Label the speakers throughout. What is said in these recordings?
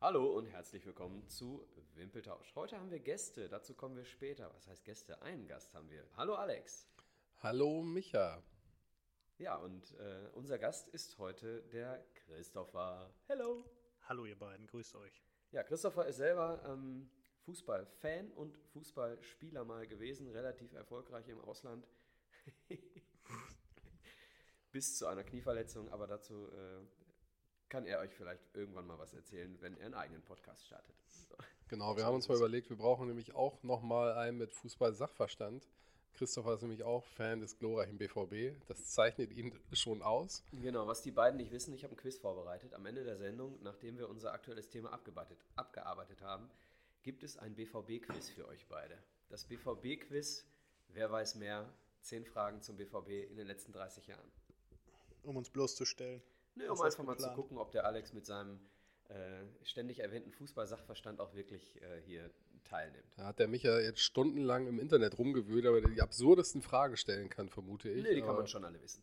Speaker 1: Hallo und herzlich willkommen zu Wimpeltausch. Heute haben wir Gäste, dazu kommen wir später. Was heißt Gäste? Einen Gast haben wir. Hallo Alex.
Speaker 2: Hallo Micha.
Speaker 1: Ja, und äh, unser Gast ist heute der Christopher. Hello.
Speaker 3: Hallo ihr beiden, grüßt euch.
Speaker 1: Ja, Christopher ist selber ähm, Fußballfan und Fußballspieler mal gewesen, relativ erfolgreich im Ausland. Bis zu einer Knieverletzung, aber dazu äh, kann er euch vielleicht irgendwann mal was erzählen, wenn er einen eigenen Podcast startet. So.
Speaker 2: Genau, wir haben uns mal überlegt, wir brauchen nämlich auch nochmal einen mit Fußball-Sachverstand. Christopher ist nämlich auch Fan des glorreichen BVB. Das zeichnet ihn schon aus.
Speaker 1: Genau, was die beiden nicht wissen, ich habe ein Quiz vorbereitet. Am Ende der Sendung, nachdem wir unser aktuelles Thema abgearbeitet, abgearbeitet haben, gibt es ein BVB-Quiz für euch beide. Das BVB-Quiz, wer weiß mehr, zehn Fragen zum BVB in den letzten 30 Jahren.
Speaker 3: Um uns bloßzustellen.
Speaker 1: Nö,
Speaker 3: Das
Speaker 1: um einfach
Speaker 3: hast du
Speaker 1: mal zu
Speaker 3: geplant.
Speaker 1: gucken, ob der Alex mit seinem äh, ständig erwähnten Fußball-Sachverstand auch wirklich äh, hier teilnimmt.
Speaker 2: Da hat der Micha jetzt stundenlang im Internet rumgewühlt, aber der die absurdesten Fragen stellen kann, vermute ich.
Speaker 1: Nee, die kann
Speaker 2: Aber,
Speaker 1: man schon alle wissen.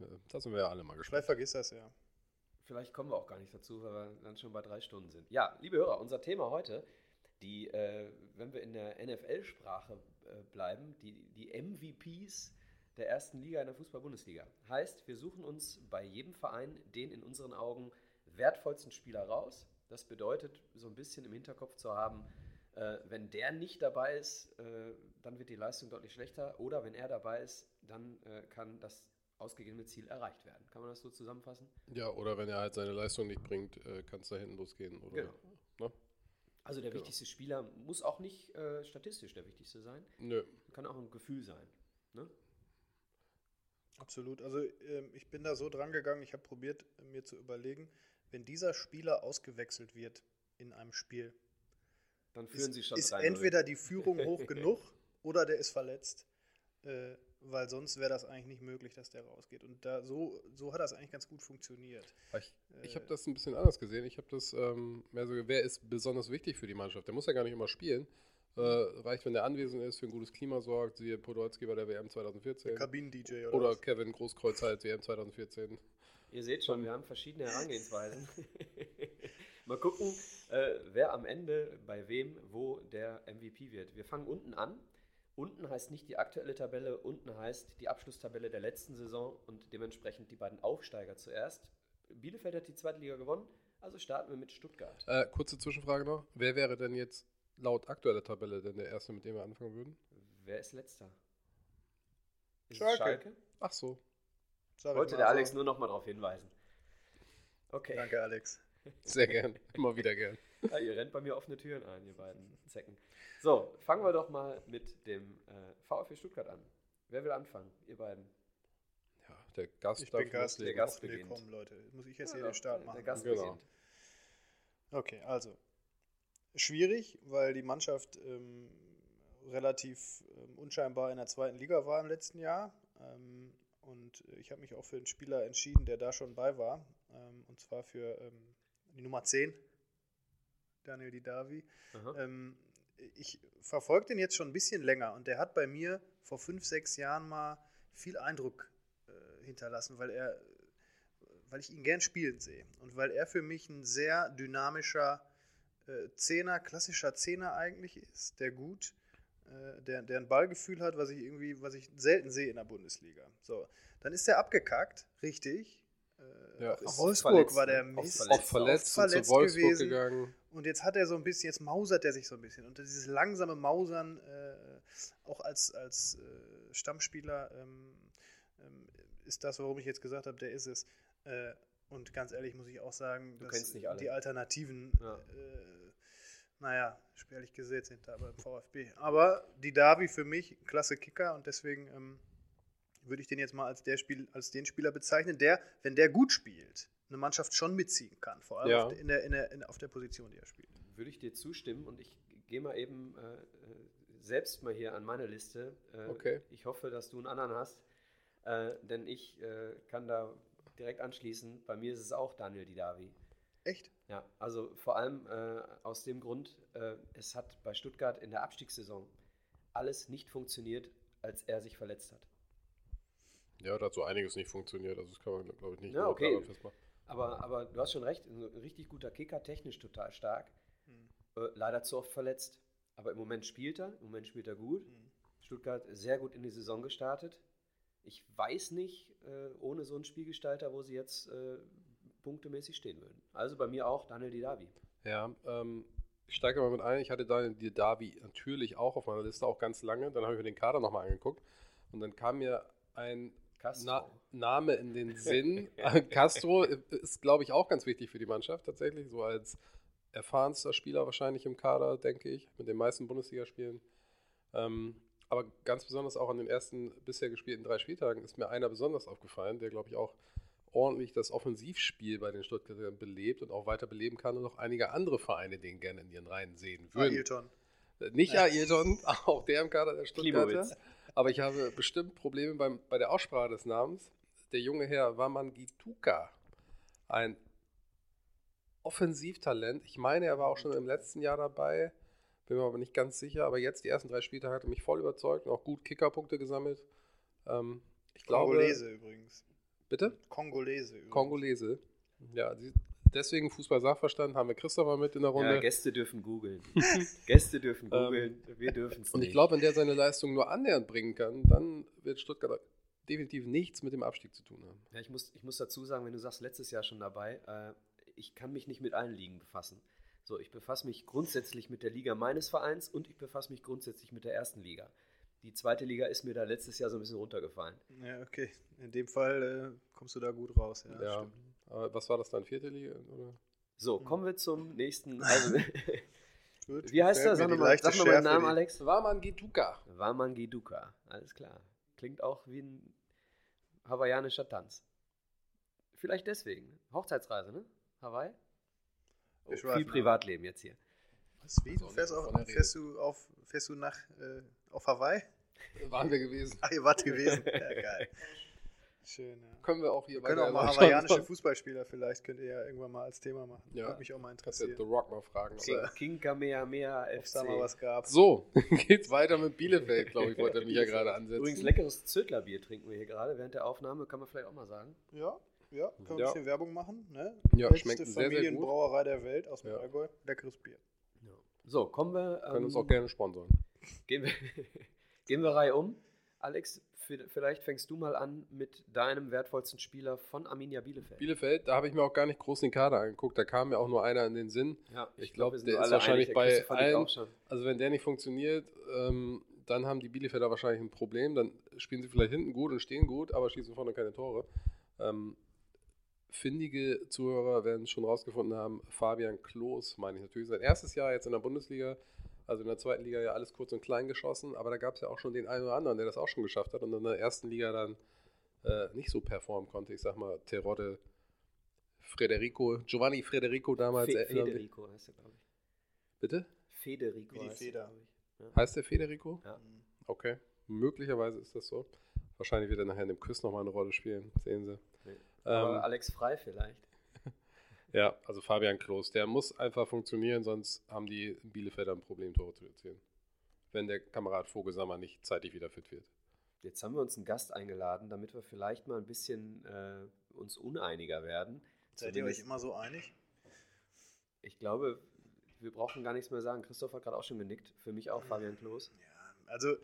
Speaker 2: äh, Da sind wir ja alle mal
Speaker 3: Vielleicht
Speaker 2: gespannt.
Speaker 3: vergisst das ja.
Speaker 1: Vielleicht kommen wir auch gar nicht dazu, weil wir dann schon bei drei Stunden sind. Ja, liebe Hörer, unser Thema heute, die, äh, wenn wir in der NFL-Sprache äh, bleiben, die, die MVPs der ersten Liga in der Fußball-Bundesliga. Heißt, wir suchen uns bei jedem Verein den in unseren Augen wertvollsten Spieler raus. Das bedeutet, so ein bisschen im Hinterkopf zu haben, äh, wenn der nicht dabei ist, äh, dann wird die Leistung deutlich schlechter. Oder wenn er dabei ist, dann äh, kann das ausgegebene Ziel erreicht werden. Kann man das so zusammenfassen?
Speaker 2: Ja, oder wenn er halt seine Leistung nicht bringt, kann es da hinten losgehen. Oder,
Speaker 1: Genau.
Speaker 2: ne?
Speaker 1: Also der
Speaker 2: Genau.
Speaker 1: wichtigste Spieler muss auch nicht äh, statistisch der wichtigste sein,
Speaker 2: Nö.
Speaker 1: kann auch ein Gefühl sein. Ne?
Speaker 3: Absolut. Also ähm, ich bin da so dran gegangen, ich habe probiert, äh, mir zu überlegen, wenn dieser Spieler ausgewechselt wird in einem Spiel,
Speaker 1: Dann führen
Speaker 3: ist,
Speaker 1: sie schon
Speaker 3: ist
Speaker 1: rein.
Speaker 3: entweder die Führung hoch genug oder der ist verletzt. Äh, weil sonst wäre das eigentlich nicht möglich, dass der rausgeht. Und da so, so hat das eigentlich ganz gut funktioniert. Äh,
Speaker 2: Aber Ich, ich habe das ein bisschen anders gesehen. Ich habe das ähm, mehr so, wer ist besonders wichtig für die Mannschaft? Der muss ja gar nicht immer spielen. Äh, reicht, wenn der anwesend ist, für ein gutes Klima sorgt, siehe Podolski bei der WM
Speaker 1: äh,
Speaker 2: 2014.
Speaker 3: Kabinen-DJ oder,
Speaker 2: Oder
Speaker 3: was?
Speaker 2: Kevin Großkreuz halt, WM 2014.
Speaker 1: Ihr seht schon, wir haben verschiedene Herangehensweisen. Mal gucken, äh, wer am Ende bei wem wo der MVP wird. Wir fangen unten an. Unten heißt nicht die aktuelle Tabelle, unten heißt die Abschlusstabelle der letzten Saison und dementsprechend die beiden Aufsteiger zuerst. Bielefeld hat die zweite Liga gewonnen, also starten wir mit Stuttgart.
Speaker 2: Äh, kurze Zwischenfrage noch. Wer wäre denn jetzt laut aktueller Tabelle denn der Erste, mit dem wir anfangen würden?
Speaker 1: Wer ist letzter? Ist
Speaker 3: Schalke.
Speaker 1: es Schalke?
Speaker 2: Ach so.
Speaker 3: Sag ich
Speaker 1: Wollte
Speaker 3: mal
Speaker 1: der
Speaker 3: so.
Speaker 1: Alex nur noch mal darauf hinweisen. Okay,
Speaker 3: Danke, Alex.
Speaker 2: Sehr gern. Immer wieder gern.
Speaker 1: ja, ihr rennt bei mir offene Türen ein, ihr beiden Zecken. So, fangen wir doch mal mit dem äh, VfB Stuttgart an. Wer will anfangen, ihr beiden?
Speaker 2: Ja, der Gast
Speaker 3: Ich bin Gast.
Speaker 1: Der
Speaker 2: loslegen.
Speaker 1: Gast
Speaker 3: Och, nee,
Speaker 1: beginnt.
Speaker 3: komm, Leute. Muss ich jetzt
Speaker 1: Ja,
Speaker 3: hier den Start
Speaker 1: Der
Speaker 3: machen?
Speaker 1: Gast
Speaker 2: Genau.
Speaker 1: beginnt.
Speaker 3: Okay, also schwierig, weil die Mannschaft ähm, relativ ähm, unscheinbar in der zweiten Liga war im letzten Jahr. Ähm, und ich habe mich auch für einen Spieler entschieden, der da schon bei war. Ähm, und zwar für ähm, die Nummer 10, Daniel Didavi.
Speaker 1: Aha.
Speaker 3: Ähm, ich verfolge den jetzt schon ein bisschen länger und der hat bei mir vor fünf, sechs Jahren mal viel Eindruck äh, hinterlassen, weil er, weil ich ihn gern spielen sehe und weil er für mich ein sehr dynamischer äh, Zehner, klassischer Zehner eigentlich ist, der gut, äh, der, der ein Ballgefühl hat, was ich irgendwie, was ich selten sehe in der Bundesliga. So, dann ist er abgekackt, richtig. Äh,
Speaker 2: Ja,
Speaker 3: auch in
Speaker 2: ist
Speaker 3: Wolfsburg
Speaker 1: verletzt,
Speaker 3: war der
Speaker 1: ne? Oft
Speaker 3: Mist,
Speaker 1: verletzt.
Speaker 2: Auch verletzt, und zu Wolfsburg gegangen.
Speaker 3: und jetzt hat er so ein bisschen, jetzt mausert er sich so ein bisschen. Und dieses langsame Mausern, äh, auch als, als äh, Stammspieler, ähm, ähm, ist das, warum ich jetzt gesagt habe, der ist es. Äh, und ganz ehrlich muss ich auch sagen,
Speaker 1: Du kennst nicht alle.
Speaker 3: die Alternativen,
Speaker 1: Ja.
Speaker 3: äh, naja, spärlich gesät sind da beim VfB. Aber die Davi für mich, klasse Kicker und deswegen ähm, würde ich den jetzt mal als, der Spiel, als den Spieler bezeichnen, der, wenn der gut spielt, eine Mannschaft schon mitziehen kann. Vor allem
Speaker 2: Ja.
Speaker 3: auf, der- in der, in der, in, auf der Position, die er spielt.
Speaker 1: Würde ich dir zustimmen und ich gehe mal eben äh, äh, selbst mal hier an meine Liste. Äh,
Speaker 2: Okay.
Speaker 1: Ich hoffe, dass du einen anderen hast, äh, denn ich äh, kann da direkt anschließen. Bei mir ist es auch Daniel Didavi.
Speaker 3: Echt?
Speaker 1: Ja, also vor allem äh, aus dem Grund, äh, es hat bei Stuttgart in der Abstiegssaison alles nicht funktioniert, als er sich verletzt hat.
Speaker 2: Ja, da hat so einiges nicht funktioniert. Also das kann man, glaube ich, nicht
Speaker 1: Ja,
Speaker 2: nur
Speaker 1: okay.
Speaker 2: daran festmachen.
Speaker 1: Aber, aber du hast schon recht, ein richtig guter Kicker, technisch total stark.
Speaker 3: Hm.
Speaker 1: Äh, leider zu oft verletzt. Aber im Moment spielt er, im Moment spielt er gut.
Speaker 3: Hm.
Speaker 1: Stuttgart sehr gut in die Saison gestartet. Ich weiß nicht, äh, ohne so einen Spielgestalter, wo sie jetzt äh, punktemäßig stehen würden. Also bei mir auch Daniel Didavi.
Speaker 2: Ja, ähm, ich steige mal mit ein. Ich hatte Daniel Didavi natürlich auch auf meiner Liste, auch ganz lange. Dann habe ich mir den Kader nochmal angeguckt. Und dann kam mir ein
Speaker 1: Castro.
Speaker 2: Na Name in den Sinn. Äh, Castro ist, glaube ich, auch ganz wichtig für die Mannschaft tatsächlich. So als erfahrenster Spieler wahrscheinlich im Kader, denke ich, mit den meisten Bundesligaspielen. Ähm, aber ganz besonders auch an den ersten bisher gespielten drei Spieltagen ist mir einer besonders aufgefallen, der, glaube ich, auch ordentlich das Offensivspiel bei den Stuttgartern belebt und auch weiter beleben kann und auch einige andere Vereine den gerne in ihren Reihen sehen würden.
Speaker 3: Ailton.
Speaker 2: Nicht Ailton, auch der im Kader der Stuttgarter.
Speaker 1: Klimowitz.
Speaker 2: Aber ich habe bestimmt Probleme beim, bei der Aussprache des Namens. Der junge Herr Wamangituka, ein Offensivtalent. Ich meine, er war auch schon im letzten Jahr dabei, bin mir aber nicht ganz sicher. Aber jetzt, die ersten drei Spieltage, hat er mich voll überzeugt und auch gut Kickerpunkte gesammelt. Ähm, ich glaube,
Speaker 3: Kongolese übrigens.
Speaker 2: bitte?
Speaker 3: Kongolese übrigens.
Speaker 2: Kongolese. Ja, die- deswegen Fußball-Sachverstand haben wir Christopher mit in der Runde. Ähm,
Speaker 1: Ja, Gäste dürfen googeln. Gäste dürfen googeln. Wir dürfen es
Speaker 2: Und
Speaker 1: nicht.
Speaker 2: ich glaube, wenn der seine Leistung nur annähernd bringen kann, dann wird Stuttgart definitiv nichts mit dem Abstieg zu tun haben.
Speaker 1: Ja, ich, muss, ich muss dazu sagen, wenn du sagst, letztes Jahr schon dabei, äh, ich kann mich nicht mit allen Ligen befassen. So, ich befasse mich grundsätzlich mit der Liga meines Vereins und ich befasse mich grundsätzlich mit der ersten Liga. Die zweite Liga ist mir da letztes Jahr so ein bisschen runtergefallen.
Speaker 3: Ja, okay. In dem Fall äh, kommst du da gut raus. Ja,
Speaker 2: Ja.
Speaker 3: stimmt.
Speaker 2: Aber was war das dann? Vierte Liga? Oder?
Speaker 1: So,
Speaker 3: Mhm.
Speaker 1: kommen wir zum nächsten. Also,
Speaker 3: Gut,
Speaker 1: wie heißt
Speaker 3: gefällt
Speaker 1: er? Sag
Speaker 3: mir die
Speaker 1: nochmal
Speaker 3: leichte
Speaker 1: sag noch mal den
Speaker 3: Schärfe,
Speaker 1: Namen,
Speaker 3: die-
Speaker 1: Alex.
Speaker 2: Warman Gituka.
Speaker 1: Wamangi Duka. Alles klar. Klingt auch wie ein hawaiianischer Tanz. Vielleicht deswegen. Hochzeitsreise, ne? Hawaii? Oh,
Speaker 3: Ich
Speaker 1: viel
Speaker 3: weiß nicht.
Speaker 1: Privatleben jetzt hier.
Speaker 3: Was, wie? Du fährst, auf,
Speaker 2: Von der Rede.
Speaker 3: fährst du, auf, fährst du nach, äh, auf Hawaii?
Speaker 2: Waren wir gewesen.
Speaker 3: Ach, ihr wart gewesen. Ja, geil. Schön, ja.
Speaker 2: Können wir auch hier
Speaker 3: Wir können auch mal
Speaker 2: erläutern.
Speaker 3: hawaiianische Fußballspieler vielleicht, könnt ihr ja irgendwann mal als Thema machen.
Speaker 2: Ja.
Speaker 3: Würde mich auch mal
Speaker 2: Das wird The
Speaker 3: interessieren,
Speaker 2: Rock mal fragen. ob
Speaker 1: King,
Speaker 2: er-
Speaker 1: King Kamehameha
Speaker 3: ob es da mal
Speaker 1: FC.
Speaker 3: was gab.
Speaker 2: So, geht's weiter mit Bielefeld, glaube ich, wollte er mich ja gerade ansetzen.
Speaker 1: Übrigens, leckeres Zödlerbier trinken wir hier gerade während der Aufnahme, kann man vielleicht auch mal sagen.
Speaker 3: Ja, ja, können wir
Speaker 2: Ja.
Speaker 3: ein bisschen Werbung machen. Ne?
Speaker 2: Ja, schmeckt
Speaker 3: Beste
Speaker 2: sehr, sehr gut.
Speaker 3: Familienbrauerei der Welt aus dem
Speaker 2: Ja.
Speaker 3: Allgäu. Leckeres Bier.
Speaker 1: So, kommen wir.
Speaker 2: Können uns
Speaker 1: ähm,
Speaker 2: auch gerne sponsern.
Speaker 1: gehen wir, gehen wir Reihe um. Alex, vi- vielleicht fängst du mal an mit deinem wertvollsten Spieler von Arminia Bielefeld.
Speaker 2: Bielefeld, da habe ich mir auch gar nicht groß den Kader angeguckt. Da kam mir auch nur einer in den Sinn.
Speaker 1: Ja,
Speaker 2: Ich
Speaker 1: glaub,
Speaker 2: glaub,
Speaker 1: wir sind
Speaker 2: der
Speaker 1: alle
Speaker 2: ist
Speaker 1: einig,
Speaker 2: wahrscheinlich
Speaker 1: der
Speaker 2: bei
Speaker 1: Christopher liegt
Speaker 2: allen-
Speaker 1: auch schon.
Speaker 2: Also wenn der nicht funktioniert, ähm, dann haben die Bielefelder wahrscheinlich ein Problem. Dann spielen sie vielleicht hinten gut und stehen gut, aber schießen vorne keine Tore. Ähm, findige Zuhörer werden schon rausgefunden haben, Fabian Klos meine ich natürlich. Sein erstes Jahr jetzt in der Bundesliga, also in der zweiten Liga ja alles kurz und klein geschossen, aber da gab es ja auch schon den einen oder anderen, der das auch schon geschafft hat und in der ersten Liga dann äh, nicht so performen konnte. Ich sag mal, Terodde, Federico, Giovanni Federico damals.
Speaker 1: Fe
Speaker 2: erinnern wir-
Speaker 1: Federico heißt er, glaube ich.
Speaker 2: Bitte?
Speaker 1: Federico
Speaker 3: Wie die
Speaker 1: heißt
Speaker 3: Feder.
Speaker 1: er, glaube ich. Ja.
Speaker 2: Heißt der Federico?
Speaker 1: Ja.
Speaker 3: Hm.
Speaker 2: Okay. Möglicherweise ist das so. Wahrscheinlich wird er nachher in dem Quiz nochmal eine Rolle spielen. Sehen Sie.
Speaker 1: Nee.
Speaker 2: Ähm,
Speaker 1: Aber Alex Frei vielleicht.
Speaker 2: ja, also Fabian Klos, der muss einfach funktionieren, sonst haben die Bielefelder ein Problem, Tore zu erzielen. Wenn der Kamerad Vogelsammer nicht zeitig wieder fit wird.
Speaker 1: Jetzt haben wir uns einen Gast eingeladen, damit wir vielleicht mal ein bisschen äh, uns uneiniger werden.
Speaker 3: Seid ihr euch
Speaker 1: Zumindest-
Speaker 3: immer so einig?
Speaker 1: Ich glaube, wir brauchen gar nichts mehr sagen. Christoph hat gerade auch schon genickt. Für mich auch Fabian Klos.
Speaker 3: Ja, also, äh,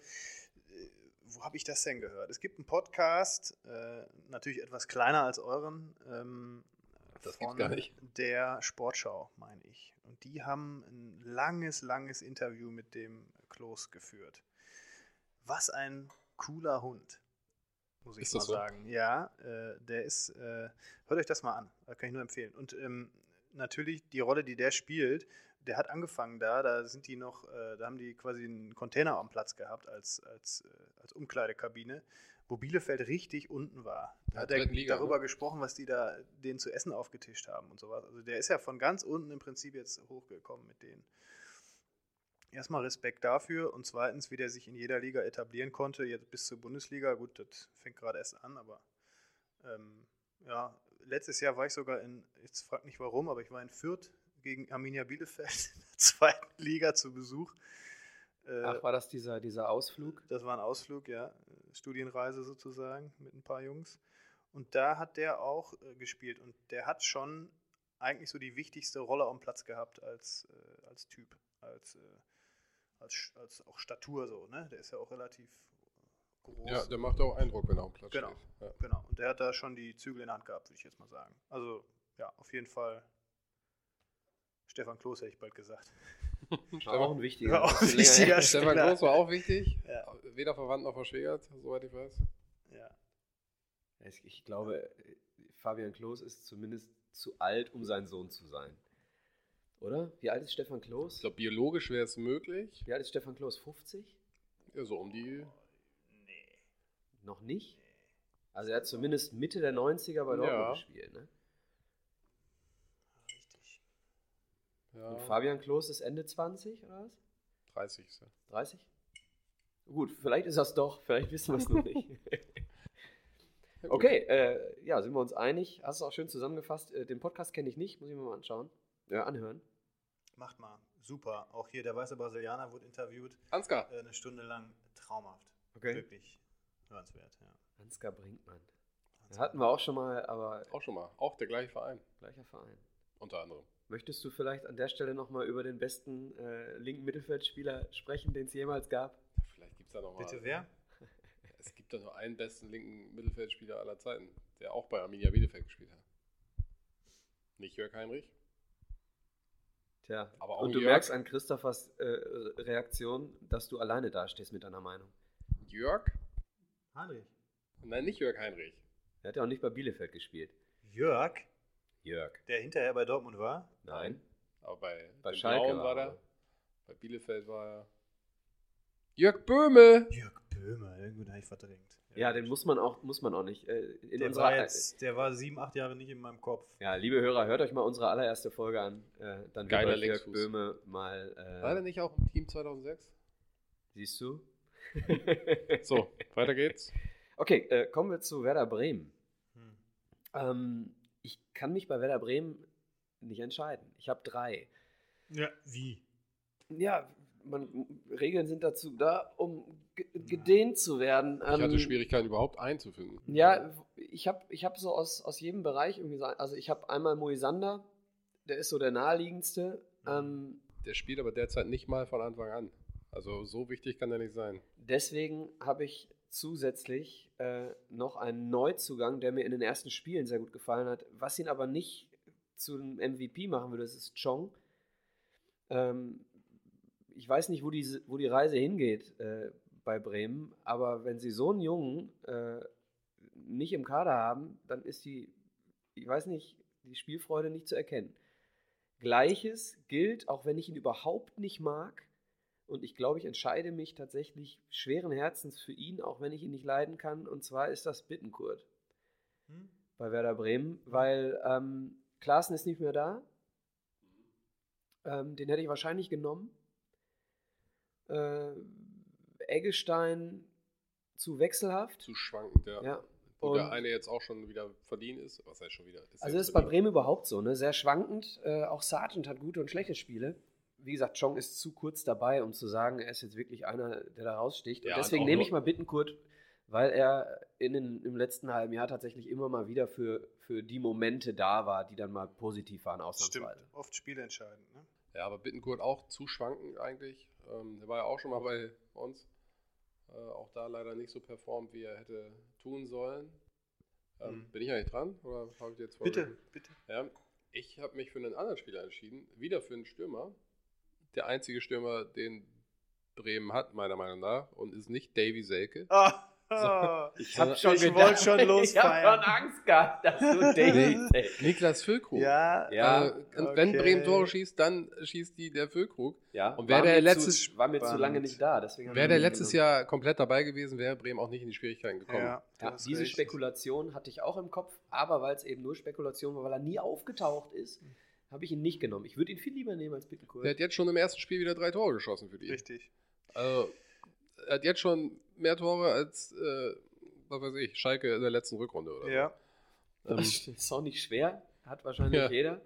Speaker 3: wo habe ich das denn gehört? Es gibt einen Podcast, äh, natürlich etwas kleiner als euren. Ähm,
Speaker 2: Das gibt's gar nicht.
Speaker 3: Der Sportschau, meine ich. Und die haben ein langes, langes Interview mit dem Klos geführt. Was ein cooler Hund, muss ich
Speaker 2: Ist
Speaker 3: mal
Speaker 2: das so?
Speaker 3: sagen. Ja, äh, der ist, äh, hört euch das mal an, das kann ich nur empfehlen. Und ähm, natürlich die Rolle, die der spielt, der hat angefangen da, da sind die noch, äh, da haben die quasi einen Container am Platz gehabt als, als, äh, als Umkleidekabine, wo Bielefeld richtig unten war. Da
Speaker 2: Ja,
Speaker 3: hat er
Speaker 2: dritten Liga,
Speaker 3: darüber
Speaker 2: ne?
Speaker 3: gesprochen, was die da denen zu essen aufgetischt haben und sowas. Also der ist ja von ganz unten im Prinzip jetzt hochgekommen mit denen. Erstmal Respekt dafür und zweitens, wie der sich in jeder Liga etablieren konnte, jetzt bis zur Bundesliga. Gut, das fängt gerade erst an, aber ähm, ja, letztes Jahr war ich sogar in, jetzt frag nicht warum, aber ich war in Fürth gegen Arminia Bielefeld in der zweiten Liga zu Besuch. Äh,
Speaker 1: Ach, war das dieser, dieser Ausflug?
Speaker 3: das war ein Ausflug, ja. Studienreise sozusagen mit ein paar Jungs. Und da hat der auch äh, gespielt und der hat schon eigentlich so die wichtigste Rolle am Platz gehabt als, äh, als Typ, als, äh, als, Sch- als auch Statur so, ne? Der ist ja auch relativ groß.
Speaker 2: Ja, der macht auch Eindruck, wenn er am Platz
Speaker 3: Genau.
Speaker 2: steht. Ja.
Speaker 3: Genau, und der hat da schon die Zügel in der Hand gehabt, würde ich jetzt mal sagen. Also, ja, auf jeden Fall. Stefan Klose hätte ich bald gesagt.
Speaker 1: War auch ein wichtiger.
Speaker 3: War auch
Speaker 1: bisschen
Speaker 3: ein
Speaker 1: länger
Speaker 3: wichtiger
Speaker 1: her.
Speaker 2: Stefan
Speaker 3: Spieler.
Speaker 2: Groß war auch wichtig.
Speaker 3: Ja.
Speaker 2: Weder verwandt noch verschwägert, soweit ich weiß.
Speaker 3: Ja.
Speaker 1: Ich, ich glaube, äh, Fabian Klos ist zumindest zu alt, um sein Sohn zu sein. Oder? Wie alt ist Stefan Klos?
Speaker 2: Ich glaube, biologisch wäre es möglich.
Speaker 1: Wie alt ist Stefan Klos? 50?
Speaker 2: Ja, so um die.
Speaker 3: Nee.
Speaker 1: Noch nicht? Also er hat zumindest Mitte der 90er bei Dortmund
Speaker 2: Ja.
Speaker 1: gespielt. Ne?
Speaker 3: Richtig.
Speaker 2: Ja,
Speaker 1: Und Fabian Klos ist Ende 20 oder was?
Speaker 2: 30. ist er.
Speaker 1: 30? Gut, vielleicht ist das doch, vielleicht wissen wir es noch nicht.
Speaker 2: Ja, gut.
Speaker 1: Okay, äh, ja, sind wir uns einig. Hast du auch schön zusammengefasst. Äh, den Podcast kenne ich nicht, muss ich mir mal anschauen. Ja, anhören.
Speaker 3: Macht mal. Super. Auch hier der weiße Brasilianer wurde interviewt.
Speaker 2: Ansgar.
Speaker 3: Äh, eine Stunde lang. Traumhaft.
Speaker 1: Okay.
Speaker 3: Wirklich hörenswert. Ja.
Speaker 1: Ansgar Brinkmann. Das hatten wir auch schon mal, aber
Speaker 2: Auch schon mal. Auch der gleiche Verein,
Speaker 1: gleicher Verein.
Speaker 2: unter anderem.
Speaker 1: Möchtest du vielleicht an der Stelle nochmal über den besten äh, linken Mittelfeldspieler sprechen, den es jemals gab?
Speaker 2: Vielleicht gibt es da nochmal.
Speaker 3: Bitte wer?
Speaker 2: Es gibt da nur einen besten linken Mittelfeldspieler aller Zeiten, der auch bei Arminia Bielefeld gespielt hat. Nicht Jörg Heinrich?
Speaker 1: Tja,
Speaker 2: Aber auch
Speaker 1: und du
Speaker 2: Jörg.
Speaker 1: merkst an Christophers äh, Reaktion, dass du alleine dastehst mit deiner Meinung.
Speaker 2: Jörg?
Speaker 3: Heinrich.
Speaker 2: Nein, nicht Jörg Heinrich.
Speaker 1: Er hat ja auch nicht bei Bielefeld gespielt.
Speaker 3: Jörg,
Speaker 1: Jörg.
Speaker 3: der hinterher bei Dortmund war.
Speaker 1: Nein.
Speaker 2: Aber bei,
Speaker 1: Bei
Speaker 2: den
Speaker 1: Schalke
Speaker 2: Blauen
Speaker 1: war
Speaker 2: war
Speaker 1: er.
Speaker 2: er. Bei Bielefeld war er. Jörg Böhme!
Speaker 3: Jörg Böhme. Irgendwo habe ich verdrängt.
Speaker 1: Ja, den muss man auch, muss man auch nicht. Äh, in
Speaker 3: der,
Speaker 1: unserer,
Speaker 3: war jetzt, der war sieben, acht Jahre nicht in meinem Kopf.
Speaker 1: Ja, liebe Hörer, hört euch mal unsere allererste Folge an. Äh, dann
Speaker 2: Geiler
Speaker 1: wird euch Jörg
Speaker 2: Linksfuß.
Speaker 1: Böhme
Speaker 2: War er
Speaker 1: mal. Äh,
Speaker 2: nicht auch im Team 2006?
Speaker 1: siehst du?
Speaker 2: So, weiter geht's.
Speaker 1: okay, äh, kommen wir zu Werder Bremen.
Speaker 3: Hm.
Speaker 1: Ähm, ich kann mich bei Werder Bremen nicht entscheiden. Ich habe drei.
Speaker 3: Ja, wie?
Speaker 1: Ja, man, Regeln sind dazu da, um ge gedehnt zu werden.
Speaker 2: Ich hatte
Speaker 1: Ähm,
Speaker 2: Schwierigkeiten überhaupt einzufinden.
Speaker 1: Ja, ich habe ich hab so aus, aus jedem Bereich irgendwie so, also ich habe einmal Moisander, der ist so der naheliegendste.
Speaker 2: Mhm.
Speaker 1: Ähm,
Speaker 2: Der spielt aber derzeit nicht mal von Anfang an. Also so wichtig kann der nicht sein.
Speaker 1: deswegen habe ich zusätzlich äh, noch einen Neuzugang, der mir in den ersten Spielen sehr gut gefallen hat, was ihn aber nicht zu einem MVP machen würde, das ist Chong. Ähm, ich weiß nicht, wo die, wo die Reise hingeht äh, bei Bremen, aber wenn sie so einen Jungen äh, nicht im Kader haben, dann ist die, ich weiß nicht, die Spielfreude nicht zu erkennen. Gleiches gilt, auch wenn ich ihn überhaupt nicht mag, und ich glaube, ich entscheide mich tatsächlich schweren Herzens für ihn, auch wenn ich ihn nicht leiden kann, und zwar ist das Bittenkurt
Speaker 3: Hm?
Speaker 1: bei Werder Bremen, weil ähm, Klaassen ist nicht mehr da. Ähm, den hätte ich wahrscheinlich genommen. Äh, Eggestein zu wechselhaft.
Speaker 2: Zu schwankend, ja.
Speaker 1: ja.
Speaker 2: Wo der
Speaker 1: Und-
Speaker 2: eine jetzt auch schon wieder verliehen ist. Was heißt schon wieder?
Speaker 1: Also
Speaker 2: jetzt
Speaker 1: das ist bei
Speaker 2: verliehen.
Speaker 1: Bremen überhaupt so, ne? Sehr schwankend. Äh, auch Sargent hat gute und schlechte Spiele. Wie gesagt, Chong ist zu kurz dabei, um zu sagen, er ist jetzt wirklich einer, der da raussticht.
Speaker 2: Ja,
Speaker 1: und
Speaker 2: und
Speaker 1: deswegen
Speaker 2: auch
Speaker 1: nehme
Speaker 2: nur-
Speaker 1: ich mal Bittenkurt, weil er in den, im letzten halben Jahr tatsächlich immer mal wieder für, für die Momente da war, die dann mal positiv waren,
Speaker 3: Stimmt.
Speaker 1: ausnahmsweise.
Speaker 3: Oft spielentscheidend. Ne?
Speaker 2: Ja, aber Bittenkurt auch zu schwankend eigentlich. Ähm, der war ja auch schon mal bei uns. Äh, auch da leider nicht so performt, wie er hätte tun sollen. Ähm,
Speaker 3: Mhm.
Speaker 2: Bin ich eigentlich dran? Oder habe ich jetzt
Speaker 3: Bitte, bitte.
Speaker 2: Ja, ich habe mich für einen anderen Spieler entschieden. Wieder für einen Stürmer. Der einzige Stürmer, den Bremen hat, meiner Meinung nach. Und ist nicht Davy Selke.
Speaker 3: Ah,
Speaker 1: Ich
Speaker 2: hab
Speaker 3: schon Ich gedacht, wollte schon
Speaker 1: Ich habe
Speaker 3: losfeiern.
Speaker 1: schon Angst gehabt, dass du den...
Speaker 2: Nee. Niklas Füllkrug.
Speaker 3: Ja,
Speaker 1: Ja,
Speaker 2: äh, und Wenn
Speaker 3: okay.
Speaker 2: Bremen Tore schießt, dann schießt die der Füllkrug.
Speaker 1: ja,
Speaker 2: Und wer
Speaker 1: war
Speaker 2: der
Speaker 1: mir
Speaker 2: letztes-
Speaker 1: Zu, war mir zu
Speaker 3: Spannend.
Speaker 1: lange nicht da, deswegen... haben
Speaker 2: Wäre
Speaker 1: wir
Speaker 2: der
Speaker 1: ihn
Speaker 2: letztes
Speaker 1: genommen.
Speaker 2: Jahr komplett dabei gewesen, wäre Bremen auch nicht in die Schwierigkeiten gekommen.
Speaker 3: ne? ja, du
Speaker 1: Ja,
Speaker 3: hast
Speaker 1: diese
Speaker 3: recht.
Speaker 1: Spekulation hatte ich auch im Kopf, aber weil es eben nur Spekulation war, weil er nie aufgetaucht ist,
Speaker 3: Hm.
Speaker 1: habe ich ihn nicht genommen. Ich würde ihn viel lieber nehmen als Bittencourt.
Speaker 2: Der hat jetzt schon im ersten Spiel wieder drei Tore geschossen für die.
Speaker 3: Richtig.
Speaker 2: Also, er hat jetzt schon mehr Tore als, äh, was weiß ich, Schalke in der letzten Rückrunde oder
Speaker 3: Ja.
Speaker 2: so. Ähm,
Speaker 1: ist auch nicht schwer, hat wahrscheinlich
Speaker 2: Ja.
Speaker 1: jeder.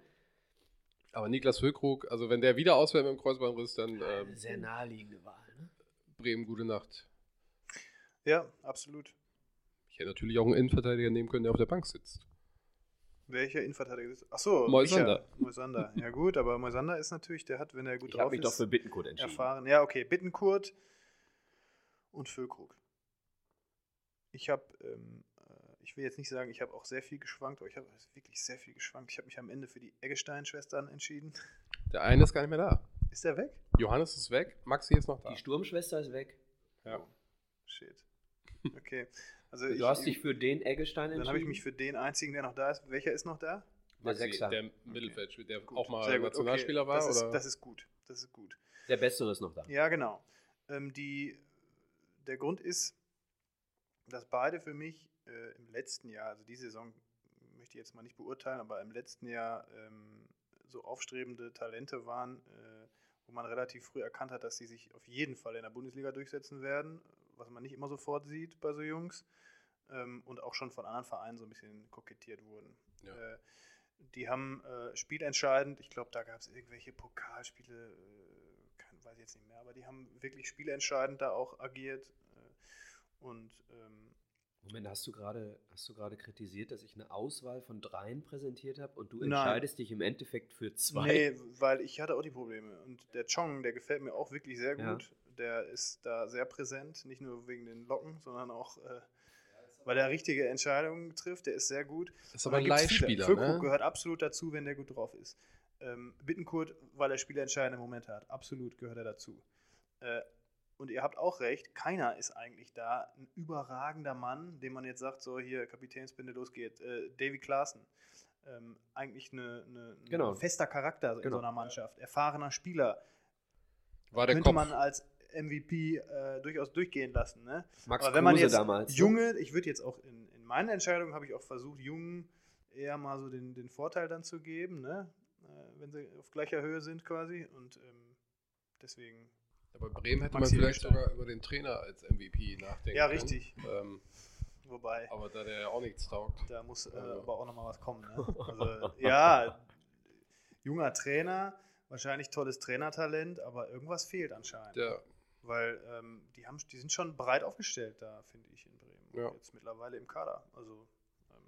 Speaker 2: aber Niklas Füllkrug, also wenn der wieder ausfällt mit dem Kreuzbandriss, dann ähm,
Speaker 1: Eine Ah,
Speaker 3: hm.
Speaker 1: sehr naheliegende Wahl. Ne?
Speaker 2: Bremen gute Nacht.
Speaker 3: ja, absolut.
Speaker 2: Ich hätte natürlich auch einen Innenverteidiger nehmen können, der auf der Bank sitzt.
Speaker 3: Welcher Innenverteidiger ist? Achso,
Speaker 2: Moisander.
Speaker 3: Micha. Moisander. Ja, gut, aber Moisander ist natürlich, der hat, wenn er gut
Speaker 1: Ich
Speaker 3: drauf
Speaker 1: habe mich doch
Speaker 3: ist,
Speaker 1: für Bittenkurt entschieden.
Speaker 3: erfahren. Ja, okay, Bittenkurt und Füllkrug. Ich habe, ähm, äh, ich will jetzt nicht sagen, ich habe auch sehr viel geschwankt, aber ich habe wirklich sehr viel geschwankt. Ich habe mich am Ende für die Eggestein-Schwestern entschieden.
Speaker 2: Der eine ist gar nicht mehr da.
Speaker 3: Ist der weg?
Speaker 2: Johannes ist weg, Maxi ist noch da.
Speaker 1: Die Sturmschwester ist weg.
Speaker 2: Ja.
Speaker 3: Shit. Okay. Also
Speaker 1: Du
Speaker 3: ich,
Speaker 1: hast dich für den Eggestein entschieden.
Speaker 3: dann habe ich mich für den einzigen, der noch da ist. Welcher ist noch da?
Speaker 1: der
Speaker 2: Maxi,
Speaker 1: Sechser. Der,
Speaker 2: der Mittelfeldspieler, der
Speaker 3: Gut,
Speaker 2: auch mal
Speaker 3: sehr gut,
Speaker 2: Nationalspieler
Speaker 3: okay.
Speaker 2: war.
Speaker 3: Das
Speaker 2: oder?
Speaker 3: ist, das ist gut. Das ist gut.
Speaker 1: Bessere ist noch da.
Speaker 3: Ja, genau. Ähm, die, der Grund ist, dass beide für mich äh, im letzten Jahr, also die Saison möchte ich jetzt mal nicht beurteilen, aber im letzten Jahr ähm, so aufstrebende Talente waren, äh, wo man relativ früh erkannt hat, dass sie sich auf jeden Fall in der Bundesliga durchsetzen werden, was man nicht immer sofort sieht bei so Jungs ähm, und auch schon von anderen Vereinen so ein bisschen kokettiert wurden.
Speaker 2: Ja.
Speaker 3: Äh, die haben äh, spielentscheidend, ich glaube, da gab es irgendwelche Pokalspiele, äh, kein, weiß ich jetzt nicht mehr, aber die haben wirklich spielentscheidend da auch agiert. Äh, und ähm,
Speaker 1: Moment, hast du gerade hast du gerade kritisiert, dass ich eine Auswahl von dreien präsentiert habe und du
Speaker 3: Nein.
Speaker 1: entscheidest dich im Endeffekt für zwei?
Speaker 3: nee, weil ich hatte auch die Probleme. Und der Chong, der gefällt mir auch wirklich sehr
Speaker 1: Ja.
Speaker 3: gut. Der ist da sehr präsent, nicht nur wegen den Locken, sondern auch, äh, weil er richtige Entscheidungen trifft. Der ist sehr gut.
Speaker 2: Das ist aber ein
Speaker 3: Und dann gibt's
Speaker 2: Leihspieler.
Speaker 3: viele. Füllkrug
Speaker 2: Ne?
Speaker 3: gehört absolut dazu, wenn der gut drauf ist. Ähm, Bittenkurt, weil er spielentscheidende Momente hat. Absolut gehört er dazu. Äh, und ihr habt auch recht, keiner ist eigentlich da. Ein überragender Mann, dem man jetzt sagt, so hier, Kapitänsbinde, los geht. Äh, Davy Klaassen. Ähm, eigentlich eine, eine, ein
Speaker 1: Genau.
Speaker 3: fester Charakter in
Speaker 1: Genau.
Speaker 3: so einer Mannschaft. Erfahrener Spieler.
Speaker 2: War der
Speaker 3: könnte
Speaker 2: Kopf.
Speaker 3: man als MVP äh, durchaus durchgehen lassen. Ne?
Speaker 1: Max
Speaker 3: Aber wenn man
Speaker 1: Kruse
Speaker 3: jetzt
Speaker 1: damals. ne?
Speaker 3: Junge, ich würde jetzt auch in, in meiner Entscheidung habe ich auch versucht, Jungen eher mal so den, den Vorteil dann zu geben, ne? äh, wenn sie auf gleicher Höhe sind quasi. Und ähm, deswegen,
Speaker 2: Ja, Bei Bremen hätte man
Speaker 3: Maxi
Speaker 2: vielleicht
Speaker 3: Eggestein.
Speaker 2: sogar über den Trainer als MVP nachdenken
Speaker 3: Ja,
Speaker 2: können.
Speaker 3: richtig.
Speaker 2: Ähm,
Speaker 3: wobei,
Speaker 2: aber da der ja auch also. nichts taugt.
Speaker 3: da muss äh,
Speaker 2: Ja.
Speaker 3: aber auch nochmal was kommen. Ne? Also, ja, junger Trainer, wahrscheinlich tolles Trainertalent, aber irgendwas fehlt anscheinend.
Speaker 2: Der,
Speaker 3: Weil ähm, die, haben, die sind schon breit aufgestellt da, finde ich, in Bremen.
Speaker 2: Ja.
Speaker 3: Jetzt mittlerweile im Kader. Also ähm,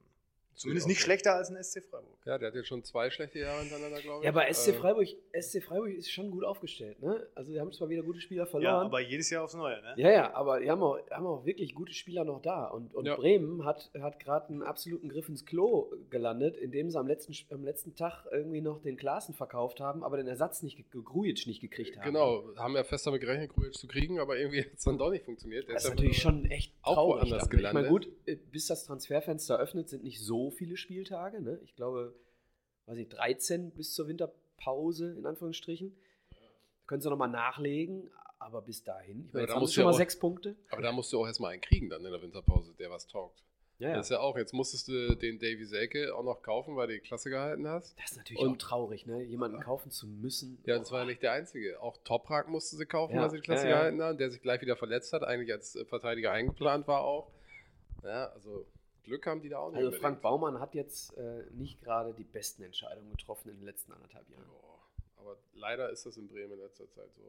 Speaker 3: zumindest nicht schlechter als ein SC Freiburg.
Speaker 2: Ja, der hat jetzt schon zwei schlechte Jahre hintereinander, glaube ich.
Speaker 1: ja, aber SC
Speaker 2: Äh,
Speaker 1: Freiburg, SC Freiburg ist schon gut aufgestellt, ne? Also wir haben zwar wieder gute Spieler verloren.
Speaker 3: Ja, aber jedes Jahr aufs Neue, ne?
Speaker 1: Ja, ja, aber die haben auch, haben auch wirklich gute Spieler noch da. Und, und
Speaker 2: Ja.
Speaker 1: Bremen hat, hat gerade einen absoluten Griff ins Klo gelandet, indem sie am letzten, Sp- am letzten Tag irgendwie noch den Klassen verkauft haben, aber den Ersatz nicht, ge- Grujic nicht gekriegt haben.
Speaker 2: Genau, haben ja fest damit gerechnet, Krujic zu kriegen, aber irgendwie hat es dann doch nicht funktioniert. Der
Speaker 1: Das ist
Speaker 2: ja-
Speaker 1: natürlich schon echt
Speaker 2: auch
Speaker 1: traurig.
Speaker 2: woanders
Speaker 1: damit. ich meine,
Speaker 2: gelandet.
Speaker 1: gut, äh, bis das Transferfenster öffnet, sind nicht so viele Spieltage. Ne? Ich glaube, weiß ich, 13 bis zur Winterpause, in Anführungsstrichen. Können sie nochmal nachlegen, aber bis dahin. Ich
Speaker 2: Ja,
Speaker 1: meine,
Speaker 2: da
Speaker 1: jetzt haben
Speaker 2: muss
Speaker 1: sie schon
Speaker 2: ja
Speaker 1: mal
Speaker 2: auch-
Speaker 1: sechs Punkte.
Speaker 2: Aber da musst du auch erstmal einen kriegen dann in der Winterpause, der was taugt.
Speaker 1: Ja, ja.
Speaker 2: Das ist ja auch, jetzt musstest du den Davy Selke auch noch kaufen, weil du die Klasse gehalten hast.
Speaker 1: Das ist natürlich
Speaker 2: Und-
Speaker 1: auch traurig, ne? jemanden kaufen zu müssen.
Speaker 2: Ja, das war ja nicht der Einzige. Auch Toprak musste sie kaufen,
Speaker 1: Ja,
Speaker 2: weil sie die Klasse
Speaker 1: ja, ja.
Speaker 2: gehalten haben, der sich gleich wieder verletzt hat, eigentlich als äh, Verteidiger eingeplant war auch. Ja, also Glück haben die da auch nicht.
Speaker 1: Also
Speaker 2: unbedingt.
Speaker 1: Frank Baumann hat jetzt äh, nicht gerade die besten Entscheidungen getroffen in den letzten anderthalb Jahren.
Speaker 2: Boah, Aber leider ist das in Bremen in letzter Zeit so.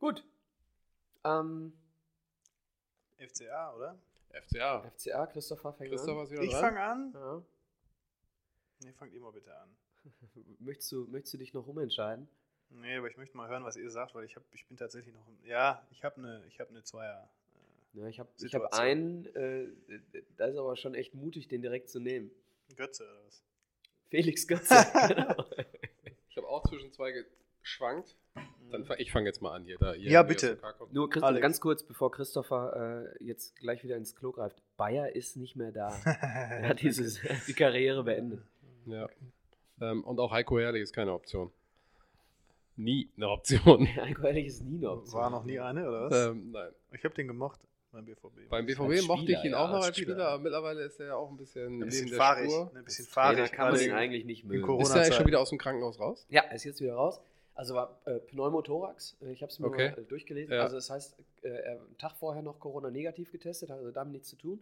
Speaker 1: Gut. Ähm,
Speaker 3: FCA, oder?
Speaker 2: FCA.
Speaker 1: FCA, Christopher fängt
Speaker 2: Christoph
Speaker 1: an.
Speaker 2: ist wieder
Speaker 3: Ich
Speaker 2: dran.
Speaker 3: fange an.
Speaker 1: Ja.
Speaker 3: Nee, fangt ihr mal bitte an.
Speaker 1: Möchtest, du, möchtest du dich noch umentscheiden?
Speaker 3: Nee, aber ich möchte mal hören, was ihr sagt, weil ich, hab, ich bin tatsächlich noch. im- Ja, ich habe eine ich hab ne Zweier. äh,
Speaker 1: Ja, ich habe ich hab
Speaker 3: Situation.
Speaker 1: einen, äh, da ist aber schon echt mutig, den direkt zu nehmen.
Speaker 3: Götze oder was?
Speaker 1: Felix Götze. genau.
Speaker 2: Ich habe auch zwischen zwei geschwankt.
Speaker 3: Mhm.
Speaker 2: Dann fang, ich fange jetzt mal an hier. Da, hier
Speaker 3: Ja,
Speaker 2: Andreas
Speaker 3: bitte.
Speaker 2: Lukaku kommt.
Speaker 1: Mhm. Nur Christoph,
Speaker 3: Alex.
Speaker 1: ganz kurz, bevor Christopher äh, jetzt gleich wieder ins Klo greift. Bayer ist nicht mehr da. Er hat dieses, die Karriere beendet.
Speaker 2: Ja. Ähm, und auch Heiko Herrlich ist keine Option. Nie eine Option.
Speaker 1: Heiko Ehrlich ist nie eine Option.
Speaker 3: War noch nie eine, oder was?
Speaker 2: ähm, nein.
Speaker 3: Ich habe den gemocht beim BVB.
Speaker 2: Beim BVB
Speaker 1: Als
Speaker 2: mochte ich
Speaker 1: Spieler,
Speaker 2: ihn
Speaker 1: ja,
Speaker 2: auch noch
Speaker 3: als
Speaker 2: als Spieler,
Speaker 3: Spieler.
Speaker 2: aber mittlerweile ist er ja auch ein bisschen
Speaker 3: ein bisschen
Speaker 2: neben der
Speaker 3: fahrig.
Speaker 2: Spur.
Speaker 3: Ne, ein bisschen
Speaker 1: Als Trainer
Speaker 3: fahrig.
Speaker 1: kann man
Speaker 3: gerade
Speaker 1: ihn
Speaker 3: in-
Speaker 1: eigentlich nicht
Speaker 3: in
Speaker 1: mögen.
Speaker 3: Corona.
Speaker 2: Ist er eigentlich
Speaker 3: Zeit.
Speaker 2: schon wieder aus dem Krankenhaus raus?
Speaker 1: Ja, er ist jetzt wieder raus. Also war äh, Pneumothorax. Äh, Ich habe es mir
Speaker 2: Okay.
Speaker 1: mal äh, durchgelesen.
Speaker 2: Ja.
Speaker 1: Also das heißt, äh, er hat einen Tag vorher noch Corona-negativ getestet, hat also damit nichts zu tun.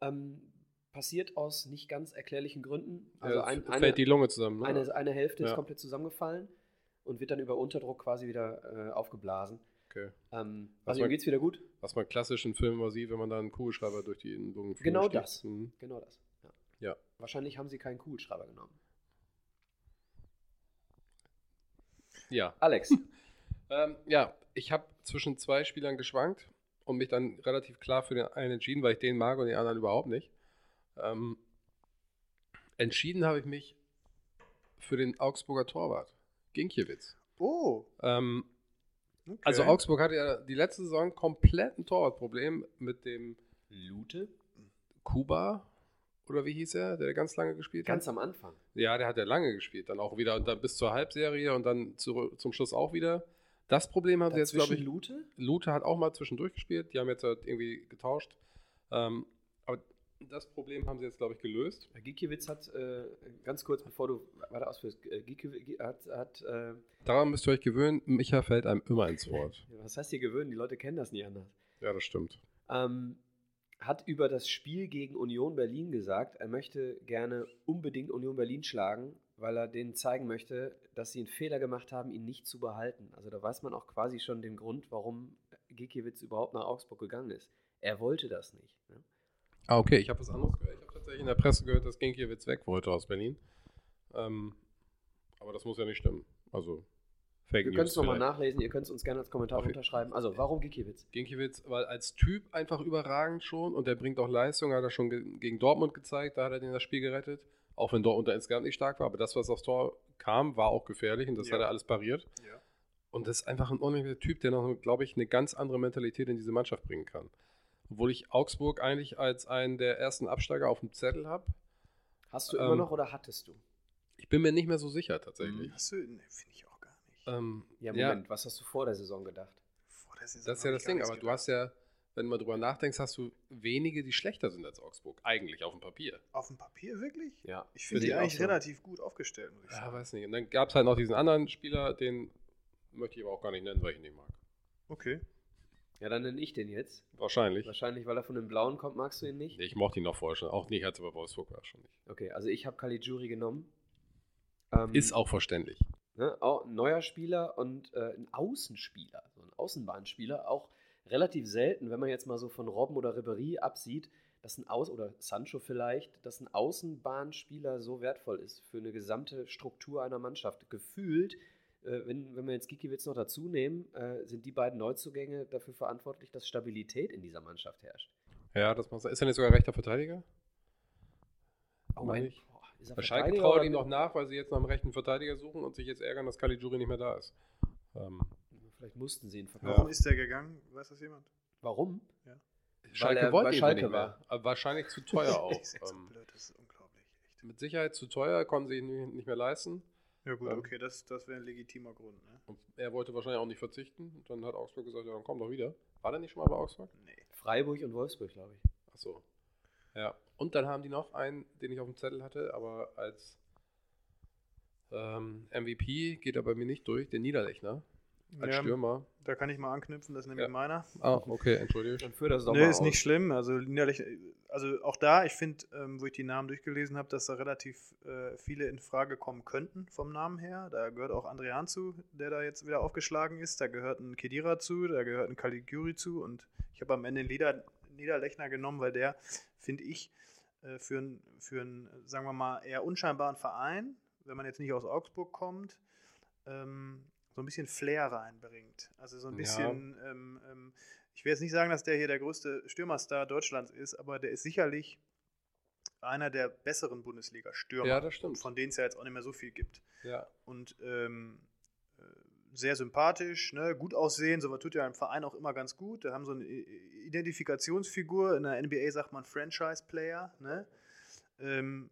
Speaker 1: Ähm, passiert aus nicht ganz erklärlichen Gründen. Also
Speaker 2: Ja,
Speaker 1: ein,
Speaker 2: f-
Speaker 1: eine,
Speaker 2: fällt die Lunge zusammen. Ne?
Speaker 1: eine, eine Hälfte ist
Speaker 2: Ja.
Speaker 1: komplett zusammengefallen und wird dann über Unterdruck quasi wieder äh, aufgeblasen.
Speaker 2: okay.
Speaker 1: Ähm,
Speaker 2: Was
Speaker 1: also ihm
Speaker 2: man-
Speaker 1: geht's wieder gut.
Speaker 2: Was man klassisch in Filmen immer sieht, wenn man da einen Kugelschreiber durch die Innenbogen
Speaker 1: Genau
Speaker 2: sticht.
Speaker 1: das.
Speaker 2: Mhm.
Speaker 1: Genau das. Ja.
Speaker 2: Ja.
Speaker 1: Wahrscheinlich haben sie keinen Kugelschreiber genommen.
Speaker 2: Ja.
Speaker 1: Alex,
Speaker 2: Ähm, ja, ich habe zwischen zwei Spielern geschwankt und mich dann relativ klar für den einen entschieden, weil ich den mag und den anderen überhaupt nicht. Ähm, entschieden habe ich mich für den Augsburger Torwart, Ginkiewicz.
Speaker 3: Oh,
Speaker 2: Ähm,
Speaker 3: okay.
Speaker 2: Also Augsburg hatte ja die letzte Saison komplett ein Torwartproblem mit dem
Speaker 1: Lute?
Speaker 2: Kuba oder wie hieß er, der ganz lange gespielt hat.
Speaker 1: Ganz am Anfang.
Speaker 2: Ja, der hat ja lange gespielt, dann auch wieder und dann bis zur Halbserie und dann zurück, zum Schluss auch wieder. Das Problem haben sie jetzt, glaube
Speaker 1: Dazwischen
Speaker 2: ich,
Speaker 1: Lute?
Speaker 2: Lute hat auch mal zwischendurch gespielt. Die haben jetzt halt irgendwie getauscht. Ähm, aber das Problem haben sie jetzt, glaube ich, gelöst.
Speaker 1: Gikiewicz hat, äh, ganz kurz bevor du weiter ausführst, äh, Gikiewicz hat, hat äh,
Speaker 2: Daran müsst ihr euch gewöhnen, Micha fällt einem immer ins Wort.
Speaker 1: was heißt hier gewöhnen? Die Leute kennen das nicht anders.
Speaker 2: Ja, das stimmt.
Speaker 1: ähm, hat über das Spiel gegen Union Berlin gesagt, er möchte gerne unbedingt Union Berlin schlagen, weil er denen zeigen möchte, dass sie einen Fehler gemacht haben, ihn nicht zu behalten. Also da weiß man auch quasi schon den Grund, warum Gikiewicz überhaupt nach Augsburg gegangen ist. Er wollte das nicht. Ne?
Speaker 2: Ah, okay, ich habe was anderes gehört. Ich habe tatsächlich in der Presse gehört, dass Genkiewicz weg wollte aus Berlin. Ähm, aber das muss ja nicht stimmen. Also, Fake
Speaker 1: Ihr könnt es nochmal nachlesen, ihr könnt es uns gerne als Kommentar
Speaker 2: Auf-
Speaker 1: unterschreiben. Also, warum Gikiewicz?
Speaker 2: Ginkiewicz war als Typ einfach überragend schon und der bringt auch Leistung, hat er schon ge gegen Dortmund gezeigt, da hat er den das Spiel gerettet. Auch wenn Dortmund da insgesamt nicht stark war, aber das, was aufs Tor kam, war auch gefährlich und das
Speaker 3: Ja.
Speaker 2: hat er alles pariert.
Speaker 3: Ja.
Speaker 2: Und das ist einfach ein ordentlicher Typ, der noch, glaube ich, eine ganz andere Mentalität in diese Mannschaft bringen kann. Obwohl ich Augsburg eigentlich als einen der ersten Absteiger auf dem Zettel habe.
Speaker 1: Hast du
Speaker 2: Ähm,
Speaker 1: immer noch oder hattest du?
Speaker 2: Ich bin mir nicht mehr so sicher tatsächlich.
Speaker 3: Hast du, nee, finde ne, ich auch gar nicht.
Speaker 2: Ähm,
Speaker 1: Ja, Moment, was hast du vor der Saison gedacht?
Speaker 3: Vor der Saison
Speaker 2: Das ist ja
Speaker 3: hab
Speaker 2: das
Speaker 3: ich gar
Speaker 2: Ding,
Speaker 3: nichts
Speaker 2: aber du
Speaker 3: gedacht.
Speaker 2: hast ja, wenn man drüber nachdenkst, hast du wenige, die schlechter sind als Augsburg. Eigentlich auf dem Papier.
Speaker 3: Auf dem Papier wirklich?
Speaker 1: Ja.
Speaker 3: Ich
Speaker 2: Finde
Speaker 3: finde die
Speaker 2: ich auch
Speaker 3: eigentlich
Speaker 1: so.
Speaker 3: relativ gut aufgestellt, muss ich
Speaker 2: Ja,
Speaker 3: sagen.
Speaker 2: weiß nicht. Und dann gab es halt noch diesen anderen Spieler, den möchte ich aber auch gar nicht nennen, weil ich ihn nicht mag.
Speaker 3: Okay.
Speaker 1: Ja, dann nenne ich den jetzt.
Speaker 2: Wahrscheinlich.
Speaker 1: Wahrscheinlich, weil er von dem Blauen kommt, magst du ihn nicht?
Speaker 2: Nee, ich mochte ihn noch vorher schon. Auch nicht, als er bei Wolfsburg war schon nicht.
Speaker 1: Okay, also ich habe Caligiuri genommen. Ähm,
Speaker 2: Ist auch verständlich.
Speaker 1: Ne, auch ein neuer Spieler und äh, ein Außenspieler, so ein Außenbahnspieler, auch relativ selten, wenn man jetzt mal so von Robben oder Ribery absieht, dass ein Aus- oder Sancho vielleicht, dass ein Außenbahnspieler so wertvoll ist für eine gesamte Struktur einer Mannschaft. Gefühlt, äh, wenn, wenn wir jetzt Gikiewicz noch dazu nehmen, äh, sind die beiden Neuzugänge dafür verantwortlich, dass Stabilität in dieser Mannschaft herrscht.
Speaker 2: Ja, das macht Ist er nicht sogar rechter Verteidiger?
Speaker 1: Oh
Speaker 2: Meine
Speaker 1: mein,
Speaker 2: ich.
Speaker 1: boah, ist er
Speaker 2: Bei Schalke
Speaker 1: Verteidiger
Speaker 2: trauert
Speaker 1: oder
Speaker 2: ihm noch
Speaker 1: mit-
Speaker 2: nach, weil sie jetzt nach einem rechten Verteidiger suchen und sich jetzt ärgern, dass Caligiuri nicht mehr da ist. Ähm,
Speaker 1: Vielleicht mussten sie ihn verkaufen.
Speaker 3: Warum
Speaker 1: Warum?
Speaker 3: ist der gegangen? Weiß das jemand?
Speaker 1: Warum?
Speaker 2: Schalke
Speaker 1: er
Speaker 2: wollte
Speaker 1: bei
Speaker 2: ihn
Speaker 1: Schalke
Speaker 2: nicht mehr.
Speaker 1: war.
Speaker 2: Aber wahrscheinlich zu teuer auch.
Speaker 3: Das ist echt so
Speaker 2: ähm,
Speaker 3: blöd, das ist unglaublich. Echt.
Speaker 2: mit Sicherheit zu teuer, konnten sie ihn nicht mehr leisten.
Speaker 3: Ja gut,
Speaker 2: Ähm,
Speaker 3: okay, das, das wäre ein legitimer Grund, ne?
Speaker 2: Und er wollte wahrscheinlich auch nicht verzichten. Und dann hat Augsburg gesagt, ja, dann komm doch wieder. War der nicht schon mal bei Augsburg?
Speaker 3: Nee.
Speaker 1: Freiburg und Wolfsburg, glaube ich.
Speaker 2: Ach so. Ja. Und dann haben die noch einen, den ich auf dem Zettel hatte, aber als ähm, MVP geht er bei mir nicht durch, den Niederlechner. Als
Speaker 3: Ja,
Speaker 2: Stürmer.
Speaker 3: da kann ich mal anknüpfen, das ist nämlich
Speaker 2: Ja.
Speaker 3: meiner.
Speaker 2: Ah, okay, entschuldige.
Speaker 1: Dann führ das doch
Speaker 3: Nee,
Speaker 1: mal
Speaker 3: ist
Speaker 1: aus.
Speaker 3: nicht schlimm. Also, Niederlich, also auch da, ich finde, ähm, wo ich die Namen durchgelesen habe, dass da relativ äh, viele in Frage kommen könnten vom Namen her. Da gehört auch Andrean zu, der da jetzt wieder aufgeschlagen ist. Da gehört ein Kedira zu, da gehört ein Kaliguri zu. Und ich habe am Ende den Lieder, Niederlechner genommen, weil der, finde ich, äh, für einen, für einen, sagen wir mal, eher unscheinbaren Verein, wenn man jetzt nicht aus Augsburg kommt, ähm, so ein bisschen Flair reinbringt. Also so ein
Speaker 2: Ja.
Speaker 3: bisschen, ähm, ähm, ich will jetzt nicht sagen, dass der hier der größte Stürmerstar Deutschlands ist, aber der ist sicherlich einer der besseren Bundesliga-Stürmer,
Speaker 2: Ja, das stimmt.
Speaker 3: von denen es ja jetzt auch nicht mehr so viel gibt.
Speaker 2: Ja.
Speaker 3: Und ähm, äh, sehr sympathisch, ne? gut aussehen, sowas tut ja im Verein auch immer ganz gut. Da haben so eine I- Identifikationsfigur, in der NBA sagt man Franchise-Player. Ne? Ähm,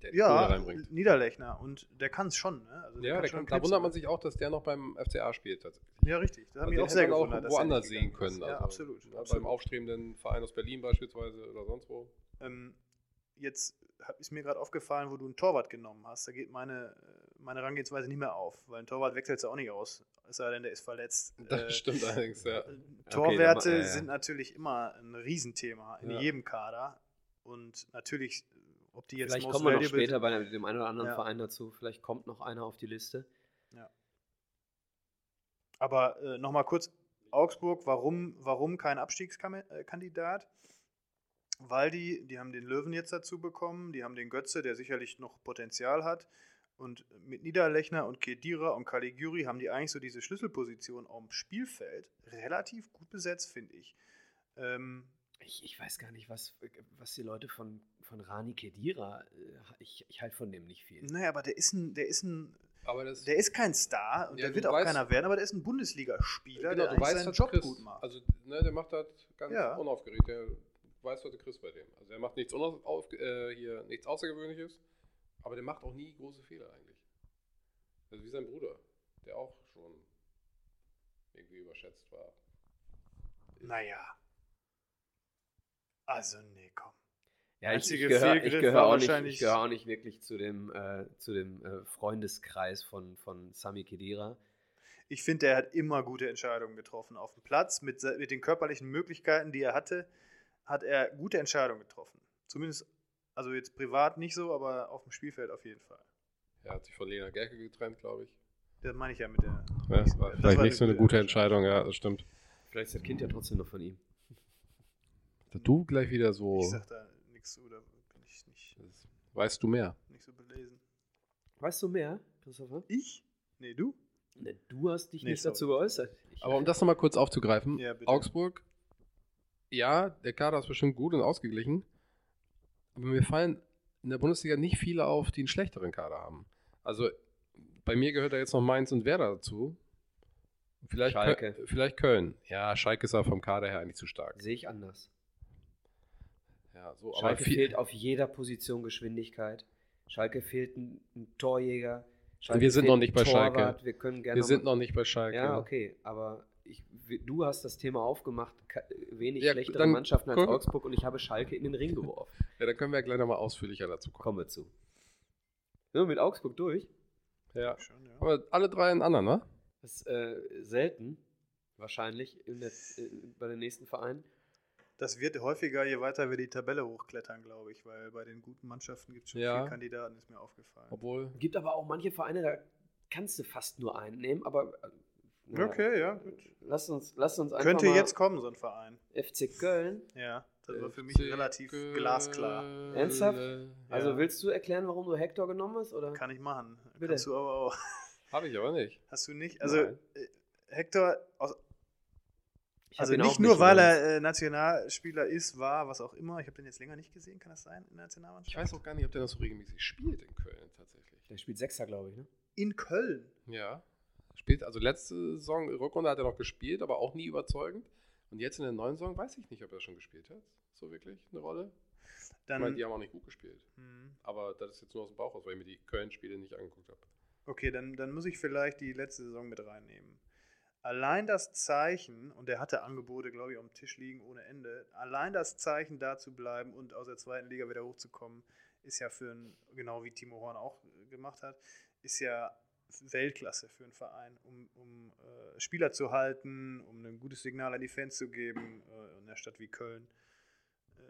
Speaker 2: Der Kohle
Speaker 3: ja,
Speaker 2: reinbringt.
Speaker 3: Niederlechner. Und der kann es schon. Ne? Also
Speaker 2: Ja, der
Speaker 3: schon
Speaker 2: kann, da
Speaker 3: knipsen.
Speaker 2: wundert man sich auch, dass der noch beim FCA spielt. tatsächlich.
Speaker 3: Ja, richtig. Das
Speaker 2: Also
Speaker 3: haben wir
Speaker 2: den
Speaker 3: auch
Speaker 2: hätte
Speaker 3: sehr
Speaker 2: man auch
Speaker 3: gewundert. dass der
Speaker 2: woanders
Speaker 3: nicht
Speaker 2: sehen
Speaker 3: gegangen ist.
Speaker 2: können.
Speaker 3: Ja,
Speaker 2: also,
Speaker 3: absolut.
Speaker 2: ne, Beim
Speaker 3: absolut.
Speaker 2: aufstrebenden Verein aus Berlin beispielsweise oder sonst wo.
Speaker 3: Ähm, jetzt hab- ist mir gerade aufgefallen, wo du einen Torwart genommen hast. Da geht meine, äh, meine Herangehensweise nicht mehr auf, weil ein Torwart wechselt ja auch nicht aus, es sei denn, der ist verletzt. Äh,
Speaker 2: Das stimmt allerdings, ja.
Speaker 3: Torwerte
Speaker 1: dann ma- äh,
Speaker 3: sind natürlich immer ein Riesenthema in
Speaker 2: Ja.
Speaker 3: jedem Kader. Und natürlich, ob die jetzt
Speaker 1: Vielleicht
Speaker 3: most
Speaker 1: kommen wir noch
Speaker 3: valuable-
Speaker 1: später bei dem einen oder anderen
Speaker 3: Ja.
Speaker 1: Verein dazu. Vielleicht kommt noch einer auf die Liste.
Speaker 3: Aber äh, nochmal kurz Augsburg, warum, warum kein Abstiegskandidat? Weil die, die haben den Löwen jetzt dazu bekommen, die haben den Götze, der sicherlich noch Potenzial hat. Und mit Niederlechner und Kedira und Kaliguri haben die eigentlich so diese Schlüsselposition am Spielfeld relativ gut besetzt, finde ich. Ähm,
Speaker 1: ich. Ich weiß gar nicht, was, äh, was die Leute von, von Rani Kedira, ich, ich halte von dem nicht viel.
Speaker 3: naja, aber der ist ein, der ist ein,
Speaker 2: Aber das,
Speaker 3: der ist kein Star und
Speaker 2: Ja,
Speaker 3: der
Speaker 2: du
Speaker 3: wird auch
Speaker 2: weißt- Genau,
Speaker 3: keiner werden, aber der ist ein Bundesligaspieler, der
Speaker 2: du
Speaker 3: eigentlich
Speaker 2: weißt,
Speaker 3: seinen
Speaker 2: was
Speaker 3: Job
Speaker 2: Chris,
Speaker 3: gut macht.
Speaker 2: Also, ne, der macht das ganz
Speaker 3: Ja.
Speaker 2: unaufgeregt. Der weiß, was der Chris bei dem. Also, er macht nichts, unauf, auf, äh, hier, nichts Außergewöhnliches, aber der macht auch nie große Fehler eigentlich. Also, wie sein Bruder, der auch schon irgendwie überschätzt war.
Speaker 3: naja. Also, nee, komm.
Speaker 1: Ja, ich, ich
Speaker 3: Einzige
Speaker 1: gehöre
Speaker 3: Fehlgriff
Speaker 1: gehör
Speaker 3: war
Speaker 1: auch, nicht-
Speaker 3: wahrscheinlich-
Speaker 1: ich gehör auch nicht wirklich zu dem, äh, zu dem äh, Freundeskreis von, von Sami Khedira.
Speaker 3: Ich finde, er hat immer gute Entscheidungen getroffen auf dem Platz. Mit, se- mit den körperlichen Möglichkeiten, die er hatte, hat er gute Entscheidungen getroffen. Zumindest, also jetzt privat nicht so, aber auf dem Spielfeld auf jeden Fall.
Speaker 2: Er hat sich von Lena Gerke getrennt, glaube ich.
Speaker 3: Das meine ich ja mit der.
Speaker 2: Ja, das war
Speaker 3: Das
Speaker 2: vielleicht
Speaker 3: war
Speaker 2: nicht so eine gute Entscheidung, ja, das stimmt.
Speaker 1: Vielleicht ist das Kind ja trotzdem noch von ihm.
Speaker 2: Du gleich wieder so.
Speaker 3: Ich sag da nichts zu, da bin ich nicht,
Speaker 2: Das weißt du mehr?
Speaker 3: nicht so belesen.
Speaker 1: Weißt du mehr, Christopher?
Speaker 3: Ich? Nee, du?
Speaker 1: Ne, du hast dich
Speaker 3: Nee,
Speaker 1: nicht
Speaker 3: sorry.
Speaker 1: dazu geäußert. Ich-
Speaker 2: Aber um das nochmal kurz aufzugreifen,
Speaker 3: Ja, bitte.
Speaker 2: Augsburg, ja, der Kader ist bestimmt gut und ausgeglichen, aber mir fallen in der Bundesliga nicht viele auf, die einen schlechteren Kader haben. Also bei mir gehört da jetzt noch Mainz und Werder dazu. Vielleicht,
Speaker 1: Schalke.
Speaker 2: Kö- vielleicht Köln. Ja, Schalke ist ja vom Kader her eigentlich zu stark.
Speaker 1: Sehe ich anders.
Speaker 2: Ja, so, aber
Speaker 1: Schalke
Speaker 2: viel,
Speaker 1: fehlt auf jeder Position Geschwindigkeit. Schalke fehlt ein, ein Torjäger. Schalke
Speaker 2: Wir sind
Speaker 1: fehlt
Speaker 2: noch nicht
Speaker 1: ein
Speaker 2: bei
Speaker 1: Torwart.
Speaker 2: Schalke.
Speaker 1: Wir können gerne
Speaker 2: wir sind
Speaker 1: mal-
Speaker 2: noch nicht bei Schalke.
Speaker 1: Ja, okay, aber ich, w- du hast das Thema aufgemacht, ka- wenig
Speaker 2: Ja,
Speaker 1: schlechtere
Speaker 2: dann
Speaker 1: Mannschaften als
Speaker 2: guck-
Speaker 1: Augsburg und ich habe Schalke in den Ring geworfen.
Speaker 2: Ja, dann können wir ja gleich nochmal ausführlicher dazu kommen.
Speaker 1: Kommen wir zu. Sind wir mit Augsburg durch?
Speaker 2: Ja.
Speaker 3: Schon, ja.
Speaker 2: Aber alle drei einen anderen, ne?
Speaker 1: Das ist äh, selten, wahrscheinlich, in der, äh, bei den nächsten Vereinen.
Speaker 3: Das wird häufiger, je weiter wir die Tabelle hochklettern, glaube ich, weil bei den guten Mannschaften gibt es schon
Speaker 2: Ja.
Speaker 3: viele Kandidaten, ist mir aufgefallen.
Speaker 2: Obwohl,
Speaker 1: Gibt aber auch manche Vereine, da kannst du fast nur einen nehmen, aber. äh, na,
Speaker 3: Okay, ja, gut.
Speaker 1: Lass uns, lass uns einfach
Speaker 3: Könnte
Speaker 1: mal
Speaker 3: jetzt kommen, so ein Verein.
Speaker 1: FC Köln.
Speaker 3: Ja, das war für mich
Speaker 2: FC
Speaker 3: relativ
Speaker 2: Köln.
Speaker 3: glasklar.
Speaker 1: Ernsthaft?
Speaker 2: Ja.
Speaker 1: Also
Speaker 3: Ja.
Speaker 1: willst du erklären, warum du Hector genommen hast? Oder?
Speaker 3: Kann ich machen.
Speaker 1: Bitte.
Speaker 3: Kannst du aber auch.
Speaker 2: Habe ich aber nicht.
Speaker 3: Hast du nicht? Also,
Speaker 2: Nein.
Speaker 3: äh, Hector, aus,
Speaker 1: Ich hab
Speaker 3: also
Speaker 1: ihn
Speaker 3: nicht
Speaker 1: auch
Speaker 3: nur, weil
Speaker 1: genannt.
Speaker 3: er äh, Nationalspieler ist, war, was auch immer. Ich habe den jetzt länger nicht gesehen, kann das sein, in der Nationalmannschaft?
Speaker 2: Ich weiß auch gar nicht, ob der das so regelmäßig spielt in Köln tatsächlich.
Speaker 1: Der spielt Sechser, glaube ich, ne?
Speaker 3: In Köln.
Speaker 2: Ja. Spielt, also letzte Saison, Rückrunde hat er noch gespielt, aber auch nie überzeugend. Und jetzt in der neuen Saison weiß ich nicht, ob er schon gespielt hat. So wirklich eine Rolle. Ich meine,
Speaker 3: Dann,
Speaker 2: die haben auch nicht gut gespielt.
Speaker 3: Hm.
Speaker 2: Aber das ist jetzt nur aus dem Bauch aus, weil ich mir die Köln-Spiele nicht angeguckt habe.
Speaker 3: okay, dann, dann muss ich vielleicht die letzte Saison mit reinnehmen. Allein das Zeichen, und er hatte Angebote, glaube ich, am Tisch liegen ohne Ende, allein das Zeichen da zu bleiben und aus der zweiten Liga wieder hochzukommen, ist ja für einen, genau wie Timo Horn auch äh, gemacht hat, ist ja Weltklasse für einen Verein, um, um äh, Spieler zu halten, um ein gutes Signal an die Fans zu geben äh, in einer Stadt wie Köln. Äh,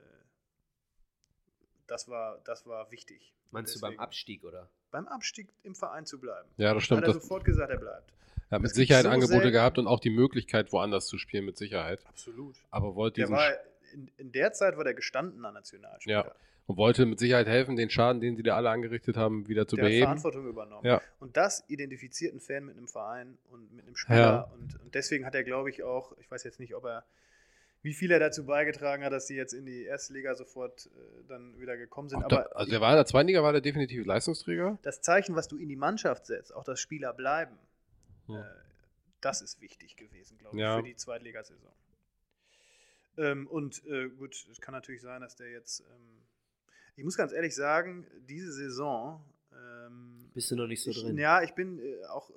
Speaker 3: das, war, das war wichtig.
Speaker 1: Meinst du beim
Speaker 3: Deswegen-
Speaker 1: Abstieg, oder?
Speaker 3: beim Abstieg im Verein zu bleiben.
Speaker 2: Ja, das stimmt.
Speaker 3: Hat er sofort gesagt, er bleibt.
Speaker 2: er hat
Speaker 3: mit
Speaker 2: mit
Speaker 3: das
Speaker 2: Sicherheit
Speaker 3: Sicherheit so Angebote
Speaker 2: Angebote
Speaker 3: selten. gehabt
Speaker 2: gehabt und auch die Möglichkeit, woanders zu spielen, mit Sicherheit.
Speaker 3: Absolut.
Speaker 2: Aber wollte
Speaker 3: Der
Speaker 2: diesen
Speaker 3: war in, in der Zeit war der gestandener Nationalspieler.
Speaker 2: und wollte mit Sicherheit helfen, den Schaden, den sie da alle angerichtet haben, wieder zu
Speaker 3: der hat
Speaker 2: beheben.
Speaker 3: Verantwortung übernommen.
Speaker 2: Ja.
Speaker 3: Und das identifiziert ein Fan mit einem Verein und mit einem Spieler.
Speaker 2: Ja.
Speaker 3: Und, und deswegen hat er, glaube ich, auch, ich weiß jetzt nicht, ob er, wie viel er dazu beigetragen hat, dass sie jetzt in die erste Liga sofort äh, dann wieder gekommen sind.
Speaker 2: Auch
Speaker 3: Aber
Speaker 2: da, also der war in der zweiten Liga, war der definitiv Leistungsträger.
Speaker 3: das Zeichen, was du in die Mannschaft setzt, auch das Spieler bleiben,
Speaker 2: Ja.
Speaker 3: äh, das ist wichtig gewesen, glaube ich,
Speaker 2: Ja.
Speaker 3: für die Zweitligasaison. Ähm, und äh, gut, es kann natürlich sein, dass der jetzt, ähm, ich muss ganz ehrlich sagen, diese Saison, ähm,
Speaker 1: Bist du noch nicht so
Speaker 3: ich,
Speaker 1: drin?
Speaker 3: ja, ich bin äh, auch äh,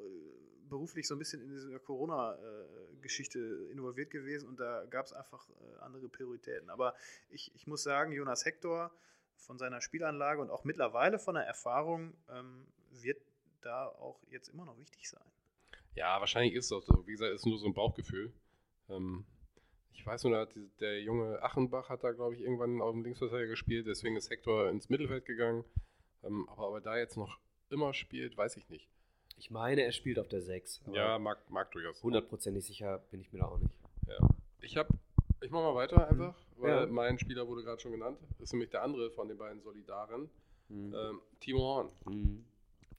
Speaker 3: beruflich so ein bisschen in dieser Corona-Geschichte involviert gewesen und da gab es einfach äh, andere Prioritäten. Aber ich, ich muss sagen, Jonas Hector von seiner Spielanlage und auch mittlerweile von der Erfahrung ähm, wird da auch jetzt immer noch wichtig sein.
Speaker 2: Ja, wahrscheinlich ist das so. Wie gesagt, ist nur so ein Bauchgefühl. Ähm, ich weiß nur, da hat die, der junge Achenbach hat da, glaube ich, irgendwann auf dem Linksverteidiger gespielt, deswegen ist Hector ins Mittelfeld gegangen. Ähm, aber ob er da jetzt noch immer spielt, weiß ich nicht.
Speaker 1: Ich meine, er spielt auf der 6. aber
Speaker 2: Ja, mag, mag durchaus.
Speaker 1: Hundertprozentig sicher bin ich mir da auch nicht.
Speaker 2: Ich habe, ich mache mal weiter einfach, weil
Speaker 1: Ja.
Speaker 2: mein Spieler wurde gerade schon genannt. Das ist nämlich der andere von den beiden Solidaren,
Speaker 1: Mhm.
Speaker 3: Hm.
Speaker 2: ähm, Timo Horn.
Speaker 1: Mhm.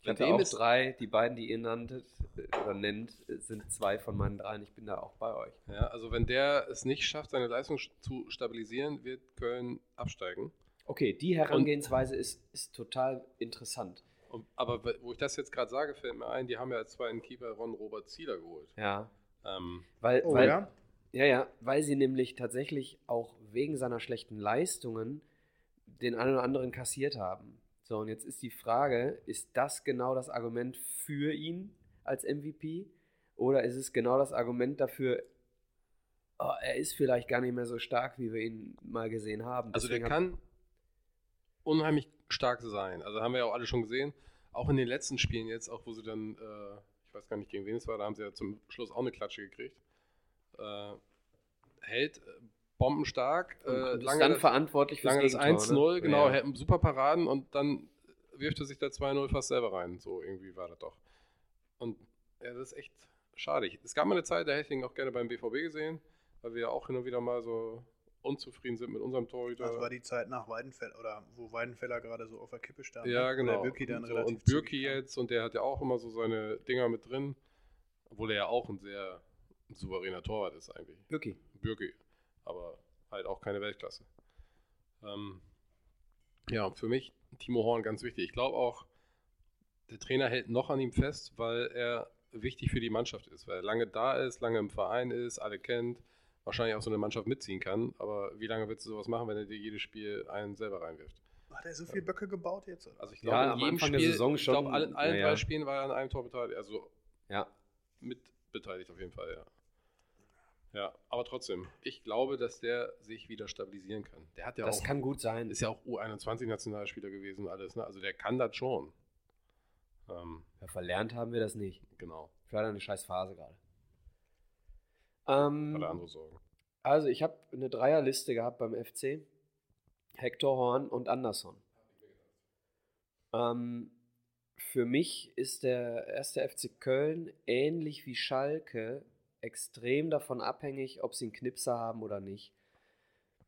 Speaker 1: Ich
Speaker 2: Bei
Speaker 1: hatte
Speaker 2: dem
Speaker 1: auch
Speaker 2: ist-
Speaker 1: drei, die beiden, die ihr nanntet, äh, oder nennt, äh, sind zwei von meinen dreien. Ich bin da auch bei euch.
Speaker 2: Ja, also wenn der es nicht schafft, seine Leistung sch- zu stabilisieren, wird Köln absteigen.
Speaker 1: Okay, die Herangehensweise ist, ist total interessant.
Speaker 2: Und, aber we- wo ich das jetzt gerade sage, fällt mir ein, die haben ja als zweiten Keeper Ron Robert Zieler geholt.
Speaker 1: Ja.
Speaker 2: Ähm,
Speaker 1: Weil,
Speaker 3: Oh
Speaker 1: weil,
Speaker 3: ja.
Speaker 1: Ja, ja, weil sie nämlich tatsächlich auch wegen seiner schlechten Leistungen den einen oder anderen kassiert haben. So, und jetzt ist die Frage, ist das genau das Argument für ihn als MVP? Oder ist es genau das Argument dafür, oh, er ist vielleicht gar nicht mehr so stark, wie wir ihn mal gesehen haben?
Speaker 2: also der
Speaker 1: Deswegen
Speaker 2: kann unheimlich stark sein. Also haben wir ja auch alle schon gesehen, auch in den letzten Spielen jetzt, auch wo sie dann, äh, ich weiß gar nicht gegen wen es war, da haben sie ja zum Schluss auch eine Klatsche gekriegt. Äh, hält äh, bombenstark,
Speaker 1: hat- und
Speaker 2: äh,
Speaker 1: ist dann
Speaker 2: lange,
Speaker 1: verantwortlich fürs
Speaker 2: lange das
Speaker 1: Gegentor,
Speaker 2: 1-0,
Speaker 1: ne?
Speaker 2: genau,
Speaker 1: Ja, ja.
Speaker 2: hält super Paraden und dann wirft er sich da 2-0 fast selber rein. So irgendwie war das doch. Und ja, das ist echt schade. Ich- Es gab mal eine Zeit, da hätte ich ihn auch gerne beim BVB gesehen, weil wir ja auch hin und wieder mal so unzufrieden sind mit unserem Torhüter.
Speaker 3: Das war die Zeit nach Weidenfeller, oder wo Weidenfeller gerade so auf der Kippe stand.
Speaker 2: ja,
Speaker 3: ne?
Speaker 2: genau.
Speaker 3: Oder Bürki dann
Speaker 2: und, so,
Speaker 3: relativ
Speaker 2: und Bürki
Speaker 3: zügig kam.
Speaker 2: jetzt, und der hat ja auch immer so seine Dinger mit drin, obwohl er ja auch ein sehr souveräner Torwart ist eigentlich.
Speaker 1: Bürki.
Speaker 2: Bürki, aber halt auch keine Weltklasse. Ähm, ja, für mich Timo Horn ganz wichtig. Ich glaube auch, der Trainer hält noch an ihm fest, weil er wichtig für die Mannschaft ist, weil er lange da ist, lange im Verein ist, alle kennt, wahrscheinlich auch so eine Mannschaft mitziehen kann. Aber wie lange willst du sowas machen, wenn er dir jedes Spiel einen selber reinwirft?
Speaker 3: Hat er so viel Böcke gebaut jetzt? Oder?
Speaker 2: Also ich
Speaker 1: Ja,
Speaker 2: glaube,
Speaker 1: am
Speaker 2: in jedem
Speaker 1: Anfang
Speaker 2: Spiel,
Speaker 1: der Saison
Speaker 2: ich glaube,
Speaker 1: schon,
Speaker 2: allen, allen
Speaker 1: naja.
Speaker 2: drei Spielen war er an einem Tor beteiligt, also
Speaker 1: Ja.
Speaker 2: mit beteiligt auf jeden Fall, ja. Ja, aber trotzdem, ich glaube, dass der sich wieder stabilisieren kann. Der hat ja
Speaker 1: Das
Speaker 2: auch,
Speaker 1: kann gut sein.
Speaker 2: ist ja auch U21-Nationalspieler gewesen und alles, ne? Also der kann das schon. Ähm,
Speaker 1: Ja, verlernt haben wir das nicht.
Speaker 2: genau,
Speaker 1: Vielleicht eine scheiß Phase gerade.
Speaker 2: hat
Speaker 1: Ähm,
Speaker 2: er andere Sorgen.
Speaker 1: Also, ich habe eine Dreierliste gehabt beim FC. Hector Horn und Anderson. Ähm, für mich ist der erste FC Köln ähnlich wie Schalke extrem davon abhängig, ob sie einen Knipser haben oder nicht.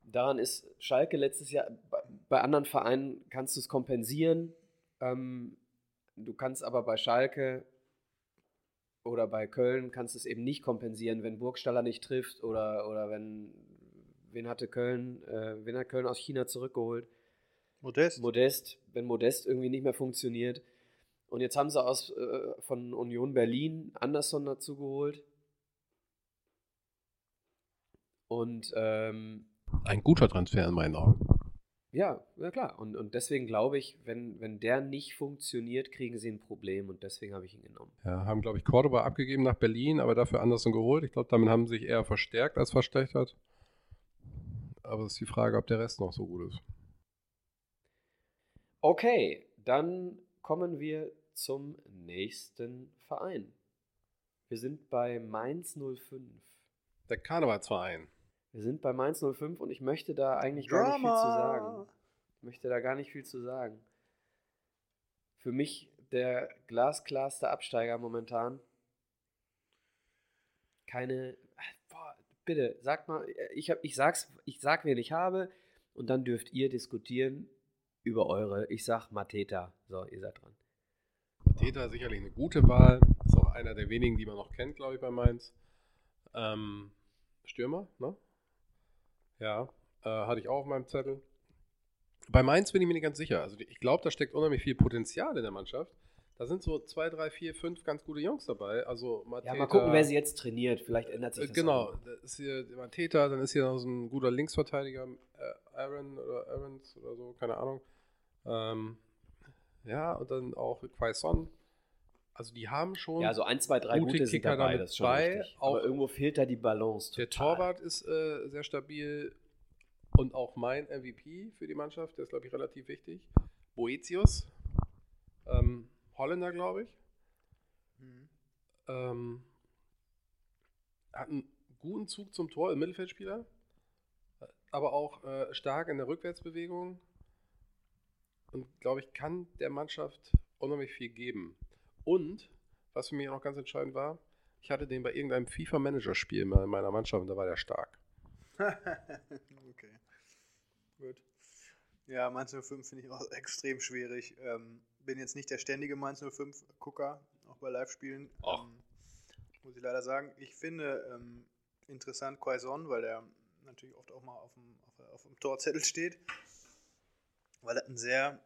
Speaker 1: Daran ist Schalke letztes Jahr, bei- bei anderen Vereinen kannst du es kompensieren. Ähm, du kannst aber bei Schalke oder bei Köln kannst du es eben nicht kompensieren, wenn Burgstaller nicht trifft oder, oder wenn, wen hatte Köln, äh, wen hat Köln aus China zurückgeholt?
Speaker 3: Modest.
Speaker 1: Modest, wenn Modest irgendwie nicht mehr funktioniert. Und jetzt haben sie aus, äh, von Union Berlin Anderson dazu geholt. Und ähm,
Speaker 2: Ein guter Transfer in meinen Augen.
Speaker 1: ja, ja klar. Und, und deswegen glaube ich, wenn, wenn der nicht funktioniert, kriegen sie ein Problem. Und deswegen habe ich ihn genommen.
Speaker 2: Ja, haben, glaube ich, Cordoba abgegeben nach Berlin, aber dafür Anderson geholt. Ich glaube, damit haben sie sich eher verstärkt als verschlechtert. Aber es ist die Frage, ob der Rest noch so gut ist.
Speaker 1: Okay, dann kommen wir zum nächsten Verein. Wir sind bei Mainz 05.
Speaker 2: Der Karnevalsverein.
Speaker 1: Wir sind bei Mainz 05 und ich möchte da eigentlich gar nicht viel zu sagen. Ich möchte da gar nicht viel zu sagen. Für mich der glasklarste Absteiger momentan. Keine. Boah, bitte, sagt mal, ich, hab, ich, sag's, ich sag, wen ich habe und dann dürft ihr diskutieren über eure. Ich sag Mateta. So, ihr seid dran.
Speaker 2: Mateta sicherlich eine gute Wahl. Ist auch einer der wenigen, die man noch kennt, glaube ich, bei Mainz. Ähm, Stürmer, ne? Ja, äh, hatte ich auch auf meinem Zettel. Bei Mainz bin ich mir nicht ganz sicher. Also die- ich glaube, da steckt unheimlich viel Potenzial in der Mannschaft. Da sind so zwei, drei, vier, fünf ganz gute Jungs dabei. Also
Speaker 1: Ja,
Speaker 2: Mateta,
Speaker 1: mal gucken, wer sie jetzt trainiert. Vielleicht ändert sich
Speaker 2: äh,
Speaker 1: das.
Speaker 2: Genau,
Speaker 1: auch noch.
Speaker 2: da ist hier Mateta, dann ist hier noch so ein guter Linksverteidiger, äh, Aaron oder Aarons oder so, keine Ahnung. Ähm, ja, und dann auch Quaison. Also die haben schon,
Speaker 1: Ja, so ein, zwei, drei
Speaker 2: Gute
Speaker 1: gute, sind
Speaker 2: Kicker
Speaker 1: dabei.
Speaker 2: damit
Speaker 1: Das ist schon
Speaker 2: bei,
Speaker 1: richtig.
Speaker 2: auch-
Speaker 1: Aber irgendwo fehlt da die Balance.
Speaker 2: der
Speaker 1: total.
Speaker 2: Torwart ist äh, sehr stabil und auch mein MVP für die Mannschaft, der ist, glaube ich, relativ wichtig. Boetius, ähm, Holländer, glaube ich.
Speaker 3: Mhm.
Speaker 2: ähm, hat einen guten Zug zum Tor im Mittelfeldspieler, aber auch äh, stark in der Rückwärtsbewegung und glaube ich, kann der Mannschaft unheimlich viel geben. Und was für mich auch noch ganz entscheidend war, ich hatte den bei irgendeinem FIFA-Manager-Spiel mal in meiner Mannschaft und da war der stark.
Speaker 3: okay. Gut. Ja, Mainz 05 finde ich auch extrem schwierig. Ähm, bin jetzt nicht der ständige Mainz 05-Gucker, auch bei Live-Spielen.
Speaker 2: Och.
Speaker 3: Ähm, muss ich leider sagen. Ich finde ähm, interessant Quaison, weil der natürlich oft auch mal auf dem, auf, auf dem Torzettel steht. Weil er ein sehr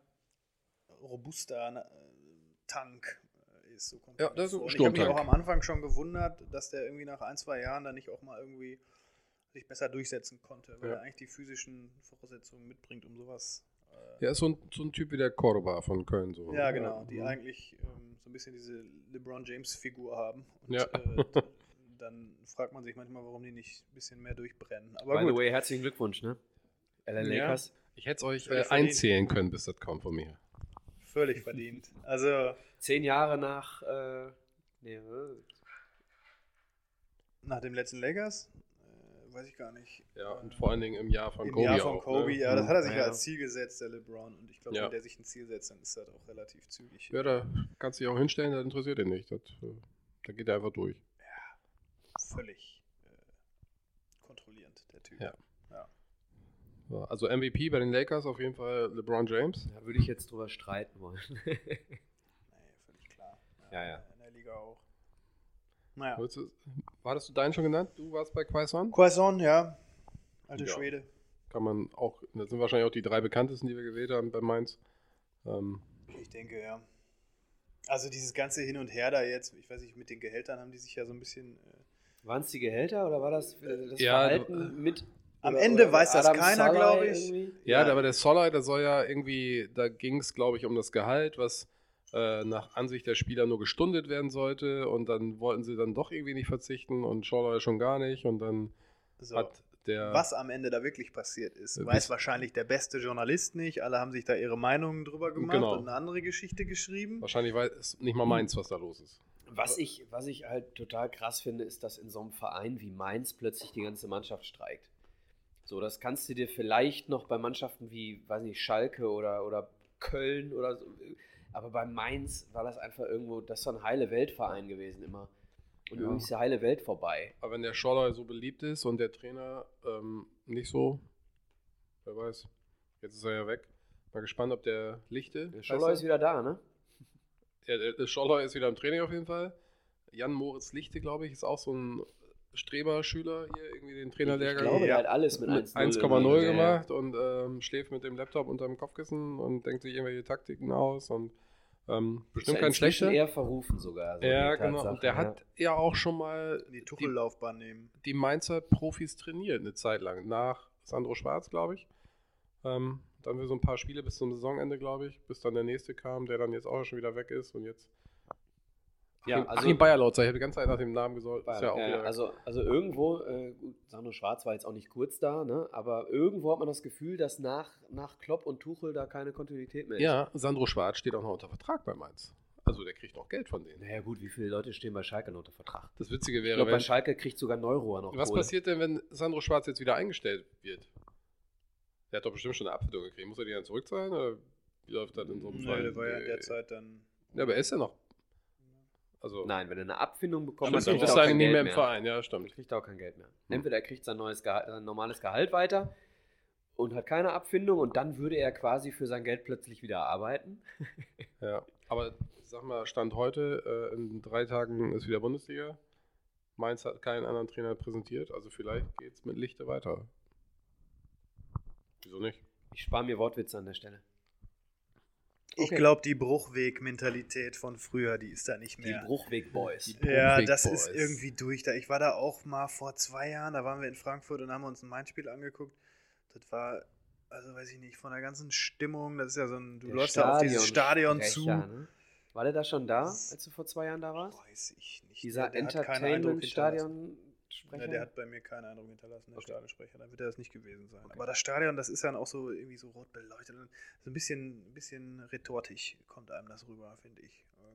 Speaker 3: robuster äh, Tank äh, ist. So kommt
Speaker 2: Ja,
Speaker 3: er mir
Speaker 2: das ist ein
Speaker 3: vor. Und Ich habe mich auch
Speaker 2: Sturmtank.
Speaker 3: am Anfang schon gewundert, dass der irgendwie nach ein, zwei Jahren dann nicht auch mal irgendwie sich besser durchsetzen konnte, weil
Speaker 2: Ja.
Speaker 3: er eigentlich die physischen Voraussetzungen mitbringt, um sowas. Äh,
Speaker 2: Der ist so ein, so ein Typ wie der Cordoba von Köln. So.
Speaker 3: ja, genau, die
Speaker 2: Mhm.
Speaker 3: eigentlich ähm, so ein bisschen diese LeBron James-Figur haben. Und
Speaker 2: Ja.
Speaker 3: äh, d- dann fragt man sich manchmal, warum die nicht ein bisschen mehr durchbrennen. Aber
Speaker 1: By the
Speaker 3: gut,
Speaker 1: way, herzlichen Glückwunsch, ne? LA
Speaker 2: Ja.
Speaker 1: Lakers.
Speaker 2: Ich hätte es euch äh,
Speaker 3: Völlig verdient.
Speaker 2: einzählen können, bis das kommt von mir.
Speaker 3: völlig verdient. Also
Speaker 1: Zehn Jahre nach. Äh, nee, äh,
Speaker 3: nach dem letzten Lakers, äh, weiß ich gar nicht.
Speaker 2: Ja, und
Speaker 3: Äh,
Speaker 2: vor allen Dingen im Jahr von
Speaker 3: Im
Speaker 2: Kobe.
Speaker 3: Jahr von
Speaker 2: auch,
Speaker 3: Kobe,
Speaker 2: ne?
Speaker 3: ja, das hat er
Speaker 1: Ja,
Speaker 3: sich ja
Speaker 1: ja.
Speaker 3: als Ziel gesetzt, der LeBron. Und ich glaube,
Speaker 2: Ja.
Speaker 3: wenn der sich ein Ziel setzt, dann ist das auch relativ zügig.
Speaker 2: Ja, da kannst du dich auch hinstellen, das interessiert ihn nicht. Das, äh, da geht er einfach durch.
Speaker 3: Völlig äh, kontrollierend, der Typ.
Speaker 2: Ja. So, also MVP bei den Lakers auf jeden Fall LeBron James.
Speaker 1: da würde ich jetzt drüber streiten wollen.
Speaker 3: Nee, völlig klar.
Speaker 1: Ja, ja.
Speaker 3: In der Liga auch. Naja.
Speaker 2: Wolltest du- Hattest du deinen schon genannt? Du warst bei Quaison?
Speaker 3: Quaison, ja. Alte
Speaker 2: Ja.
Speaker 3: Schwede.
Speaker 2: Kann man auch, das sind wahrscheinlich auch die drei bekanntesten, die wir gewählt haben bei Mainz. Ähm,
Speaker 3: Ich denke, ja. Also dieses ganze Hin und Her da jetzt, ich weiß nicht, mit den Gehältern haben die sich ja so ein bisschen. Äh,
Speaker 1: Waren es die Gehälter oder war das äh, das
Speaker 2: Ja,
Speaker 1: Verhalten
Speaker 2: du-
Speaker 1: mit.
Speaker 3: Am
Speaker 1: oder-
Speaker 3: Ende
Speaker 1: oder
Speaker 3: weiß das
Speaker 1: Adam
Speaker 3: keiner,
Speaker 1: Salai
Speaker 3: glaube ich.
Speaker 1: irgendwie?
Speaker 2: Ja,
Speaker 3: Ja.
Speaker 2: aber der Soller, da soll ja irgendwie, da ging es, glaube ich, um das Gehalt, was äh, nach Ansicht der Spieler nur gestundet werden sollte. Und dann wollten sie dann doch irgendwie nicht verzichten und Soller schon gar nicht. Und dann
Speaker 3: so.
Speaker 2: hat
Speaker 1: äh,
Speaker 2: der.
Speaker 3: Was am Ende da wirklich passiert ist,
Speaker 2: Äh,
Speaker 3: weiß
Speaker 2: bis-
Speaker 3: wahrscheinlich der beste Journalist nicht. Alle haben sich da ihre Meinungen drüber gemacht
Speaker 2: Genau.
Speaker 3: und eine andere Geschichte geschrieben.
Speaker 2: Wahrscheinlich weiß nicht mal meins, was da los ist.
Speaker 1: Was ich, was ich halt total krass finde, ist, dass in so einem Verein wie Mainz plötzlich die ganze Mannschaft streikt. So, das kannst du dir vielleicht noch bei Mannschaften wie, weiß nicht, Schalke oder, oder Köln oder so. Aber bei Mainz war das einfach irgendwo, das ist so ein heile Weltverein gewesen immer. Und
Speaker 2: Ja.
Speaker 1: irgendwie ist die heile Welt vorbei.
Speaker 2: Aber wenn der Scholler so beliebt ist und der Trainer ähm, nicht so, wer weiß, jetzt ist er ja weg. Mal gespannt, ob der Lichte.
Speaker 1: Der Scholler ist wieder da, ne?
Speaker 2: Ja, der, der Scholler ist wieder im Training auf jeden Fall. Jan Moritz Lichte, glaube ich, ist auch so ein Streberschüler hier, irgendwie den
Speaker 1: Ich
Speaker 2: Trainerlehrgang.
Speaker 1: glaube,
Speaker 3: Ja.
Speaker 1: der hat alles mit
Speaker 2: mit
Speaker 1: 1,0
Speaker 2: 1,0
Speaker 1: irgendwie.
Speaker 2: gemacht und ähm, schläft mit dem Laptop unterm Kopfkissen und denkt sich irgendwelche Taktiken aus und ähm,
Speaker 1: Ist ja
Speaker 2: bestimmt kein
Speaker 1: inzwischen
Speaker 2: schlechter.
Speaker 1: eher verrufen sogar. so
Speaker 2: ja,
Speaker 1: die
Speaker 2: genau.
Speaker 1: Tatsache,
Speaker 2: Und der
Speaker 1: ja.
Speaker 2: hat ja auch schon mal
Speaker 3: Die Tuchellaufbahn nehmen.
Speaker 2: die Mainzer Profis trainiert, eine Zeit lang. Nach Sandro Schwarz, glaube ich. Ähm, dann wir so ein paar Spiele bis zum Saisonende, glaube ich, bis dann der nächste kam, der dann jetzt auch schon wieder weg ist und jetzt.
Speaker 1: Ja,
Speaker 2: Achim,
Speaker 1: also-
Speaker 2: Achim Bayerlautzer, ich habe die ganze Zeit nach dem Namen gesollt. Ist ja auch
Speaker 1: Ja,
Speaker 2: wieder,
Speaker 1: also, also irgendwo, äh, gut, Sandro Schwarz war jetzt auch nicht kurz da, ne? aber irgendwo hat man das Gefühl, dass nach, nach Klopp und Tuchel da keine Kontinuität mehr ist.
Speaker 2: ja, Sandro Schwarz steht auch noch unter Vertrag bei Mainz. Also der kriegt noch Geld von denen.
Speaker 1: Naja gut, wie viele Leute stehen bei Schalke noch unter Vertrag?
Speaker 2: Das Witzige
Speaker 1: Ich
Speaker 2: wäre,
Speaker 1: glaube, bei
Speaker 2: wenn,
Speaker 1: Schalke kriegt sogar Neurohr noch
Speaker 2: was
Speaker 1: Kohle.
Speaker 2: passiert denn, wenn Sandro Schwarz jetzt wieder eingestellt wird? Der hat doch bestimmt schon eine Abfindung gekriegt. Muss er die dann zurückzahlen? Oder wie läuft das in so einem
Speaker 3: Nö,
Speaker 2: Fall?
Speaker 3: der war ja in
Speaker 2: Nee.
Speaker 3: der Zeit dann.
Speaker 2: Ja, aber er ist ja noch. Also,
Speaker 1: Nein, wenn er eine Abfindung bekommt,
Speaker 2: aber
Speaker 1: dann
Speaker 2: dann
Speaker 1: kriegt
Speaker 2: bist
Speaker 1: er
Speaker 2: du
Speaker 1: auch
Speaker 2: eigentlich
Speaker 1: kein
Speaker 2: nicht
Speaker 1: Geld
Speaker 2: mehr
Speaker 1: mehr.
Speaker 2: im Verein, ja,
Speaker 1: Dann
Speaker 2: stimmt.
Speaker 1: kriegt er auch kein Geld mehr. Entweder er kriegt sein, neues Gehalt, sein normales Gehalt weiter und hat keine Abfindung und dann würde er quasi für sein Geld plötzlich wieder arbeiten.
Speaker 2: Ja. Aber sag mal, Stand heute, äh, in drei Tagen ist wieder Bundesliga. Mainz hat keinen anderen Trainer präsentiert, also vielleicht geht es mit Lichte weiter. Wieso nicht?
Speaker 1: Ich spare mir Wortwitze an der Stelle.
Speaker 3: Ich
Speaker 1: Okay.
Speaker 3: glaube, die Bruchweg-Mentalität von früher, die ist da nicht
Speaker 1: Die
Speaker 3: mehr.
Speaker 1: Bruchweg-Boys.
Speaker 3: Ja,
Speaker 2: Big
Speaker 3: das
Speaker 2: Boys.
Speaker 3: ist irgendwie durch. Da, ich war da auch mal vor zwei Jahren, da waren wir in Frankfurt und haben uns ein Main-Spiel angeguckt. Das war, also weiß ich nicht, von der ganzen Stimmung, das ist ja so ein, du
Speaker 1: Der
Speaker 3: läufst da auf dieses Stadion zu.
Speaker 1: Stadionsprecher, ne? War der da schon da, als du vor zwei Jahren da warst?
Speaker 3: Weiß ich nicht.
Speaker 1: Dieser
Speaker 3: Der hat keinen Eindruck hinterlassen.
Speaker 1: Entertainment-Stadionsprecher?
Speaker 3: Ja, der hat bei mir keinen Eindruck hinterlassen, der
Speaker 1: Okay.
Speaker 3: Stadionsprecher. Dann wird er das nicht gewesen sein.
Speaker 1: Okay.
Speaker 3: Aber das Stadion, das ist dann auch so irgendwie so rot beleuchtet. und So ein bisschen, ein bisschen retortig kommt einem das rüber, finde ich. Ähm,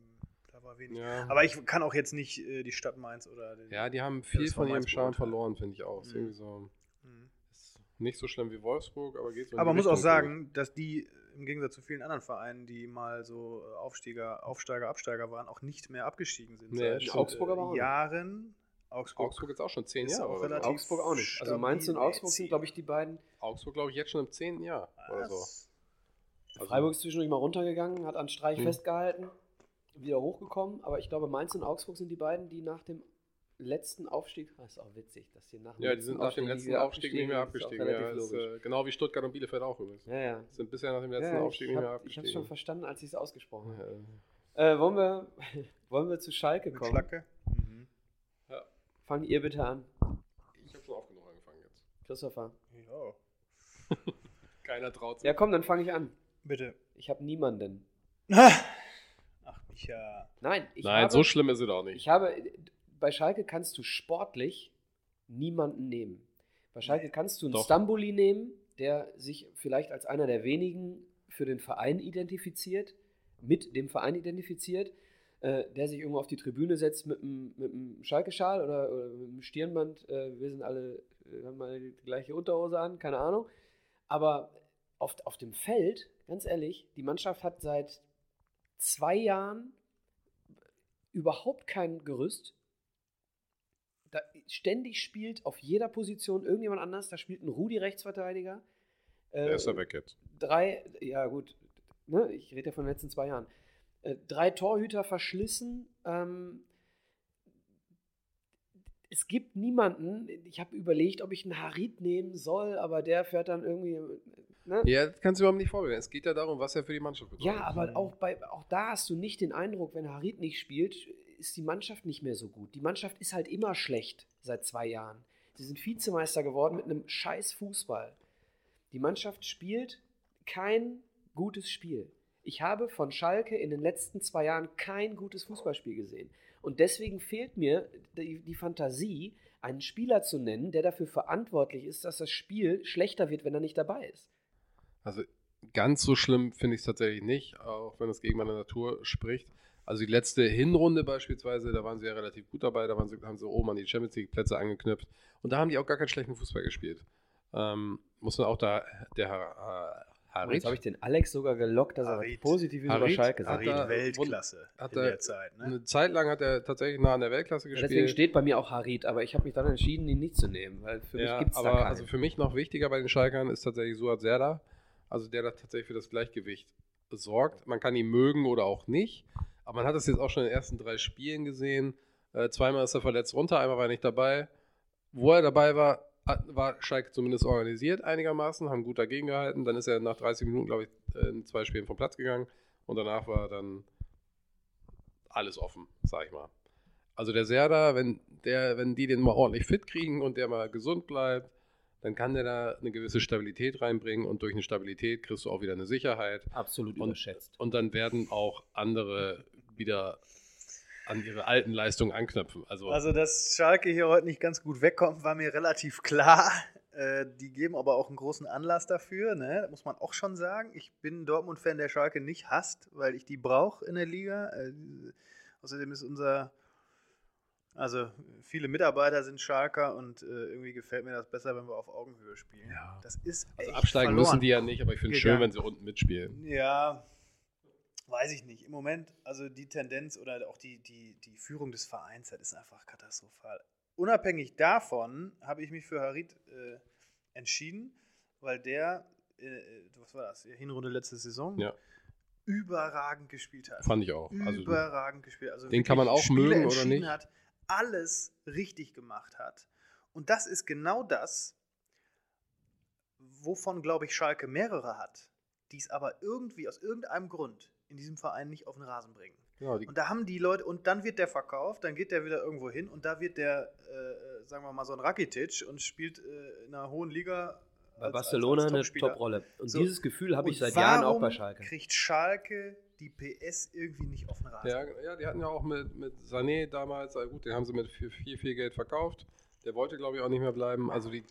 Speaker 3: da war wenig.
Speaker 2: Ja.
Speaker 3: Aber ich kann auch jetzt nicht äh, die Stadt Mainz oder den.
Speaker 2: ja, die haben viel
Speaker 3: das war
Speaker 2: von ihrem
Speaker 3: Mainz
Speaker 2: Charme
Speaker 3: beurteilt.
Speaker 2: verloren, finde ich auch. Ist
Speaker 3: Mhm.
Speaker 2: irgendwie so,
Speaker 3: Mhm.
Speaker 2: ist nicht so schlimm wie Wolfsburg, aber geht so in
Speaker 3: Aber
Speaker 2: die
Speaker 3: man muss auch
Speaker 2: Richtung,
Speaker 3: sagen, dass die äh, im Gegensatz zu vielen anderen Vereinen, die mal so äh, Aufsteiger, Aufsteiger, Absteiger waren, auch nicht mehr abgestiegen sind.
Speaker 2: Nee,
Speaker 3: seit
Speaker 2: stimmt.
Speaker 1: Augsburg aber auch nicht.
Speaker 3: Jahren. Augsburg,
Speaker 2: Augsburg jetzt auch schon zehn
Speaker 3: Ist
Speaker 2: Jahre.
Speaker 3: auch
Speaker 2: oder so.
Speaker 3: relativ-
Speaker 1: Augsburg auch nicht. Also
Speaker 3: Stabil,
Speaker 1: Mainz und Augsburg sind,
Speaker 3: Leipzig.
Speaker 1: glaube ich, die beiden.
Speaker 2: Augsburg, glaube ich, jetzt schon im zehnten Jahr oder so.
Speaker 3: Das-
Speaker 2: Also-
Speaker 1: Freiburg ist zwischendurch mal runtergegangen, hat an Streich
Speaker 2: Hm.
Speaker 1: festgehalten, wieder hochgekommen. Aber ich glaube, Mainz und Augsburg sind die beiden, die nach dem letzten Aufstieg. Das ist auch witzig, dass die nach dem
Speaker 2: Ja, die sind nach dem
Speaker 1: Aufstieg
Speaker 2: letzten
Speaker 1: wieder
Speaker 2: Aufstieg nicht mehr
Speaker 1: abgestiegen
Speaker 2: abgestiegen.
Speaker 1: sind.
Speaker 2: Ja,
Speaker 1: Das
Speaker 2: ist,
Speaker 1: ist auch relativ
Speaker 2: äh, genau wie Stuttgart und Bielefeld auch übrigens.
Speaker 1: logisch. Ja, ja.
Speaker 2: Sind bisher nach dem letzten
Speaker 1: ja,
Speaker 2: Aufstieg
Speaker 1: ich
Speaker 2: nicht
Speaker 1: hab,
Speaker 2: mehr
Speaker 1: ich habe
Speaker 2: abgestiegen.
Speaker 1: es schon verstanden, als ich es ausgesprochen habe.
Speaker 2: verstanden.
Speaker 1: Äh, wollen, wir, wollen wir zu Schalke
Speaker 3: Mit
Speaker 1: kommen?
Speaker 3: Schlacke. Mhm.
Speaker 1: Fangt ihr bitte an,
Speaker 2: Ich habe schon oft genug angefangen jetzt.
Speaker 1: Christopher.
Speaker 3: Ja.
Speaker 2: Keiner traut sich.
Speaker 1: Ja, komm, dann fange ich an.
Speaker 3: Bitte.
Speaker 1: Ich habe niemanden.
Speaker 3: Ach, Micha.
Speaker 1: Nein, ich
Speaker 2: Nein,
Speaker 1: habe,
Speaker 2: so schlimm ist es auch nicht.
Speaker 1: ich habe bei Schalke kannst du sportlich niemanden nehmen. Bei Schalke kannst du einen
Speaker 2: Doch.
Speaker 1: Stambuli nehmen, der sich vielleicht als einer der wenigen für den Verein identifiziert, mit dem Verein identifiziert, äh, der sich irgendwo auf die Tribüne setzt mit einem, mit einem Schalke-Schal oder, oder mit einem Stirnband. Äh, wir sind alle, äh, haben alle die gleiche Unterhose an, keine Ahnung. Aber auf, auf dem Feld, ganz ehrlich, die Mannschaft hat seit zwei Jahren überhaupt kein Gerüst. Da ständig spielt auf jeder Position irgendjemand anders. Da spielt ein Rudi Rechtsverteidiger.
Speaker 2: Der
Speaker 1: Äh,
Speaker 2: ist ja weg jetzt.
Speaker 1: drei, ja gut, ne, ich rede ja von den letzten zwei Jahren, äh, drei Torhüter verschlissen. Ähm, es gibt niemanden, ich habe überlegt, ob ich einen Harit nehmen soll, aber der fährt dann irgendwie. Ne? Ja,
Speaker 2: Ja, das kannst du überhaupt nicht vorbereiten. Es geht ja darum, was er für die Mannschaft bedeutet.
Speaker 1: aber auch, bei, auch da hast du nicht den Eindruck, wenn Harit nicht spielt, ist die Mannschaft nicht mehr so gut. Die Mannschaft ist halt immer schlecht seit zwei Jahren. Sie sind Vizemeister geworden mit einem scheiß Fußball. Die Mannschaft spielt kein gutes Spiel. Ich habe von Schalke in den letzten zwei Jahren kein gutes Fußballspiel gesehen. Und deswegen fehlt mir die, die Fantasie, einen Spieler zu nennen, der dafür verantwortlich ist, dass das Spiel schlechter wird, wenn er nicht dabei ist.
Speaker 2: Also ganz so schlimm finde ich es tatsächlich nicht, auch wenn es gegen meine Natur spricht. Also die letzte Hinrunde beispielsweise, da waren sie ja relativ gut dabei, da waren sie, haben sie oben an die Champions League Plätze angeknüpft und da haben die auch gar keinen schlechten Fußball gespielt. Ähm, muss man auch da, der Har-
Speaker 1: Und jetzt
Speaker 2: Harit
Speaker 1: habe ich den Alex sogar gelockt, dass er
Speaker 3: Harit.
Speaker 1: positiv über
Speaker 2: Harit.
Speaker 1: Schalke sagt.
Speaker 2: Harit.
Speaker 3: Harit
Speaker 2: er-
Speaker 3: Weltklasse
Speaker 2: hat
Speaker 3: in
Speaker 2: er-
Speaker 3: der Zeit. Ne?
Speaker 2: eine Zeit lang hat er tatsächlich nah an der Weltklasse gespielt.
Speaker 1: Deswegen steht bei mir auch Harit, aber ich habe mich dann entschieden, ihn nicht zu nehmen, weil für mich
Speaker 2: ja,
Speaker 1: gibt es da
Speaker 2: aber
Speaker 1: keinen.
Speaker 2: also für mich noch wichtiger bei den Schalkern ist tatsächlich Suat Serdar, also der da tatsächlich für das Gleichgewicht sorgt. Man kann ihn mögen oder auch nicht, aber man hat das jetzt auch schon in den ersten drei Spielen gesehen. Äh, zweimal ist er verletzt runter, einmal war er nicht dabei. Wo er dabei war, hat- war Schalke zumindest organisiert einigermaßen, haben gut dagegen gehalten. Dann ist er nach 30 Minuten, glaube ich, äh, in zwei Spielen vom Platz gegangen und danach war dann alles offen, sag ich mal. Also der Serda, wenn der, wenn die den mal ordentlich fit kriegen und der mal gesund bleibt, dann kann der da eine gewisse Stabilität reinbringen und durch eine Stabilität kriegst du auch wieder eine Sicherheit
Speaker 1: absolut
Speaker 2: Und-
Speaker 1: überschätzt.
Speaker 2: und dann werden auch andere wieder an ihre alten Leistungen anknüpfen. Also,
Speaker 3: Also, dass Schalke hier heute nicht ganz gut wegkommt, war mir relativ klar. Äh, die geben aber auch einen großen Anlass dafür, ne? Das muss man auch schon sagen. Ich bin ein Dortmund-Fan, der Schalke nicht hasst, weil ich die brauche in der Liga. Äh, außerdem ist unser, also viele Mitarbeiter sind Schalker und äh, irgendwie gefällt mir das besser, wenn wir auf Augenhöhe spielen.
Speaker 2: Ja.
Speaker 3: Das ist
Speaker 2: also
Speaker 3: echt
Speaker 2: absteigen
Speaker 3: verloren.
Speaker 2: müssen die ja nicht, aber ich finde es schön,
Speaker 3: Gegangen.
Speaker 2: wenn sie unten mitspielen.
Speaker 3: Ja, weiß ich nicht. Im Moment, also die Tendenz oder auch die, die, die Führung des Vereins, das ist einfach katastrophal. Unabhängig davon habe ich mich für Harit äh, entschieden, weil der, äh, was war das, Hinrunde letzte Saison,
Speaker 2: Ja.
Speaker 3: überragend gespielt hat.
Speaker 2: Fand ich auch. Also,
Speaker 3: überragend gespielt. Also
Speaker 2: Den kann man
Speaker 3: wirklich
Speaker 2: auch
Speaker 3: Spiele
Speaker 2: mögen oder
Speaker 3: entschieden
Speaker 2: nicht.
Speaker 3: Hat, alles richtig gemacht hat. Und das ist genau das, wovon, glaube ich, Schalke mehrere hat, die es aber irgendwie aus irgendeinem Grund in diesem Verein nicht auf den Rasen bringen.
Speaker 2: genau, die,
Speaker 3: Und da haben die Leute, und dann wird der verkauft, dann geht der wieder irgendwo hin und da wird der, äh, sagen wir mal, so ein Rakitic und spielt äh, in einer hohen Liga.
Speaker 1: Bei
Speaker 3: als-
Speaker 1: Barcelona
Speaker 3: als- als
Speaker 1: eine
Speaker 3: Topspieler.
Speaker 1: Top-Rolle. Und
Speaker 3: So.
Speaker 1: dieses Gefühl habe ich
Speaker 3: Und
Speaker 1: seit Jahren auch bei
Speaker 3: warum
Speaker 1: Schalke.
Speaker 3: Kriegt Schalke die PS irgendwie nicht auf den Rasen?
Speaker 2: ja, ja, die hatten ja auch mit, mit Sané damals, also gut, den haben sie mit viel, viel, viel Geld verkauft. Der wollte, glaube ich, auch nicht mehr bleiben. Also die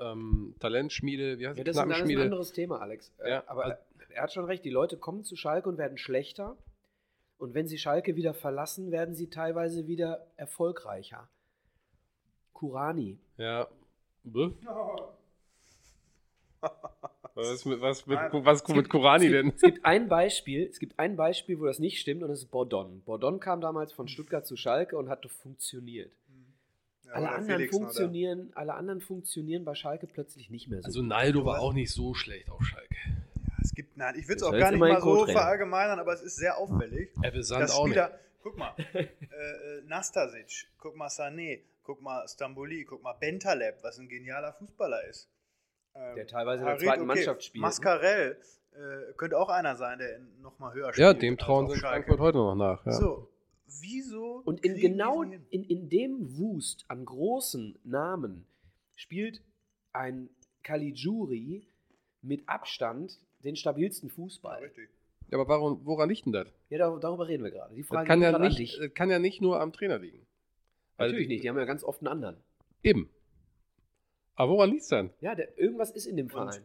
Speaker 2: ähm, Talentschmiede, wie heißt
Speaker 1: Ja,
Speaker 2: die
Speaker 1: das ist ein, das ist ein
Speaker 2: Knappenschmiede?
Speaker 1: anderes Thema, Alex. Äh,
Speaker 2: Ja, also-
Speaker 1: aber er hat schon recht, die Leute kommen zu Schalke und werden schlechter. Und wenn sie Schalke wieder verlassen, werden sie teilweise wieder erfolgreicher. Kurani.
Speaker 2: Ja. Bäh. Was, mit, was, mit,
Speaker 3: Ah,
Speaker 2: was
Speaker 1: es
Speaker 2: mit
Speaker 1: gibt-
Speaker 2: Korani
Speaker 1: es gibt,
Speaker 2: denn?
Speaker 1: Es gibt ein Beispiel, es gibt ein Beispiel, wo das nicht stimmt und das ist Bordon. Bordon kam damals von Stuttgart zu Schalke und hat funktioniert.
Speaker 3: Ja,
Speaker 1: alle
Speaker 3: war der
Speaker 1: anderen
Speaker 3: Felix noch da?
Speaker 1: funktionieren, alle anderen funktionieren bei Schalke plötzlich nicht mehr so.
Speaker 2: Also Naldo war auch nicht so schlecht auf Schalke.
Speaker 3: Es gibt, nein, ich will es
Speaker 1: Das
Speaker 3: auch
Speaker 1: war
Speaker 3: gar
Speaker 1: jetzt
Speaker 3: nicht
Speaker 1: immerhin
Speaker 3: mal so
Speaker 1: Co-Trainer.
Speaker 3: verallgemeinern, aber es ist sehr auffällig,
Speaker 2: Ebbe Sand
Speaker 3: dass
Speaker 2: auch nicht.
Speaker 3: Spieler, guck mal, äh, äh, Nastasic, guck mal Sané, guck mal Stamboli, guck mal Bentaleb, was ein genialer Fußballer ist. Ähm,
Speaker 1: Der teilweise in der zweiten Mannschaft spielt. ne?
Speaker 3: Mascarell äh, könnte auch einer sein, der nochmal höher spielt.
Speaker 2: Ja, dem
Speaker 3: als
Speaker 2: trauen
Speaker 3: auf
Speaker 2: sie in
Speaker 3: Schalke.
Speaker 2: Frankfurt heute noch nach. Ja.
Speaker 3: So, wieso
Speaker 1: und in
Speaker 3: kriegen
Speaker 1: genau
Speaker 3: die es nicht hin?
Speaker 1: in, in dem Wust an großen Namen spielt ein Caligiuri mit Abstand den stabilsten
Speaker 3: Ja,
Speaker 1: Fußball.
Speaker 3: richtig.
Speaker 2: Ja, aber warum, woran liegt denn das?
Speaker 1: Ja, dar- darüber reden wir gerade. Die Frage
Speaker 2: Das kann,
Speaker 1: geht
Speaker 2: ja
Speaker 1: gerade an
Speaker 2: nicht,
Speaker 1: dich.
Speaker 2: das kann ja nicht nur am Trainer liegen. Weil
Speaker 1: Natürlich
Speaker 2: die-
Speaker 1: nicht, die haben ja ganz oft einen anderen.
Speaker 2: Eben. Aber woran liegt es dann?
Speaker 1: Ja, der, irgendwas ist in dem Verein.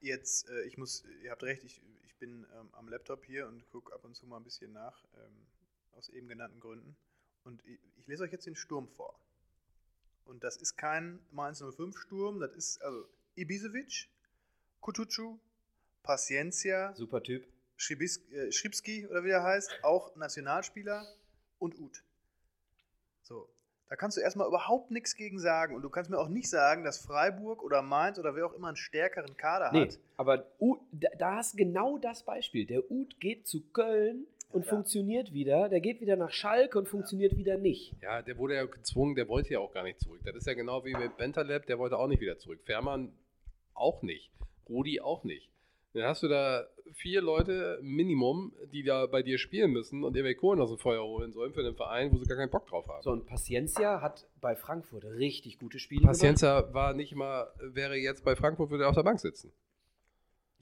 Speaker 3: Jetzt, äh, ich muss, ihr habt recht, ich, ich bin ähm, am Laptop hier und gucke ab und zu mal ein bisschen nach, ähm, aus eben genannten Gründen. Und ich, ich lese euch jetzt den Sturm vor. Und das ist kein Mainz 05 Sturm, das ist also Ibisevic, Kutucu, Paciencia,
Speaker 1: Super Typ.
Speaker 3: Schribis, äh, Schribski oder wie der heißt, auch Nationalspieler und Uth. So, da kannst du erstmal überhaupt nichts gegen sagen. Und du kannst mir auch nicht sagen, dass Freiburg oder Mainz oder wer auch immer einen stärkeren Kader
Speaker 1: Nee,
Speaker 3: hat.
Speaker 1: aber U, da, da hast genau das Beispiel. Der Ud geht zu Köln und
Speaker 3: Ja.
Speaker 1: funktioniert wieder. Der geht wieder nach Schalke und funktioniert wieder nicht.
Speaker 2: Ja, der wurde ja gezwungen, der wollte ja auch gar nicht zurück. Das ist ja genau wie mit Bentaleb, der wollte auch nicht wieder zurück. Fährmann auch nicht. Rudi auch nicht. Dann hast du da vier Leute Minimum, die da bei dir spielen müssen und ihre Kohlen aus dem Feuer holen sollen für einen Verein, wo sie gar keinen Bock drauf haben.
Speaker 1: So, und Paciencia hat bei Frankfurt richtig gute Spiele gemacht.
Speaker 2: Pacienza war nicht mal, wäre jetzt bei Frankfurt, würde er auf der Bank sitzen.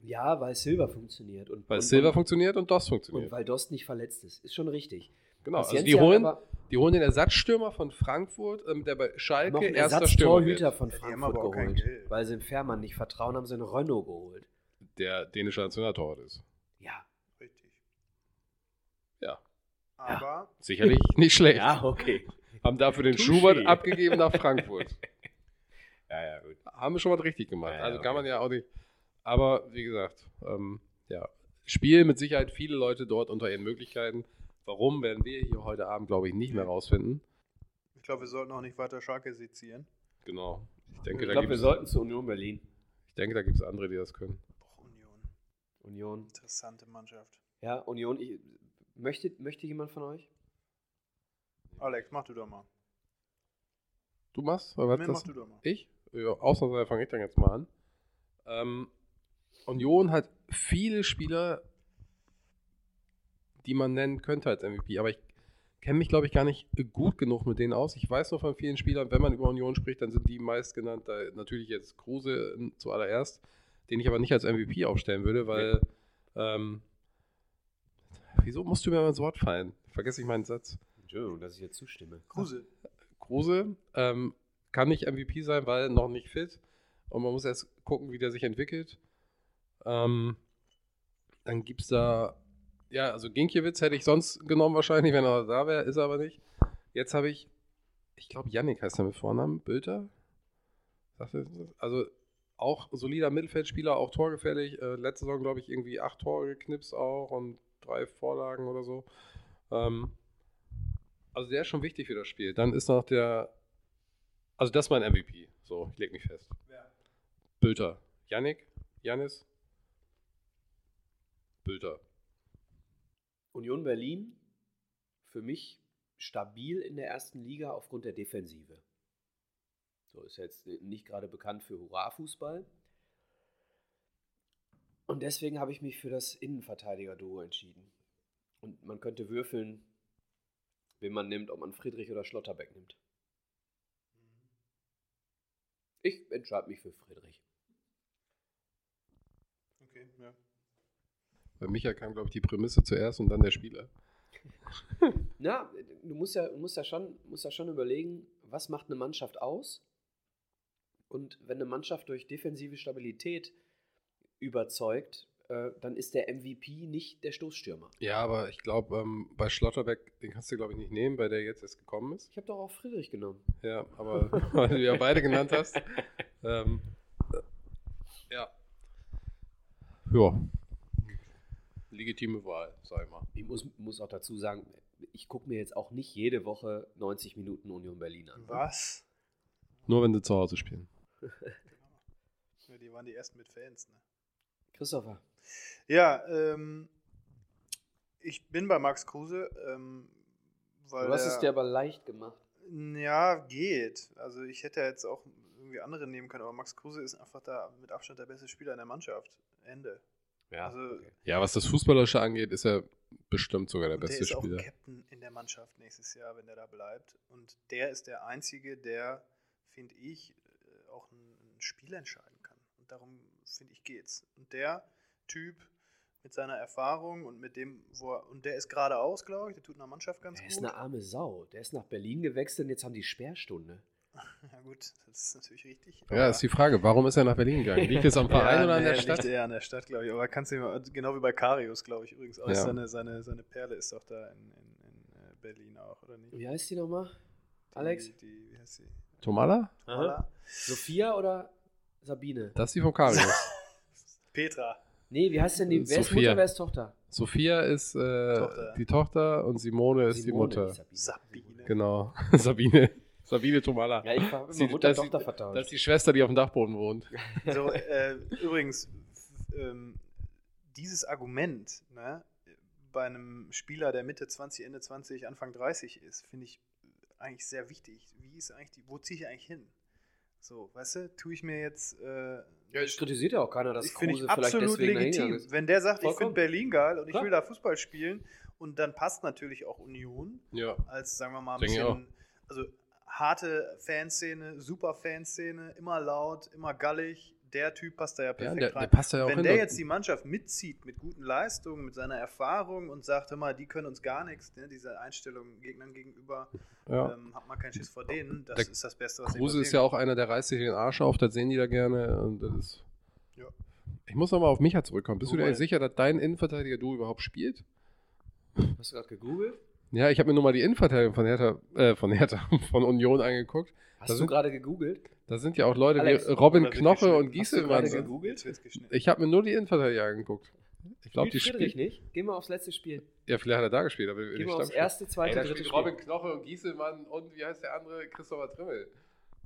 Speaker 1: Ja, weil Silva funktioniert. Und,
Speaker 2: Weil
Speaker 1: und,
Speaker 2: Silva
Speaker 1: und,
Speaker 2: funktioniert und Dost
Speaker 1: und
Speaker 2: funktioniert.
Speaker 1: weil Dost nicht verletzt ist. Ist schon richtig.
Speaker 2: Genau. Also die
Speaker 1: Paciencia hat
Speaker 2: holen,
Speaker 1: aber-
Speaker 2: die holen den Ersatzstürmer von Frankfurt, ähm, der bei
Speaker 1: haben auch
Speaker 2: Schalke
Speaker 1: einen
Speaker 2: erster Stürmer wird.
Speaker 1: Ersatztorhüter von
Speaker 3: Die haben aber
Speaker 1: Frankfurt
Speaker 3: auch kein
Speaker 1: geholt.
Speaker 3: Geld.
Speaker 1: Weil sie im Fährmann nicht vertrauen, haben sie einen Renault geholt.
Speaker 2: Der dänische Nationaltorwart ist.
Speaker 1: Ja.
Speaker 3: Richtig.
Speaker 2: Ja.
Speaker 3: Aber
Speaker 2: Sicherlich nicht schlecht.
Speaker 1: Ja, okay.
Speaker 2: Haben dafür den
Speaker 1: Touché.
Speaker 2: Schubert abgegeben nach Frankfurt.
Speaker 1: Ja, ja, gut.
Speaker 2: Haben wir schon was richtig gemacht.
Speaker 1: Ja, ja,
Speaker 2: also
Speaker 1: okay.
Speaker 2: kann man ja auch nicht. Aber wie gesagt, ähm, ja, spielen mit Sicherheit viele Leute dort unter ihren Möglichkeiten. Warum werden wir hier heute Abend, glaube ich, nicht mehr rausfinden.
Speaker 3: ich glaube, wir sollten auch nicht weiter Schalke sezieren.
Speaker 2: Genau. Ich
Speaker 1: Ich
Speaker 2: denke, da
Speaker 1: glaube, wir
Speaker 2: gibt's-
Speaker 1: sollten zur Union Berlin.
Speaker 2: ich denke, da gibt es andere, die das können.
Speaker 3: Och, Union.
Speaker 1: Union.
Speaker 3: Interessante Mannschaft.
Speaker 1: Ja, Union. Ich, möchte, möchte jemand von euch?
Speaker 3: Alex, mach du doch mal.
Speaker 2: Du machst? Oder was
Speaker 3: Nee,
Speaker 2: das?
Speaker 3: mach du doch mal.
Speaker 2: Ich? Ja, ausnahmsweise fange ich dann jetzt mal an. Ähm, Union hat viele Spieler, die man nennen könnte als MVP, aber ich kenne mich, glaube ich, gar nicht gut genug mit denen aus. Ich weiß nur von vielen Spielern, wenn man über Union spricht, dann sind die meist genannt, da natürlich jetzt Kruse n- zuallererst, den ich aber nicht als MVP aufstellen würde, weil ähm, wieso musst du mir mal ins Wort fallen? Vergesse ich meinen Satz.
Speaker 1: Entschuldigung, dass ich jetzt zustimme.
Speaker 3: Kruse.
Speaker 2: Kruse ähm, kann nicht MVP sein, weil noch nicht fit. Und man muss erst gucken, wie der sich entwickelt. Ähm, dann gibt es da, ja, also Ginkiewicz hätte ich sonst genommen wahrscheinlich, wenn er da wäre, ist er aber nicht. Jetzt habe ich, ich glaube, Yannick heißt er mit Vornamen, Bülter. Sagt er das? Also auch solider Mittelfeldspieler, auch torgefährlich. Äh, letzte Saison, glaube ich, irgendwie acht Tore geknipst auch und drei Vorlagen oder so. Ähm, also der ist schon wichtig für das Spiel. Dann ist noch der. Also das ist mein MVP. So, ich leg mich fest.
Speaker 3: Wer?
Speaker 2: Bülter. Yannick? Janis? Bülter.
Speaker 1: Union Berlin für mich stabil in der ersten Liga aufgrund der Defensive. So ist jetzt nicht gerade bekannt für Hurra-Fußball. Und deswegen habe ich mich für das Innenverteidiger-Duo entschieden. Und man könnte würfeln, wen man nimmt, ob man Friedrich oder Schlotterbeck nimmt. Ich entscheide mich für Friedrich.
Speaker 3: Okay, ja.
Speaker 2: Bei Micha kam, glaube ich, die Prämisse zuerst und dann der Spieler.
Speaker 1: Na, du musst ja, du musst ja, schon, musst ja schon überlegen, was macht eine Mannschaft aus? Und wenn eine Mannschaft durch defensive Stabilität überzeugt, äh, dann ist der MVP nicht der Stoßstürmer.
Speaker 2: Ja, aber ich glaube, ähm, bei Schlotterbeck, den kannst du, glaube ich, nicht nehmen, weil der jetzt erst gekommen ist.
Speaker 1: Ich habe doch auch Friedrich genommen.
Speaker 2: Ja, aber weil du ja beide genannt hast. Ähm, äh, ja. Ja. Legitime Wahl, sag ich mal.
Speaker 1: Ich muss, muss auch dazu sagen, ich gucke mir jetzt auch nicht jede Woche 90 Minuten Union Berlin an.
Speaker 3: Was?
Speaker 2: Nur wenn sie zu Hause spielen.
Speaker 3: Ja, die waren die ersten mit Fans, ne?
Speaker 1: Christopher,
Speaker 3: Ja, ähm, ich bin bei Max Kruse, ähm, weil.
Speaker 1: du hast
Speaker 3: er-
Speaker 1: es dir aber leicht gemacht.
Speaker 3: Ja, geht. Also ich hätte jetzt auch irgendwie andere nehmen können, aber Max Kruse ist einfach da mit Abstand der beste Spieler in der Mannschaft. Ende.
Speaker 1: Ja,
Speaker 3: Also-
Speaker 1: okay.
Speaker 2: Ja, was das Fußballerische angeht, ist er bestimmt sogar der
Speaker 3: Und der
Speaker 2: beste
Speaker 3: ist
Speaker 2: Spieler.
Speaker 3: auch Captain in der Mannschaft nächstes Jahr, wenn der da bleibt. Und der ist der Einzige, der, finde ich, äh, auch ein, ein Spiel entscheiden kann. Und darum, finde ich, geht's. Und der Typ mit seiner Erfahrung und mit dem, wo er, und der ist geradeaus, glaube ich, der tut einer Mannschaft ganz
Speaker 1: Der
Speaker 3: gut.
Speaker 1: ist eine arme Sau. Der ist nach Berlin gewechselt und jetzt haben die Sperrstunde.
Speaker 3: ja gut, das ist natürlich richtig.
Speaker 2: Ja, ist die Frage, warum ist er nach Berlin gegangen? Liegt es am Verein oder an
Speaker 3: nee,
Speaker 2: der
Speaker 3: liegt
Speaker 2: Stadt?
Speaker 3: eher an der Stadt, glaube ich. Aber kannst du ihm, genau wie bei Karius, glaube ich, übrigens auch.
Speaker 2: Ja.
Speaker 3: Seine, seine, seine Perle ist doch da in, in, in äh, Berlin auch, oder nicht?
Speaker 1: Wie heißt die nochmal? Alex?
Speaker 3: Die, die, wie heißt sie?
Speaker 2: Tomala?
Speaker 1: Aha. Sophia oder Sabine?
Speaker 2: Das ist die von Karius.
Speaker 3: Petra.
Speaker 1: Nee, wie heißt denn die? Wer ist
Speaker 2: Sophia.
Speaker 1: Mutter, wer ist Tochter?
Speaker 2: Sophia ist äh,
Speaker 3: Tochter.
Speaker 2: die Tochter und Simone ist
Speaker 1: Simone,
Speaker 2: die Mutter.
Speaker 1: nicht Sabine.
Speaker 3: Sabine.
Speaker 2: Genau. Sabine. Sabine Tomala.
Speaker 1: Ja, ich habe
Speaker 2: Sie-
Speaker 1: immer Mutter,
Speaker 2: das-
Speaker 1: Tochter
Speaker 2: Das ist
Speaker 1: vertauscht.
Speaker 2: die Schwester, die auf dem Dachboden wohnt.
Speaker 3: So, äh, übrigens, f- ähm, dieses Argument ne, bei einem Spieler, der Mitte 20, Ende 20, Anfang 30 ist, finde ich eigentlich sehr wichtig. Wie ist eigentlich die, wo ziehe ich eigentlich hin? So, weißt du, tue ich mir jetzt. Äh,
Speaker 1: Ja, es kritisiert ja auch keiner, dass
Speaker 3: ich finde
Speaker 1: Kruse
Speaker 3: ich
Speaker 1: vielleicht
Speaker 3: absolut
Speaker 1: deswegen dahin
Speaker 3: legitim.
Speaker 1: gegangen ist.
Speaker 3: Wenn der sagt, ich
Speaker 1: Vollkommen.
Speaker 3: finde Berlin geil und ich
Speaker 1: Klar.
Speaker 3: will da Fußball spielen und dann passt natürlich auch Union
Speaker 2: Ja.
Speaker 3: als, sagen wir mal, ein
Speaker 2: Denke ich
Speaker 3: bisschen, also harte Fanszene, super Fanszene, immer laut, immer gallig. Der Typ passt da ja
Speaker 2: ja
Speaker 3: perfekt
Speaker 2: der, der
Speaker 3: rein.
Speaker 2: passt da ja auch
Speaker 3: Wenn
Speaker 2: hin.
Speaker 3: der jetzt die Mannschaft mitzieht mit guten Leistungen, mit seiner Erfahrung und sagt, hör mal, die können uns gar nichts, ne, diese Einstellung Gegnern gegenüber,
Speaker 2: ja.
Speaker 3: ähm, hat man keinen Schiss vor denen. Das
Speaker 2: Der
Speaker 3: ist das Beste, was
Speaker 2: Kruse ist ja auch einer, der reißt sich den Arsch auf, das sehen die da gerne. Und das ist
Speaker 3: Ja.
Speaker 2: Ich muss nochmal auf Micha zurückkommen. Bist du dir
Speaker 3: Wobei-
Speaker 2: eigentlich sicher, dass dein Innenverteidiger du überhaupt spielt?
Speaker 1: Hast du gerade gegoogelt?
Speaker 2: Ja, ich habe mir nur mal die Innenverteidigung von Hertha, äh, von Hertha, von Union angeguckt.
Speaker 1: Hast
Speaker 2: Das
Speaker 1: du
Speaker 2: sind-
Speaker 1: gerade gegoogelt?
Speaker 2: Da sind ja auch Leute
Speaker 1: Alex,
Speaker 2: wie Robin Knoche und Gieselmann.
Speaker 1: gerade gegoogelt?
Speaker 3: Jetzt wird's geschnitten.
Speaker 2: Ich habe mir nur die Innenverteidiger angeguckt. Ich glaube, die
Speaker 1: Friedrich
Speaker 2: spielen.
Speaker 1: nicht. Geh mal aufs letzte Spiel.
Speaker 2: Ja, vielleicht hat er da gespielt, aber
Speaker 1: Geh
Speaker 2: ich
Speaker 1: mal aufs
Speaker 2: glaube
Speaker 1: erste, zweite,
Speaker 2: da
Speaker 1: dritte
Speaker 2: spielt
Speaker 1: Spiel.
Speaker 2: Robin Knoche und Gieselmann und wie heißt der andere? Christopher Trimmel.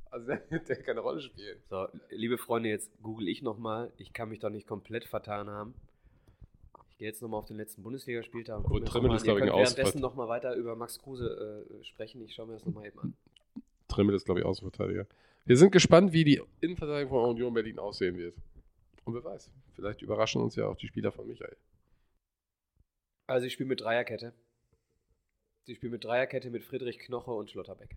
Speaker 2: Also der, der keine Rolle spielt.
Speaker 1: So, liebe Freunde, jetzt google ich nochmal. Ich kann mich doch nicht komplett vertan haben. Ich gehe jetzt nochmal auf den letzten Bundesligaspieltag. guck
Speaker 2: Gut,
Speaker 1: mir das
Speaker 2: Trimmel
Speaker 1: noch mal an.
Speaker 2: ist,
Speaker 1: Ihr
Speaker 2: glaube ich,
Speaker 1: könnt
Speaker 2: ein
Speaker 1: währenddessen
Speaker 2: Ausfall.
Speaker 1: nochmal weiter über Max Kruse äh, sprechen. Ich schaue mir das nochmal eben an.
Speaker 2: Trimmel ist, glaube ich, Außenverteidiger. Wir sind gespannt, wie die Innenverteidigung von Union Berlin aussehen wird. Und wer weiß, vielleicht überraschen uns ja auch die Spieler von Michael.
Speaker 1: Also ich spiele mit Dreierkette. Ich spiele mit Dreierkette mit Friedrich Knoche und Schlotterbeck.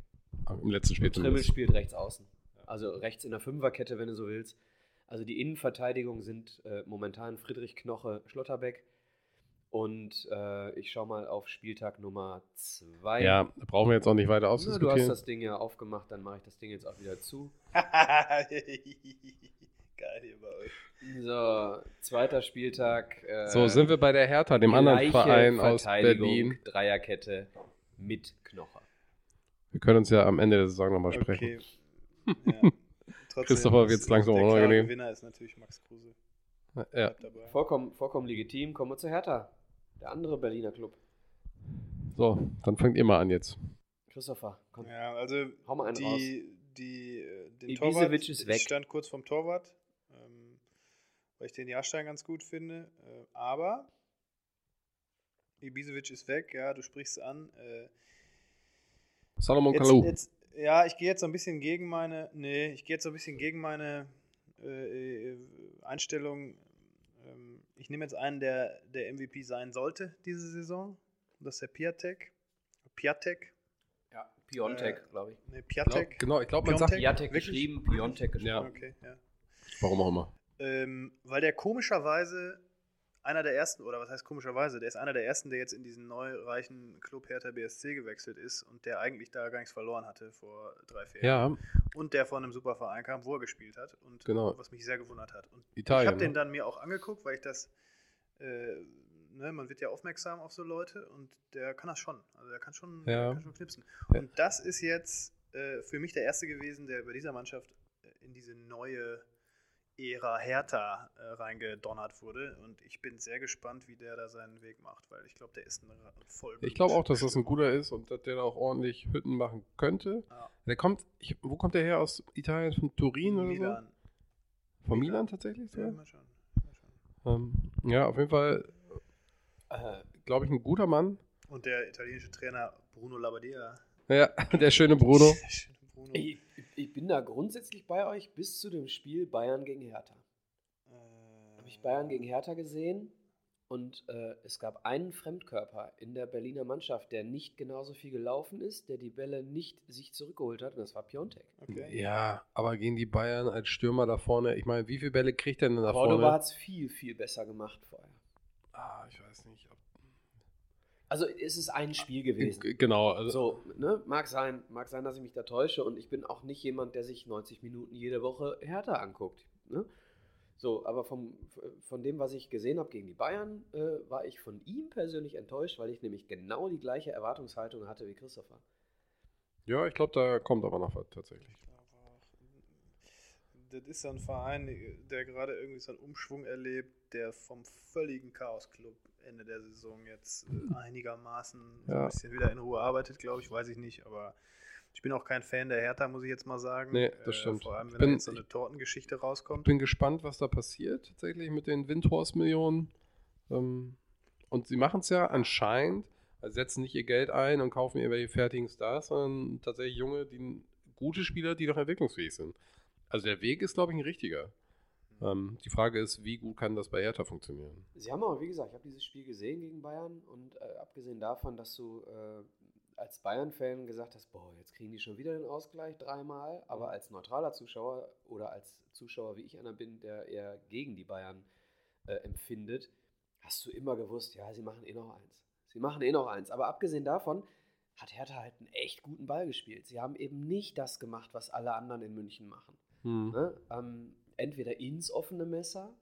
Speaker 2: Im letzten Spiel
Speaker 1: Trimmel
Speaker 2: zumindest.
Speaker 1: spielt rechts außen. Also rechts in der Fünferkette, wenn du so willst. Also die Innenverteidigung sind äh, momentan Friedrich Knoche, Schlotterbeck. Und äh, ich schaue mal auf Spieltag Nummer 2.
Speaker 2: Ja, brauchen wir jetzt auch nicht weiter
Speaker 1: Na, du hast
Speaker 2: ausdiskutieren.
Speaker 1: das Ding ja aufgemacht, dann mache ich das Ding jetzt auch wieder zu.
Speaker 3: Geil hier bei euch.
Speaker 1: So, zweiter Spieltag. äh,
Speaker 2: so, sind wir bei der Hertha, dem anderen
Speaker 1: gleiche
Speaker 2: Verein aus
Speaker 1: Verteidigung,
Speaker 2: Berlin.
Speaker 1: Dreierkette mit Knocher.
Speaker 2: Wir können uns ja am Ende der Saison nochmal sprechen.
Speaker 3: Okay. Ja. Trotzdem
Speaker 2: Christopher
Speaker 3: ist-
Speaker 2: wird's
Speaker 3: ist
Speaker 2: langsam
Speaker 3: der klare
Speaker 2: unangenehm.
Speaker 3: Gewinner ist natürlich Max Kruse.
Speaker 2: Ja,
Speaker 3: Bleibt dabei.
Speaker 1: Vollkommen, vollkommen legitim. Kommen wir zu Hertha. Der andere Berliner Club.
Speaker 2: so, dann fangt ihr mal an jetzt.
Speaker 1: Christopher, komm,
Speaker 3: Ja, also
Speaker 1: hau mal einen raus.
Speaker 3: die, die, äh, den
Speaker 1: Ibisevic
Speaker 3: Torwart,
Speaker 1: ist weg.
Speaker 3: ich stand kurz vom Torwart, ähm, weil ich den Jahrstein ganz gut finde, äh, aber Ibisevic ist weg, ja, du sprichst an. Äh,
Speaker 2: Salomon
Speaker 3: jetzt,
Speaker 2: Kalou.
Speaker 3: jetzt, ja, ich gehe jetzt so ein bisschen gegen meine, nee, ich gehe jetzt so ein bisschen gegen meine äh, äh, Einstellung. Ähm, ich nehme jetzt einen, der der MVP sein sollte diese Saison, das ist der Piatek. Piatek,
Speaker 1: Ja, Piontek,
Speaker 3: Äh,
Speaker 1: glaube ich.
Speaker 3: ne,
Speaker 2: Glaub,
Speaker 3: Piatek.
Speaker 2: genau, ich glaube, man sagt,
Speaker 3: Piontek.
Speaker 1: Piatek
Speaker 3: wirklich?
Speaker 1: geschrieben, Piontek geschrieben.
Speaker 2: Ja.
Speaker 3: Okay, ja.
Speaker 2: warum auch immer.
Speaker 3: Ähm, weil der komischerweise einer der ersten, oder was heißt komischerweise, der ist einer der ersten, der jetzt in diesen neu reichen Club Hertha BSC gewechselt ist und der eigentlich da gar nichts verloren hatte vor drei, vier Jahren.
Speaker 2: Ja,
Speaker 3: Und der von einem super Verein kam, wo er gespielt hat und
Speaker 2: Genau.
Speaker 3: was mich sehr gewundert hat. Und ich
Speaker 2: Italien.
Speaker 3: habe den
Speaker 2: ne?
Speaker 3: dann mir auch angeguckt, weil ich das, äh, ne, man wird ja aufmerksam auf so Leute und der kann das schon. Also der kann schon,
Speaker 2: Ja.
Speaker 3: der kann schon knipsen.
Speaker 2: Ja.
Speaker 3: Und das ist jetzt äh, für mich der Erste gewesen, der bei dieser Mannschaft äh, in diese neue Ära Hertha äh, reingedonnert wurde. Und ich bin sehr gespannt, wie der da seinen Weg macht, weil ich glaube, der ist ein Ra- Vollblut.
Speaker 2: Ich glaube auch, dass das ein guter ist und dass der da auch ordentlich Hütten machen könnte.
Speaker 3: Ja.
Speaker 2: Der kommt, ich, wo kommt der her? Aus Italien? Von Turin oder
Speaker 3: Milan.
Speaker 2: so? Von
Speaker 3: Milan.
Speaker 2: Milan tatsächlich?
Speaker 3: Ja,
Speaker 2: sogar?
Speaker 3: mal schauen. Mal schauen.
Speaker 2: Ähm, ja, auf jeden Fall, äh, glaube ich, ein guter Mann.
Speaker 3: Und der italienische Trainer Bruno Labbadia.
Speaker 2: Ja, der schöne Bruno.
Speaker 3: Der schöne Bruno. Äh,
Speaker 1: Ich, ich bin da grundsätzlich bei euch bis zu dem Spiel Bayern gegen Hertha.
Speaker 3: Äh,
Speaker 1: Habe ich Bayern gegen Hertha gesehen und äh, es gab einen Fremdkörper in der Berliner Mannschaft, der nicht genauso viel gelaufen ist, der die Bälle nicht sich zurückgeholt hat und das war Piontek.
Speaker 3: Okay.
Speaker 2: Ja, aber gegen die Bayern als Stürmer da vorne, ich meine, wie viele Bälle kriegt er denn da
Speaker 1: Cordoba
Speaker 2: vorne?
Speaker 1: hat es viel, viel besser gemacht vorher.
Speaker 2: Ah, ich weiß nicht. ob-
Speaker 1: Also es ist ein Spiel gewesen.
Speaker 2: G- Genau, also
Speaker 1: So, ne? Mag sein, mag sein, dass ich mich da täusche und ich bin auch nicht jemand, der sich 90 Minuten jede Woche Hertha anguckt. Ne? So, aber vom, von dem, was ich gesehen habe gegen die Bayern, äh, war ich von ihm persönlich enttäuscht, weil ich nämlich genau die gleiche Erwartungshaltung hatte wie Christopher.
Speaker 2: ja, ich glaube, da kommt aber noch was tatsächlich.
Speaker 3: Ich glaube auch. Das ist so ein Verein, der gerade irgendwie so einen Umschwung erlebt, der vom völligen Chaos-Club Ende der Saison jetzt äh, einigermaßen so
Speaker 2: Ja.
Speaker 3: ein bisschen wieder in Ruhe arbeitet, glaube ich, weiß ich nicht, aber ich bin auch kein Fan der Hertha, muss ich jetzt mal sagen. Äh,
Speaker 2: Nee, das stimmt.
Speaker 3: Vor allem, wenn
Speaker 2: Ich bin-
Speaker 3: da jetzt so eine Tortengeschichte rauskommt.
Speaker 2: Bin gespannt, was da passiert tatsächlich mit den Windhorst-Millionen. Ähm, und sie machen es ja anscheinend, also setzen nicht ihr Geld ein und kaufen irgendwelche fertigen Stars, sondern tatsächlich junge, die gute Spieler, die noch entwicklungsfähig sind. Also der Weg ist, glaube ich, ein richtiger.
Speaker 1: Hm.
Speaker 2: Ähm, die Frage ist, wie gut kann das bei Hertha funktionieren?
Speaker 1: Sie haben aber, wie gesagt, ich habe dieses Spiel gesehen gegen Bayern und äh, abgesehen davon, dass du äh, als Bayern-Fan gesagt hast, boah, jetzt kriegen die schon wieder den Ausgleich dreimal, aber als neutraler Zuschauer oder als Zuschauer, wie ich einer bin, der eher gegen die Bayern äh, empfindet, hast du immer gewusst, ja, sie machen eh noch eins. Sie machen eh noch eins. Aber abgesehen davon hat Hertha halt einen echt guten Ball gespielt. Sie haben eben nicht das gemacht, was alle anderen in München machen
Speaker 2: Hm.
Speaker 1: ne, ähm, entweder ins offene Messer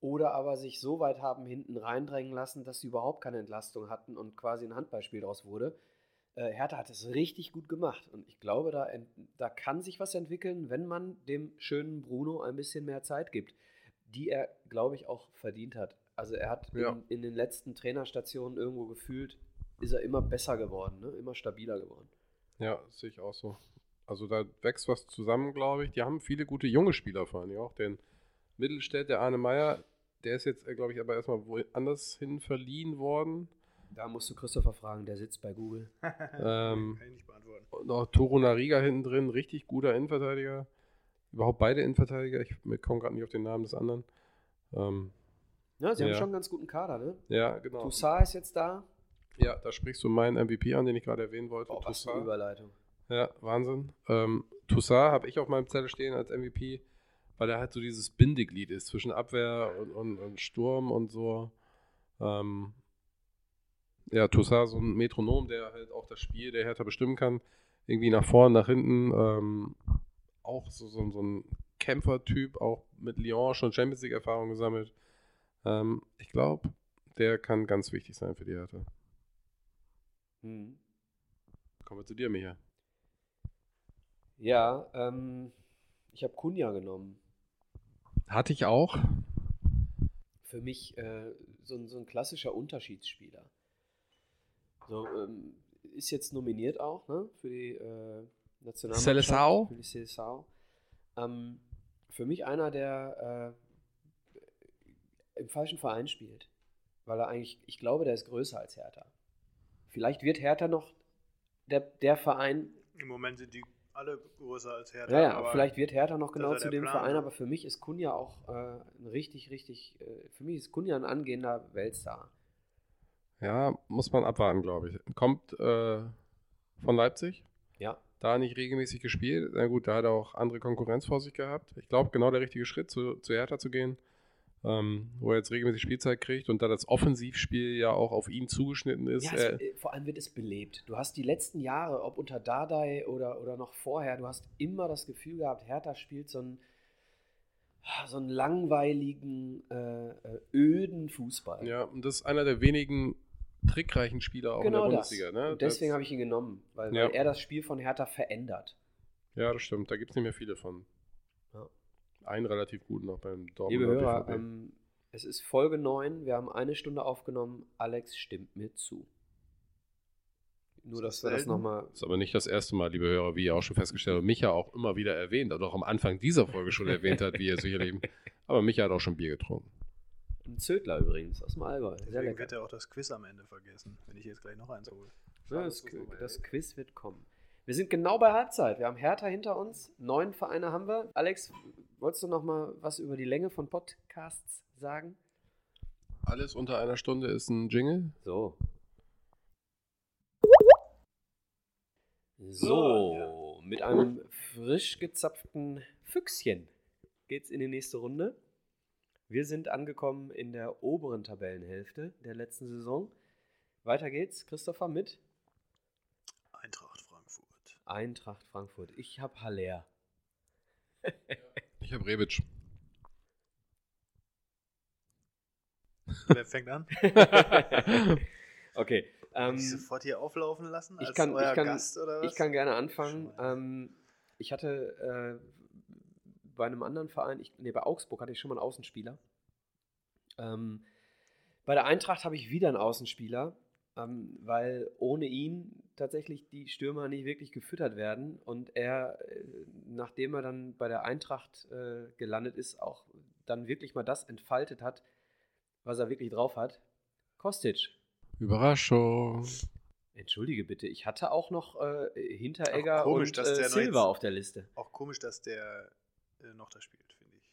Speaker 1: oder aber sich so weit haben hinten reindrängen lassen, dass sie überhaupt keine Entlastung hatten und quasi ein Handballspiel daraus wurde. Äh, Hertha hat es richtig gut gemacht und ich glaube, da, ent- da kann sich was entwickeln, wenn man dem schönen Bruno ein bisschen mehr Zeit gibt, die er, glaube ich, auch verdient hat. Also er hat
Speaker 2: Ja.
Speaker 1: in, in den letzten Trainerstationen irgendwo gefühlt, ist er immer besser geworden, ne? immer stabiler geworden.
Speaker 2: Ja, das sehe ich auch so. Also da wächst was zusammen, glaube ich. Die haben viele gute junge Spieler vor allem auch. Den Mittelstädt, der Arne Meyer, der ist jetzt, äh, glaube ich, aber erstmal woanders hin verliehen worden.
Speaker 1: Da musst du Christopher fragen, der sitzt bei Google.
Speaker 2: Ähm,
Speaker 3: Kann ich nicht beantworten.
Speaker 2: Und auch Toro Nariga hinten drin, richtig guter Innenverteidiger. Überhaupt beide Innenverteidiger. Ich mir komme gerade nicht auf den Namen des anderen. Ähm,
Speaker 1: Ja, Ne, sie haben
Speaker 2: Ja.
Speaker 1: schon einen ganz guten Kader, ne?
Speaker 2: ja, genau.
Speaker 1: Toussaint ist jetzt da.
Speaker 2: Ja, da sprichst du meinen MVP an, den ich gerade erwähnen wollte.
Speaker 1: Boah, was für
Speaker 2: Toussaint.
Speaker 1: Überleitung.
Speaker 2: Ja, Wahnsinn. Ähm, Toussaint habe ich auf meinem Zettel stehen als MVP, weil er halt so dieses Bindeglied ist zwischen Abwehr und, und, und Sturm und so. Ähm, ja, Toussaint so ein Metronom, der halt auch das Spiel der Hertha bestimmen kann. Irgendwie nach vorn, nach hinten. Ähm, auch so, so, so ein Kämpfertyp, auch mit Lyon schon Champions League-Erfahrung gesammelt. Ähm, ich glaube, der kann ganz wichtig sein für die Hertha.
Speaker 1: Hm.
Speaker 2: Kommen wir zu dir, Micha.
Speaker 1: Ja, ähm, ich habe Kunja genommen.
Speaker 2: Hatte ich auch.
Speaker 1: Für mich äh, so, ein- so ein klassischer Unterschiedsspieler. So, ähm, ist jetzt nominiert auch ne, für die äh, Nationalmannschaft.
Speaker 2: Seleção.
Speaker 1: Für die Seleção. Ähm, für mich einer, der äh, im falschen Verein spielt. Weil er eigentlich, ich glaube, der ist größer als Hertha. Vielleicht wird Hertha noch der, der Verein
Speaker 3: Im Moment sind die alle größer als Hertha.
Speaker 1: Ja, ja,
Speaker 3: aber
Speaker 1: vielleicht wird Hertha noch genau
Speaker 3: das
Speaker 1: zu
Speaker 3: ist ja
Speaker 1: dem
Speaker 3: der Plan,
Speaker 1: Verein,
Speaker 3: ne?
Speaker 1: aber für mich ist Kunja auch äh, ein richtig, richtig, äh, für mich ist Kunja ein angehender Weltstar.
Speaker 2: Ja, muss man abwarten, glaube ich. Kommt äh, von Leipzig,
Speaker 1: Ja.
Speaker 2: da nicht regelmäßig gespielt. Na gut, da hat er auch andere Konkurrenz vor sich gehabt. Ich glaube, genau der richtige Schritt, zu, zu Hertha zu gehen, ähm, wo er jetzt regelmäßig Spielzeit kriegt und da das Offensivspiel ja auch auf ihn zugeschnitten ist.
Speaker 1: ja, es,
Speaker 2: äh,
Speaker 1: äh, vor allem wird es belebt. Du hast die letzten Jahre, ob unter Dardai oder, oder noch vorher, du hast immer das Gefühl gehabt, Hertha spielt so einen, so einen langweiligen, äh, äh, öden Fußball.
Speaker 2: ja, und das ist einer der wenigen trickreichen Spieler auch
Speaker 1: genau
Speaker 2: in der
Speaker 1: das.
Speaker 2: Bundesliga. Ne?
Speaker 1: Und deswegen
Speaker 2: Das-
Speaker 1: habe ich ihn genommen, weil,
Speaker 2: Ja.
Speaker 1: weil er das Spiel von Hertha verändert.
Speaker 2: Ja, das stimmt. Da gibt es nicht mehr viele von.
Speaker 1: Ja.
Speaker 2: einen relativ guten noch beim
Speaker 1: Liebe
Speaker 2: Dortmunder
Speaker 1: Hörer,
Speaker 2: BVB.
Speaker 1: ähm, es ist Folge 9. Wir haben eine Stunde aufgenommen. Alex stimmt mir zu. Nur,
Speaker 3: Das
Speaker 1: dass
Speaker 3: ist
Speaker 1: wir das
Speaker 3: selten.
Speaker 1: nochmal.
Speaker 2: Das ist aber nicht das erste Mal, liebe Hörer, wie ihr auch schon festgestellt habt. Micha auch immer wieder erwähnt, also auch am Anfang dieser Folge schon erwähnt hat, wie ihr sicherlich. Aber Micha hat auch schon Bier getrunken.
Speaker 1: Ein Zödler übrigens aus dem Allgäu. Sehr
Speaker 3: Deswegen wird
Speaker 1: lecker.
Speaker 3: er auch das Quiz am Ende vergessen, wenn ich jetzt gleich noch eins hole.
Speaker 1: Ja,
Speaker 3: Schade,
Speaker 1: das,
Speaker 3: dass du's nochmal
Speaker 1: das
Speaker 3: erwähnt.
Speaker 1: Quiz wird kommen. Wir sind genau bei Halbzeit. Wir haben Hertha hinter uns. Neun Vereine haben wir. Alex, wolltest du nochmal was über die Länge von Podcasts sagen?
Speaker 2: Alles unter einer Stunde ist ein Jingle.
Speaker 1: So.
Speaker 3: So,
Speaker 1: So, mit einem frisch gezapften Füchschen geht's in die nächste Runde. Wir sind angekommen in der oberen Tabellenhälfte der letzten Saison. Weiter geht's, Christopher, mit
Speaker 3: Eintracht Frankfurt.
Speaker 1: Eintracht Frankfurt. Ich habe Haller.
Speaker 2: Ich habe Rebic.
Speaker 3: Wer fängt an?
Speaker 1: okay. Ähm,
Speaker 3: Mich sofort hier auflaufen lassen
Speaker 1: ich
Speaker 3: als
Speaker 1: kann- ich
Speaker 3: euer
Speaker 1: kann-
Speaker 3: Gast oder was?
Speaker 1: Ich kann gerne anfangen.
Speaker 3: Schon mal.
Speaker 1: Ähm, ich hatte äh, bei einem anderen Verein, ich, nee, bei Augsburg hatte ich schon mal einen Außenspieler. Ähm, bei der Eintracht habe ich wieder einen Außenspieler, ähm, weil ohne ihn tatsächlich die Stürmer nicht wirklich gefüttert werden und er, äh, nachdem er dann bei der Eintracht äh, gelandet ist, auch dann wirklich mal das entfaltet hat, was er wirklich drauf hat. Kostic.
Speaker 2: Überraschung.
Speaker 1: Entschuldige bitte, ich hatte auch noch äh, Hinteregger
Speaker 3: Ach, komisch,
Speaker 1: und
Speaker 3: dass
Speaker 1: äh,
Speaker 3: der noch
Speaker 1: Silva
Speaker 3: jetzt-
Speaker 1: auf der Liste.
Speaker 3: Auch komisch, dass der äh, noch da spielt, finde ich.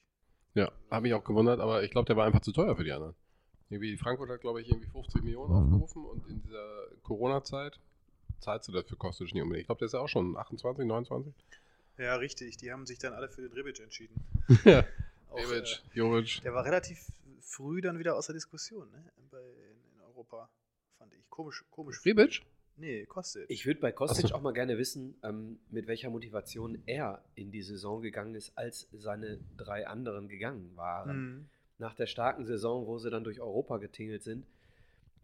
Speaker 2: Ja, habe mich auch gewundert, aber ich glaube, der war einfach zu teuer für die anderen. Irgendwie Frankfurt hat, glaube ich, irgendwie 50 Millionen aufgerufen und in dieser Corona-Zeit zahlst du dafür Kostic nicht unbedingt. Ich glaube, der ist ja auch schon 28, 29.
Speaker 3: Ja, richtig. Die haben sich dann alle für den Rebic entschieden.
Speaker 2: Ja,
Speaker 3: Auch,
Speaker 2: Rebic,
Speaker 3: äh,
Speaker 2: Jovic.
Speaker 3: der war relativ früh dann wieder außer Diskussion ne? Bei, in, in Europa, fand ich. Komisch, komisch.
Speaker 2: Rebic?
Speaker 3: Nee, kostet.
Speaker 1: Ich würde bei Kostic
Speaker 2: Ach so.
Speaker 1: auch mal gerne wissen, ähm, mit welcher Motivation er in die Saison gegangen ist, als seine drei anderen gegangen waren.
Speaker 3: Mhm.
Speaker 1: Nach der starken Saison, wo sie dann durch Europa getingelt sind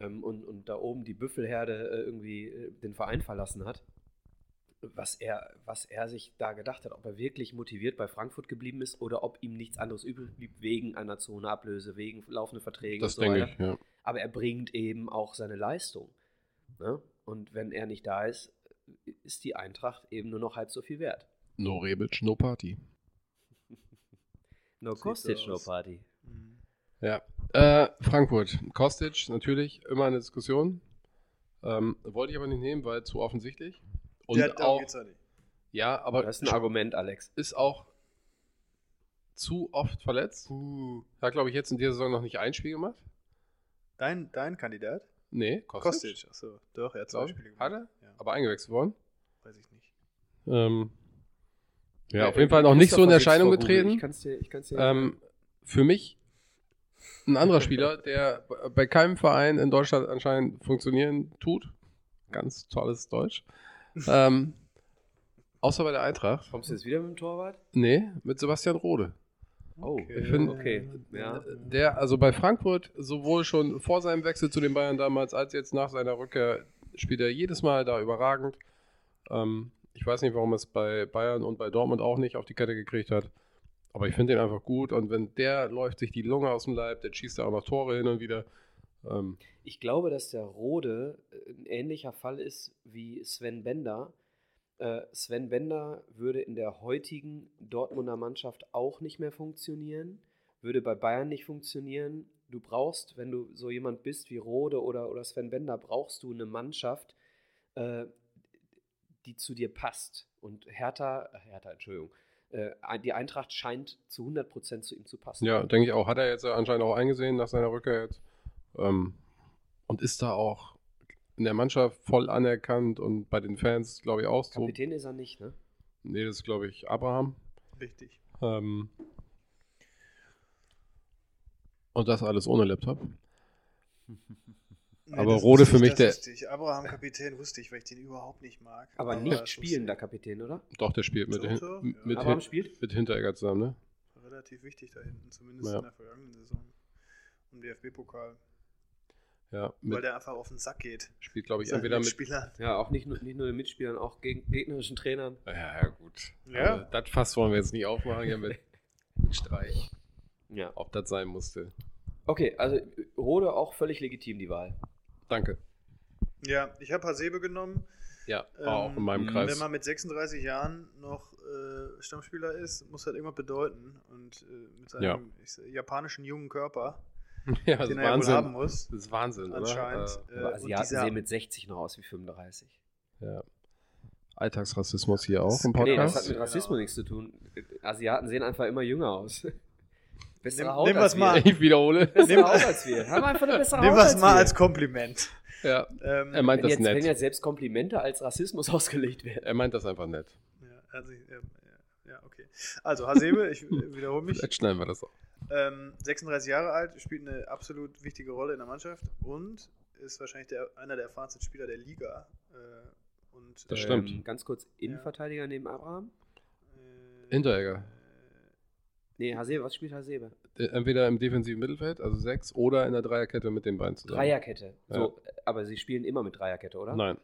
Speaker 1: ähm, und, und da oben die Büffelherde äh, irgendwie äh, den Verein verlassen hat, was er, was er sich da gedacht hat, ob er wirklich motiviert bei Frankfurt geblieben ist oder ob ihm nichts anderes übrig blieb, wegen einer Zone Ablöse, wegen laufende Verträge und
Speaker 2: Das
Speaker 1: so
Speaker 2: denke
Speaker 1: weiter.
Speaker 2: ich, ja.
Speaker 1: aber er bringt eben auch seine Leistung. Ne? Und wenn er nicht da ist, ist die Eintracht eben nur noch halb so viel wert.
Speaker 2: No Rebic, no Party.
Speaker 1: No
Speaker 3: Sieht
Speaker 1: Kostic,
Speaker 3: so
Speaker 1: no
Speaker 3: aus.
Speaker 1: Party.
Speaker 3: Mhm.
Speaker 2: Ja. Äh, Frankfurt. Kostic, natürlich, immer eine Diskussion. Ähm, wollte ich aber nicht nehmen, weil zu offensichtlich. Und
Speaker 3: ja, darum
Speaker 2: auch,
Speaker 3: geht's ja nicht.
Speaker 2: ja, aber
Speaker 1: Das ist ein Argument, Alex.
Speaker 2: ist auch zu oft verletzt.
Speaker 1: Uh.
Speaker 2: Hat, glaube ich, jetzt in dieser Saison noch nicht ein Spiel gemacht.
Speaker 3: Dein, dein Kandidat?
Speaker 2: Nee, Kostic.
Speaker 3: Kostic. Achso, doch, er hat zwei
Speaker 2: Glaub ich.
Speaker 3: Spiele
Speaker 2: Hat
Speaker 3: gemacht.
Speaker 2: er?
Speaker 3: Ja,
Speaker 2: Aber eingewechselt worden.
Speaker 3: weiß ich nicht.
Speaker 2: Ähm, ja,
Speaker 1: Ja,
Speaker 2: auf jeden Fall noch nicht so in
Speaker 1: Äh, Christopher sitzt
Speaker 2: Erscheinung
Speaker 1: vor Google.
Speaker 2: getreten.
Speaker 1: Ich kann's dir, ich kann's dir
Speaker 2: Ähm, für mich ein anderer Spieler, der b- bei keinem Verein in Deutschland anscheinend funktionieren tut. Ganz tolles Deutsch. Ähm, außer bei der Eintracht.
Speaker 1: Kommst du jetzt wieder mit dem Torwart?
Speaker 2: Nee, mit Sebastian Rode.
Speaker 1: Oh,
Speaker 2: ich find-
Speaker 1: okay. Äh, Ja.
Speaker 2: Der, also bei Frankfurt, sowohl schon vor seinem Wechsel zu den Bayern damals, als jetzt nach seiner Rückkehr, spielt er jedes Mal da überragend. Ähm, ich weiß nicht, warum er es bei Bayern und bei Dortmund auch nicht auf die Kette gekriegt hat. Aber ich finde ihn einfach gut. Und wenn der läuft sich die Lunge aus dem Leib, der schießt da auch noch Tore hin und wieder. Ähm,
Speaker 1: Ich glaube, dass der Rode äh, ein ähnlicher Fall ist wie Sven Bender. Äh, Sven Bender würde in der heutigen Dortmunder Mannschaft auch nicht mehr funktionieren, würde bei Bayern nicht funktionieren. Du brauchst, wenn du so jemand bist wie Rode oder, oder Sven Bender, brauchst du eine Mannschaft, äh, die zu dir passt. Und Hertha, äh, Hertha, Entschuldigung, äh, die Eintracht scheint zu 100% zu ihm zu passen.
Speaker 2: ja, denke ich auch. Hat er jetzt anscheinend auch eingesehen nach seiner Rückkehr jetzt. Ähm, und ist da auch in der Mannschaft voll anerkannt und bei den Fans, glaube ich, auch so.
Speaker 1: Kapitän ist er nicht, ne?
Speaker 2: Nee, das ist, glaube ich, Abraham.
Speaker 3: Richtig.
Speaker 2: Ähm, und das alles ohne Laptop.
Speaker 3: Nee,
Speaker 2: Aber
Speaker 3: das
Speaker 2: Rode
Speaker 3: wusste
Speaker 2: für
Speaker 3: ich,
Speaker 2: mich
Speaker 3: das
Speaker 2: der-
Speaker 3: Wusste ich. Abraham Kapitän wusste ich, weil ich den überhaupt nicht mag.
Speaker 1: Aber
Speaker 3: das
Speaker 1: nicht
Speaker 3: wusste
Speaker 1: spielender
Speaker 3: ich.
Speaker 1: Kapitän, oder?
Speaker 2: Doch, der spielt mit, hin,
Speaker 3: Toto, ja.
Speaker 2: mit,
Speaker 1: Aber am
Speaker 2: hin,
Speaker 1: Spiel?
Speaker 2: mit Hinteregger zusammen, ne?
Speaker 3: Relativ wichtig da hinten, zumindest
Speaker 2: Ja.
Speaker 3: in der vergangenen Saison. um Im DFB-Pokal.
Speaker 2: Ja,
Speaker 3: Weil
Speaker 2: mit,
Speaker 3: der einfach auf den Sack geht.
Speaker 2: spielt, glaube ich,
Speaker 3: Seinen
Speaker 2: entweder mit.
Speaker 3: Mitspielern.
Speaker 1: Ja, auch nicht nur, nicht nur den Mitspielern, auch gegen gegnerischen Trainern.
Speaker 2: Ja, ja, gut.
Speaker 3: Ja.
Speaker 2: Also, das Fass wollen wir jetzt nicht aufmachen hier mit Geniestreich,
Speaker 1: Ja.
Speaker 2: ob das sein musste.
Speaker 1: Okay, also Rode auch völlig legitim die Wahl.
Speaker 3: Äh,
Speaker 2: Danke.
Speaker 3: Ja, ich habe Hasebe genommen.
Speaker 2: Ja, war auch in meinem
Speaker 1: Ähm,
Speaker 2: Kreis.
Speaker 3: Wenn man mit 36 Jahren noch äh, Stammspieler ist, muss das irgendwas bedeuten. Und äh, mit seinem
Speaker 2: Ja.
Speaker 3: ich sag, japanischen jungen Körper,
Speaker 2: ja, das ist
Speaker 3: den er ja wohl haben
Speaker 2: Wahnsinn.
Speaker 3: muss,
Speaker 2: Das ist Wahnsinn,
Speaker 3: anscheinend.
Speaker 2: oder?
Speaker 3: Äh,
Speaker 1: Aber
Speaker 3: und
Speaker 1: Asiaten
Speaker 3: dieser-
Speaker 1: sehen mit 60 noch aus wie 35.
Speaker 2: Äh, ja. Alltagsrassismus hier auch
Speaker 3: Das-
Speaker 2: im
Speaker 1: Nee,
Speaker 2: Podcast.
Speaker 1: das hat mit Rassismus
Speaker 3: Genau.
Speaker 1: nichts zu tun. Asiaten sehen einfach immer jünger aus. Bessere
Speaker 3: Nimm-
Speaker 1: Haut
Speaker 3: nimm
Speaker 1: als
Speaker 3: das mal.
Speaker 1: wir.
Speaker 2: ich wiederhole.
Speaker 1: Bessere
Speaker 3: Nimm-
Speaker 1: Haut als wir. Haben einfach eine bessere
Speaker 3: Nehmen
Speaker 1: Haut
Speaker 3: wir es mal
Speaker 1: wir.
Speaker 3: als Kompliment.
Speaker 2: Ja,
Speaker 3: Ähm,
Speaker 2: er meint
Speaker 1: wenn
Speaker 2: das
Speaker 1: jetzt,
Speaker 2: nett.
Speaker 1: wenn jetzt selbst Komplimente als Rassismus ausgelegt werden.
Speaker 2: Er meint das einfach nett.
Speaker 3: ja, also, ähm, ja, ja, okay. Also Hasebe, ich äh, wiederhole mich,
Speaker 2: Vielleicht schneiden wir das auch.
Speaker 3: ähm, 36 Jahre alt, spielt eine absolut wichtige Rolle in der Mannschaft und ist wahrscheinlich der, einer der erfahrensten Spieler der Liga. Äh, und,
Speaker 2: Das stimmt.
Speaker 1: Ähm, Ganz kurz, Innenverteidiger neben Abraham?
Speaker 3: Äh,
Speaker 2: Hinteregger.
Speaker 1: Nee, Hasebe, was spielt Hasebe?
Speaker 2: Äh, Entweder im defensiven Mittelfeld, also sechs, oder in der Dreierkette mit den Beinen zusammen.
Speaker 1: Dreierkette. So, aber sie spielen immer mit Dreierkette, oder?
Speaker 2: Nein,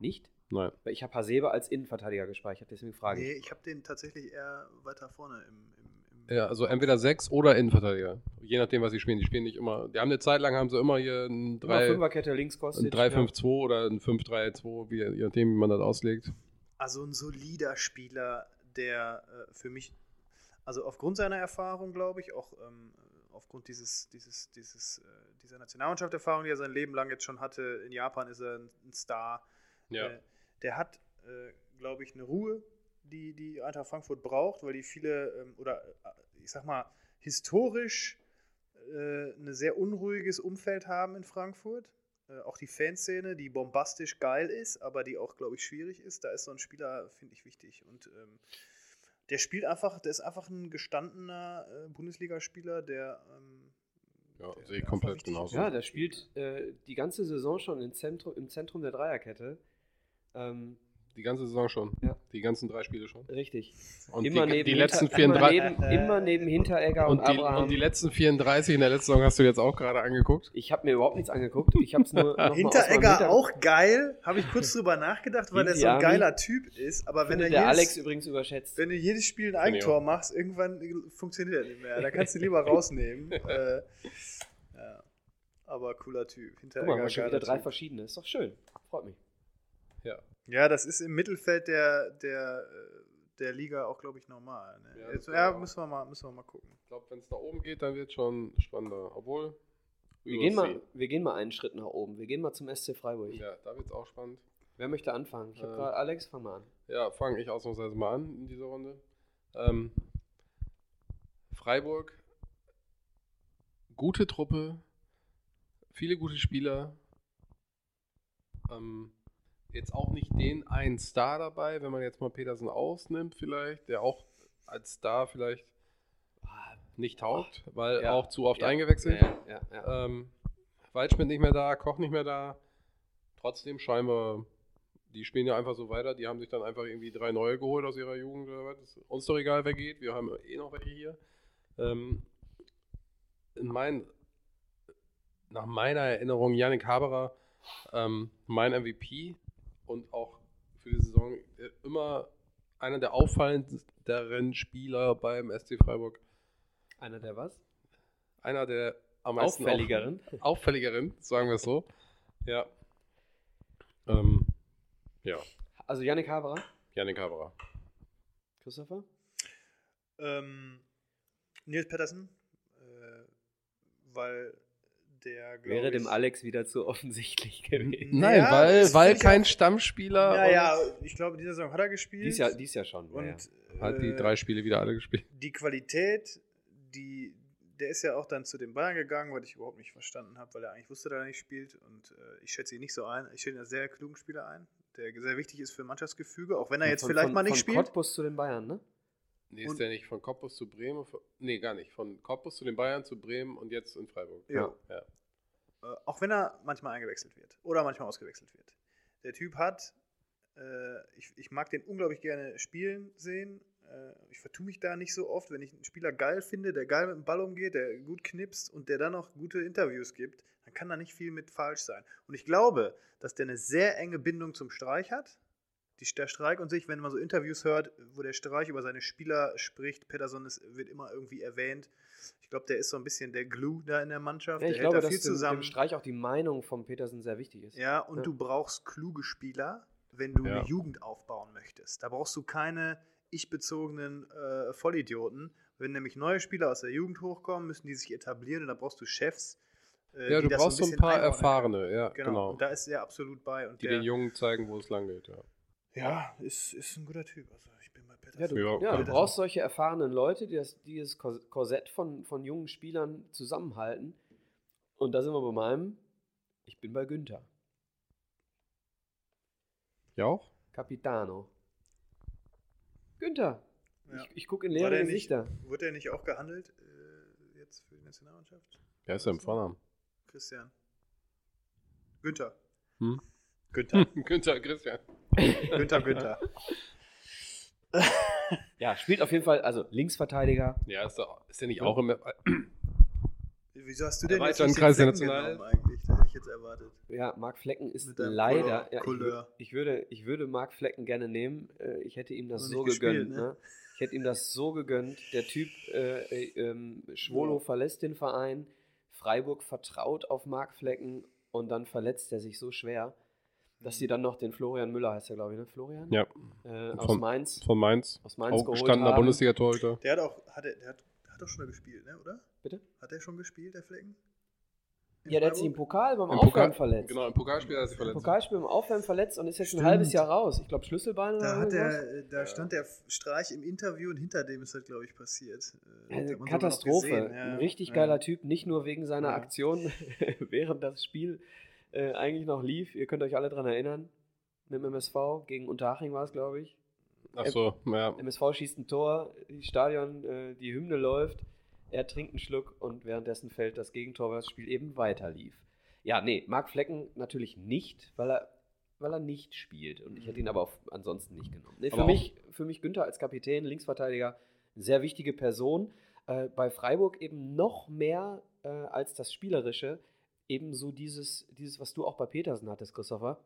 Speaker 1: Nicht?
Speaker 2: nein.
Speaker 1: Weil Ich habe Hasebe als Innenverteidiger gespeichert, deswegen frage ich.
Speaker 3: Nee, ich habe den tatsächlich eher weiter vorne im. im, im
Speaker 2: Ja, also entweder sechs oder Innenverteidiger. Je nachdem, was sie spielen. Die spielen nicht immer. Die haben eine Zeit lang haben sie immer hier ein
Speaker 1: Immer
Speaker 2: drei-
Speaker 1: Fünferkette links
Speaker 2: ein
Speaker 1: kostet.
Speaker 2: 3-5-2 oder ein 5-3-2, wie- je nachdem, wie man das auslegt.
Speaker 3: Also ein solider Spieler, der äh, für mich, also aufgrund seiner Erfahrung, glaube ich, auch ähm, aufgrund dieses, dieses, dieses, äh, dieser Nationalmannschaft-Erfahrung, die er sein Leben lang jetzt schon hatte, in Japan ist er ein, ein Star. Äh, der hat, äh, glaube ich, eine Ruhe, die die Eintracht Frankfurt braucht, weil die viele, ähm, oder äh, ich sag mal, historisch äh, ein sehr unruhiges Umfeld haben in Frankfurt. Äh, auch die Fanszene, die bombastisch geil ist, aber die auch, glaube ich, schwierig ist. Da ist so ein Spieler, finde ich, wichtig. Und ähm, der spielt einfach, der ist einfach ein gestandener äh, Bundesligaspieler, der. Ähm,
Speaker 2: Ja,
Speaker 3: der-
Speaker 2: sehe
Speaker 3: der
Speaker 2: ich
Speaker 3: einfach
Speaker 2: komplett
Speaker 3: wichtig
Speaker 2: genauso.
Speaker 3: ist.
Speaker 1: Ja, der spielt äh, die ganze Saison schon im Zentrum, im Zentrum der Dreierkette. Ähm,
Speaker 2: Die ganze Saison schon.
Speaker 1: Ja.
Speaker 2: Die ganzen drei Spiele schon.
Speaker 1: richtig.
Speaker 2: Und
Speaker 1: immer
Speaker 2: die,
Speaker 1: neben
Speaker 2: die
Speaker 1: Hinter-
Speaker 2: letzten
Speaker 1: immer
Speaker 2: 34.
Speaker 1: neben, immer neben Hinteregger und,
Speaker 2: Und die,
Speaker 1: Abraham.
Speaker 2: und die letzten 34 in der letzten Saison hast du jetzt auch gerade angeguckt.
Speaker 1: ich habe mir überhaupt nichts angeguckt. Ich habe es nur noch mal aus meinem
Speaker 3: Hinteregger
Speaker 1: Hinterkopf-
Speaker 3: auch geil, habe ich kurz drüber nachgedacht, weil der so ein
Speaker 1: Indiani.
Speaker 3: geiler Typ ist. Aber wenn, er
Speaker 1: Findet der Alex
Speaker 3: jedes,
Speaker 1: übrigens überschätzt.
Speaker 3: wenn du jedes Spiel ein
Speaker 2: Finde ich
Speaker 3: Eigentor machst, irgendwann funktioniert er nicht mehr. Da kannst du ihn lieber rausnehmen. äh, ja. Aber cooler Typ.
Speaker 1: Guck mal,
Speaker 3: Hinteregger
Speaker 1: wir haben schon wieder
Speaker 3: geiler
Speaker 1: drei
Speaker 3: typ.
Speaker 1: verschiedene. Ist doch schön. Freut mich.
Speaker 3: Ja, das ist im Mittelfeld der, der, äh, der Liga auch, glaube ich, normal. Ne?
Speaker 2: Ja,
Speaker 3: Ja,
Speaker 2: das
Speaker 3: Jetzt,
Speaker 2: glaube ich
Speaker 3: ja
Speaker 2: auch.
Speaker 3: müssen, wir mal, müssen wir mal gucken.
Speaker 2: Ich glaube, wenn es nach oben geht, dann wird es schon spannender. Obwohl,
Speaker 1: Wir
Speaker 2: we'll
Speaker 1: gehen,
Speaker 2: see.
Speaker 1: mal, wir gehen mal einen Schritt nach oben. Wir gehen mal zum SC Freiburg.
Speaker 2: Ja, da wird es auch spannend.
Speaker 1: Wer möchte anfangen? Ich habe
Speaker 2: Ähm.
Speaker 1: gerade Alex, fang mal an.
Speaker 2: Ja, fange ich ausnahmsweise mal an in dieser Runde. Ähm, Freiburg, gute Truppe, viele gute Spieler. Ähm, jetzt auch nicht den einen Star dabei, wenn man jetzt mal Petersen ausnimmt, vielleicht, der auch als Star vielleicht ah, nicht taugt, weil
Speaker 1: Ah, Ja.
Speaker 2: auch zu oft
Speaker 1: Ja.
Speaker 2: eingewechselt.
Speaker 1: Ja, ja, ja.
Speaker 2: Ähm, Waldschmidt nicht mehr da, Koch nicht mehr da. Trotzdem scheinbar, die spielen ja einfach so weiter. Die haben sich dann einfach irgendwie drei neue geholt aus ihrer Jugend oder was. Ist uns doch egal, wer geht. Wir haben eh noch welche hier. Ähm, in mein, nach meiner Erinnerung, Yannick Haberer, ähm, mein MVP und auch für die Saison äh, immer einer der auffallenderen Spieler beim SC Freiburg.
Speaker 1: Einer der was?
Speaker 2: Einer der am meisten auff-
Speaker 1: Auffälligeren.
Speaker 2: auffälligeren, sagen wir es so. Ja. Ähm, ja,
Speaker 1: Also Yannick Haberer,
Speaker 2: Janik Haberer.
Speaker 1: Christopher.
Speaker 3: Ähm, Nils Pettersen, äh, weil der, glaub
Speaker 1: Wäre dem
Speaker 3: ich-
Speaker 1: Alex wieder zu offensichtlich gewesen.
Speaker 2: Nein,
Speaker 3: Naja,
Speaker 2: weil,
Speaker 3: das
Speaker 2: weil
Speaker 3: find ich
Speaker 2: kein Stammspieler.
Speaker 3: Naja, ich glaube, diese Saison hat er gespielt.
Speaker 1: Dies Jahr, dies Jahr schon. ja, Halt ja.
Speaker 3: Und
Speaker 2: und Hat die
Speaker 3: äh,
Speaker 2: drei Spiele wieder alle gespielt.
Speaker 3: die Qualität, die, der ist ja auch dann zu den Bayern gegangen, weil ich überhaupt nicht verstanden habe, weil er eigentlich wusste, dass er nicht spielt. Und äh, ich schätze ihn nicht so ein. Ich schätze ihn als sehr klugen Spieler ein, der sehr wichtig ist für Mannschaftsgefüge, auch wenn er jetzt
Speaker 1: Von-
Speaker 3: vielleicht
Speaker 1: von,
Speaker 3: mal nicht
Speaker 1: von
Speaker 3: spielt.
Speaker 1: Cottbus zu den Bayern, ne?
Speaker 2: Nee, ist
Speaker 3: und-
Speaker 2: der nicht von Cottbus zu Bremen? Von, nee, gar nicht. Von Cottbus zu den Bayern zu Bremen und jetzt in Freiburg.
Speaker 3: Ja.
Speaker 2: ja.
Speaker 3: äh, auch wenn er manchmal eingewechselt wird oder manchmal ausgewechselt wird. Der Typ hat, äh, ich, ich mag den unglaublich gerne spielen sehen. Äh, ich vertue mich da nicht so oft, wenn ich einen Spieler geil finde, der geil mit dem Ball umgeht, der gut knipst und der dann auch gute Interviews gibt, dann kann da nicht viel mit falsch sein. Und ich glaube, dass der eine sehr enge Bindung zum Streich hat, Die, der Streik und sich, wenn man so Interviews hört, wo der Streich über seine Spieler spricht, Pedersen ist, wird immer irgendwie erwähnt. Ich glaube, der ist so ein bisschen der Glue da in der Mannschaft.
Speaker 1: Ja,
Speaker 3: der
Speaker 1: ich glaube,
Speaker 3: da
Speaker 1: dass dem, dem Streich auch die Meinung von Petersen sehr wichtig ist.
Speaker 3: Ja, und
Speaker 1: Ja.
Speaker 3: du brauchst kluge Spieler, wenn du
Speaker 2: Ja.
Speaker 3: eine Jugend aufbauen möchtest. Da brauchst du keine ich-bezogenen äh, Vollidioten. Wenn nämlich neue Spieler aus der Jugend hochkommen, müssen die sich etablieren und da brauchst du Chefs. äh,
Speaker 2: ja,
Speaker 3: die
Speaker 2: du
Speaker 3: das
Speaker 2: brauchst so ein
Speaker 3: bisschen
Speaker 2: paar
Speaker 3: einordnen.
Speaker 2: Erfahrene, ja,
Speaker 3: Genau.
Speaker 2: genau.
Speaker 3: Und da ist er absolut bei. Und
Speaker 2: die
Speaker 3: der,
Speaker 2: den Jungen zeigen, wo es lang geht, ja.
Speaker 3: ja, ist, ist ein guter Typ. Also ich bin bei Peter.
Speaker 1: Ja, du,
Speaker 2: Ja,
Speaker 1: ja,
Speaker 2: klar.
Speaker 1: du brauchst solche erfahrenen Leute, die das, die das Kors- Korsett von, von jungen Spielern zusammenhalten. Und da sind wir bei meinem. Ich bin bei Günther.
Speaker 2: Ja auch?
Speaker 1: Capitano. Günther.
Speaker 3: Ja.
Speaker 1: Ich, ich gucke in
Speaker 3: War der
Speaker 1: leere
Speaker 3: nicht-
Speaker 1: Gesichter.
Speaker 3: Wurde er nicht auch gehandelt äh, jetzt für die Nationalmannschaft?
Speaker 2: Wer ist denn im Vornamen?
Speaker 3: Christian. Günther.
Speaker 2: Hm?
Speaker 3: Günther.
Speaker 2: Günther Christian.
Speaker 3: Günther, Günther.
Speaker 1: Ja, spielt auf jeden Fall, also Linksverteidiger.
Speaker 2: Ja, ist, doch, ist der nicht auch im.
Speaker 3: Wieso hast du
Speaker 2: Der
Speaker 3: denn jetzt
Speaker 2: weiteren
Speaker 3: nicht den
Speaker 2: Kreis der
Speaker 3: Flecken
Speaker 2: Nationalen-
Speaker 3: genommen eigentlich? Das hätte ich jetzt erwartet.
Speaker 1: Ja, Marc Flecken ist
Speaker 3: Mit deinem
Speaker 1: leider. Ja,
Speaker 3: Couleur-
Speaker 1: ich, wür-
Speaker 3: Couleur.
Speaker 1: ich, würde, ich würde Marc Flecken gerne nehmen. Äh, Ich hätte ihm das
Speaker 3: Noch
Speaker 1: so
Speaker 3: nicht gespielt,
Speaker 1: gegönnt.
Speaker 3: ne?
Speaker 1: ne? Ich hätte ihm das so gegönnt. Der Typ, äh, äh, ähm, Schwolo
Speaker 3: Ja.
Speaker 1: verlässt den Verein. Freiburg vertraut auf Marc Flecken und dann verletzt er sich so schwer, dass
Speaker 3: Mhm.
Speaker 1: sie dann noch den Florian Müller, heißt er glaube ich, ne? Florian?
Speaker 2: Ja,
Speaker 1: Äh, aus
Speaker 2: Von-
Speaker 1: Mainz.
Speaker 2: von Mainz.
Speaker 1: Aus Mainz
Speaker 2: Auch
Speaker 1: geholt
Speaker 2: gestandener
Speaker 1: haben.
Speaker 2: Bundesliga-Torhüter.
Speaker 3: Der hat auch, hat er, der hat, der hat doch schon mal gespielt, ne, oder?
Speaker 1: Bitte?
Speaker 3: Hat der schon gespielt, der Flecken? In
Speaker 1: Ja, der hat sich im
Speaker 3: Freiburg?
Speaker 1: Pokal beim
Speaker 2: Im
Speaker 1: Aufwärmen
Speaker 2: Pokal-
Speaker 1: verletzt.
Speaker 2: Genau, im Pokalspiel hat er sich
Speaker 1: Im
Speaker 2: verletzt.
Speaker 1: Pokalspiel beim Aufwärmen verletzt und ist jetzt
Speaker 3: Stimmt.
Speaker 1: ein halbes Jahr raus. Ich glaube, Schlüsselbein oder
Speaker 3: Da, hat
Speaker 1: irgendwas.
Speaker 3: der, äh, da stand der Streich im Interview und hinter dem ist das, glaube ich, passiert. Äh,
Speaker 1: Also
Speaker 3: hat man sogar noch
Speaker 1: Katastrophe.
Speaker 3: gesehen, ja.
Speaker 1: ein richtig
Speaker 3: Ja.
Speaker 1: geiler Typ, nicht nur wegen seiner
Speaker 3: Ja.
Speaker 1: Aktion, während das Spiel äh, eigentlich noch lief. Ihr könnt euch alle dran erinnern. Mit dem MSV gegen Unterhaching war es, glaube ich.
Speaker 2: Achso, ja.
Speaker 1: MSV schießt ein Tor, die Stadion, äh, die Hymne läuft, er trinkt einen Schluck und währenddessen fällt das Gegentor, weil das Spiel eben weiter lief. Ja, nee, Marc Flecken natürlich nicht, weil er, weil er nicht spielt. Und ich hätte ihn aber auf, ansonsten nicht genommen. Nee,
Speaker 2: Aber
Speaker 1: für, mich, für mich Günther als Kapitän, Linksverteidiger, sehr wichtige Person. Äh, bei Freiburg eben noch mehr äh, als das Spielerische, eben so dieses, dieses, was du auch bei Petersen hattest, Christopher,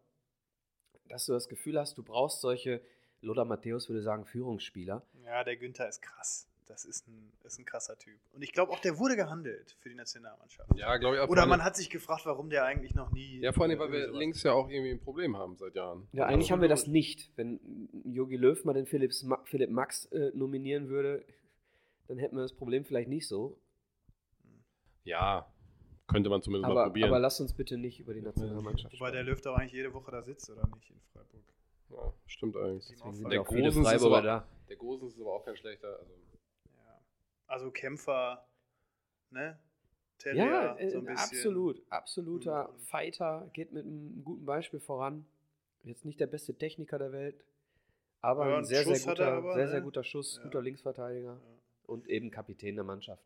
Speaker 1: dass du das Gefühl hast, du brauchst solche, Lothar Matthäus würde sagen, Führungsspieler.
Speaker 3: Ja, der Günther ist krass. Das ist ein, ist ein krasser Typ. Und ich glaube auch, der wurde gehandelt für die Nationalmannschaft.
Speaker 2: Ja, glaube ich. vor
Speaker 3: Oder
Speaker 2: allem-
Speaker 3: man hat sich gefragt, warum der eigentlich noch nie.
Speaker 2: Ja, vor allem, weil
Speaker 3: irgendwie
Speaker 2: wir
Speaker 3: sowas-
Speaker 2: links ja auch irgendwie ein Problem haben seit Jahren. Also
Speaker 1: Ja, eigentlich haben wir das nicht. Wenn Jogi Löw mal den Philips, Ma Philipp Max äh, nominieren würde, dann hätten wir das Problem vielleicht nicht so.
Speaker 2: Ja, könnte man zumindest mal
Speaker 1: Aber,
Speaker 2: probieren.
Speaker 1: aber lass uns bitte nicht über die Nationalmannschaft
Speaker 3: Wobei der
Speaker 1: sprechen.
Speaker 3: Löw doch eigentlich jede Woche da sitzt, oder nicht, in Freiburg.
Speaker 2: ja, stimmt eigentlich.
Speaker 3: Deswegen
Speaker 1: Deswegen sind
Speaker 3: Der
Speaker 1: ja auch viele
Speaker 2: Gosens ist
Speaker 1: Freiburger
Speaker 2: aber-
Speaker 1: da.
Speaker 2: Der Gosens ist aber auch kein schlechter. Also
Speaker 3: Ja. Also Kämpfer, ne? Terrier,
Speaker 1: Ja, äh,
Speaker 3: so ein bisschen.
Speaker 1: absolut. Absoluter
Speaker 3: Mhm.
Speaker 1: Fighter, geht mit einem guten Beispiel voran. Jetzt nicht der beste Techniker der Welt, aber
Speaker 3: Ja,
Speaker 1: ein
Speaker 3: einen
Speaker 1: sehr, sehr
Speaker 3: Schuss hat er
Speaker 1: guter,
Speaker 3: aber,
Speaker 1: sehr,
Speaker 3: ne?
Speaker 1: sehr guter Schuss,
Speaker 3: Ja.
Speaker 1: guter Linksverteidiger
Speaker 3: Ja.
Speaker 1: und eben Kapitän der Mannschaft.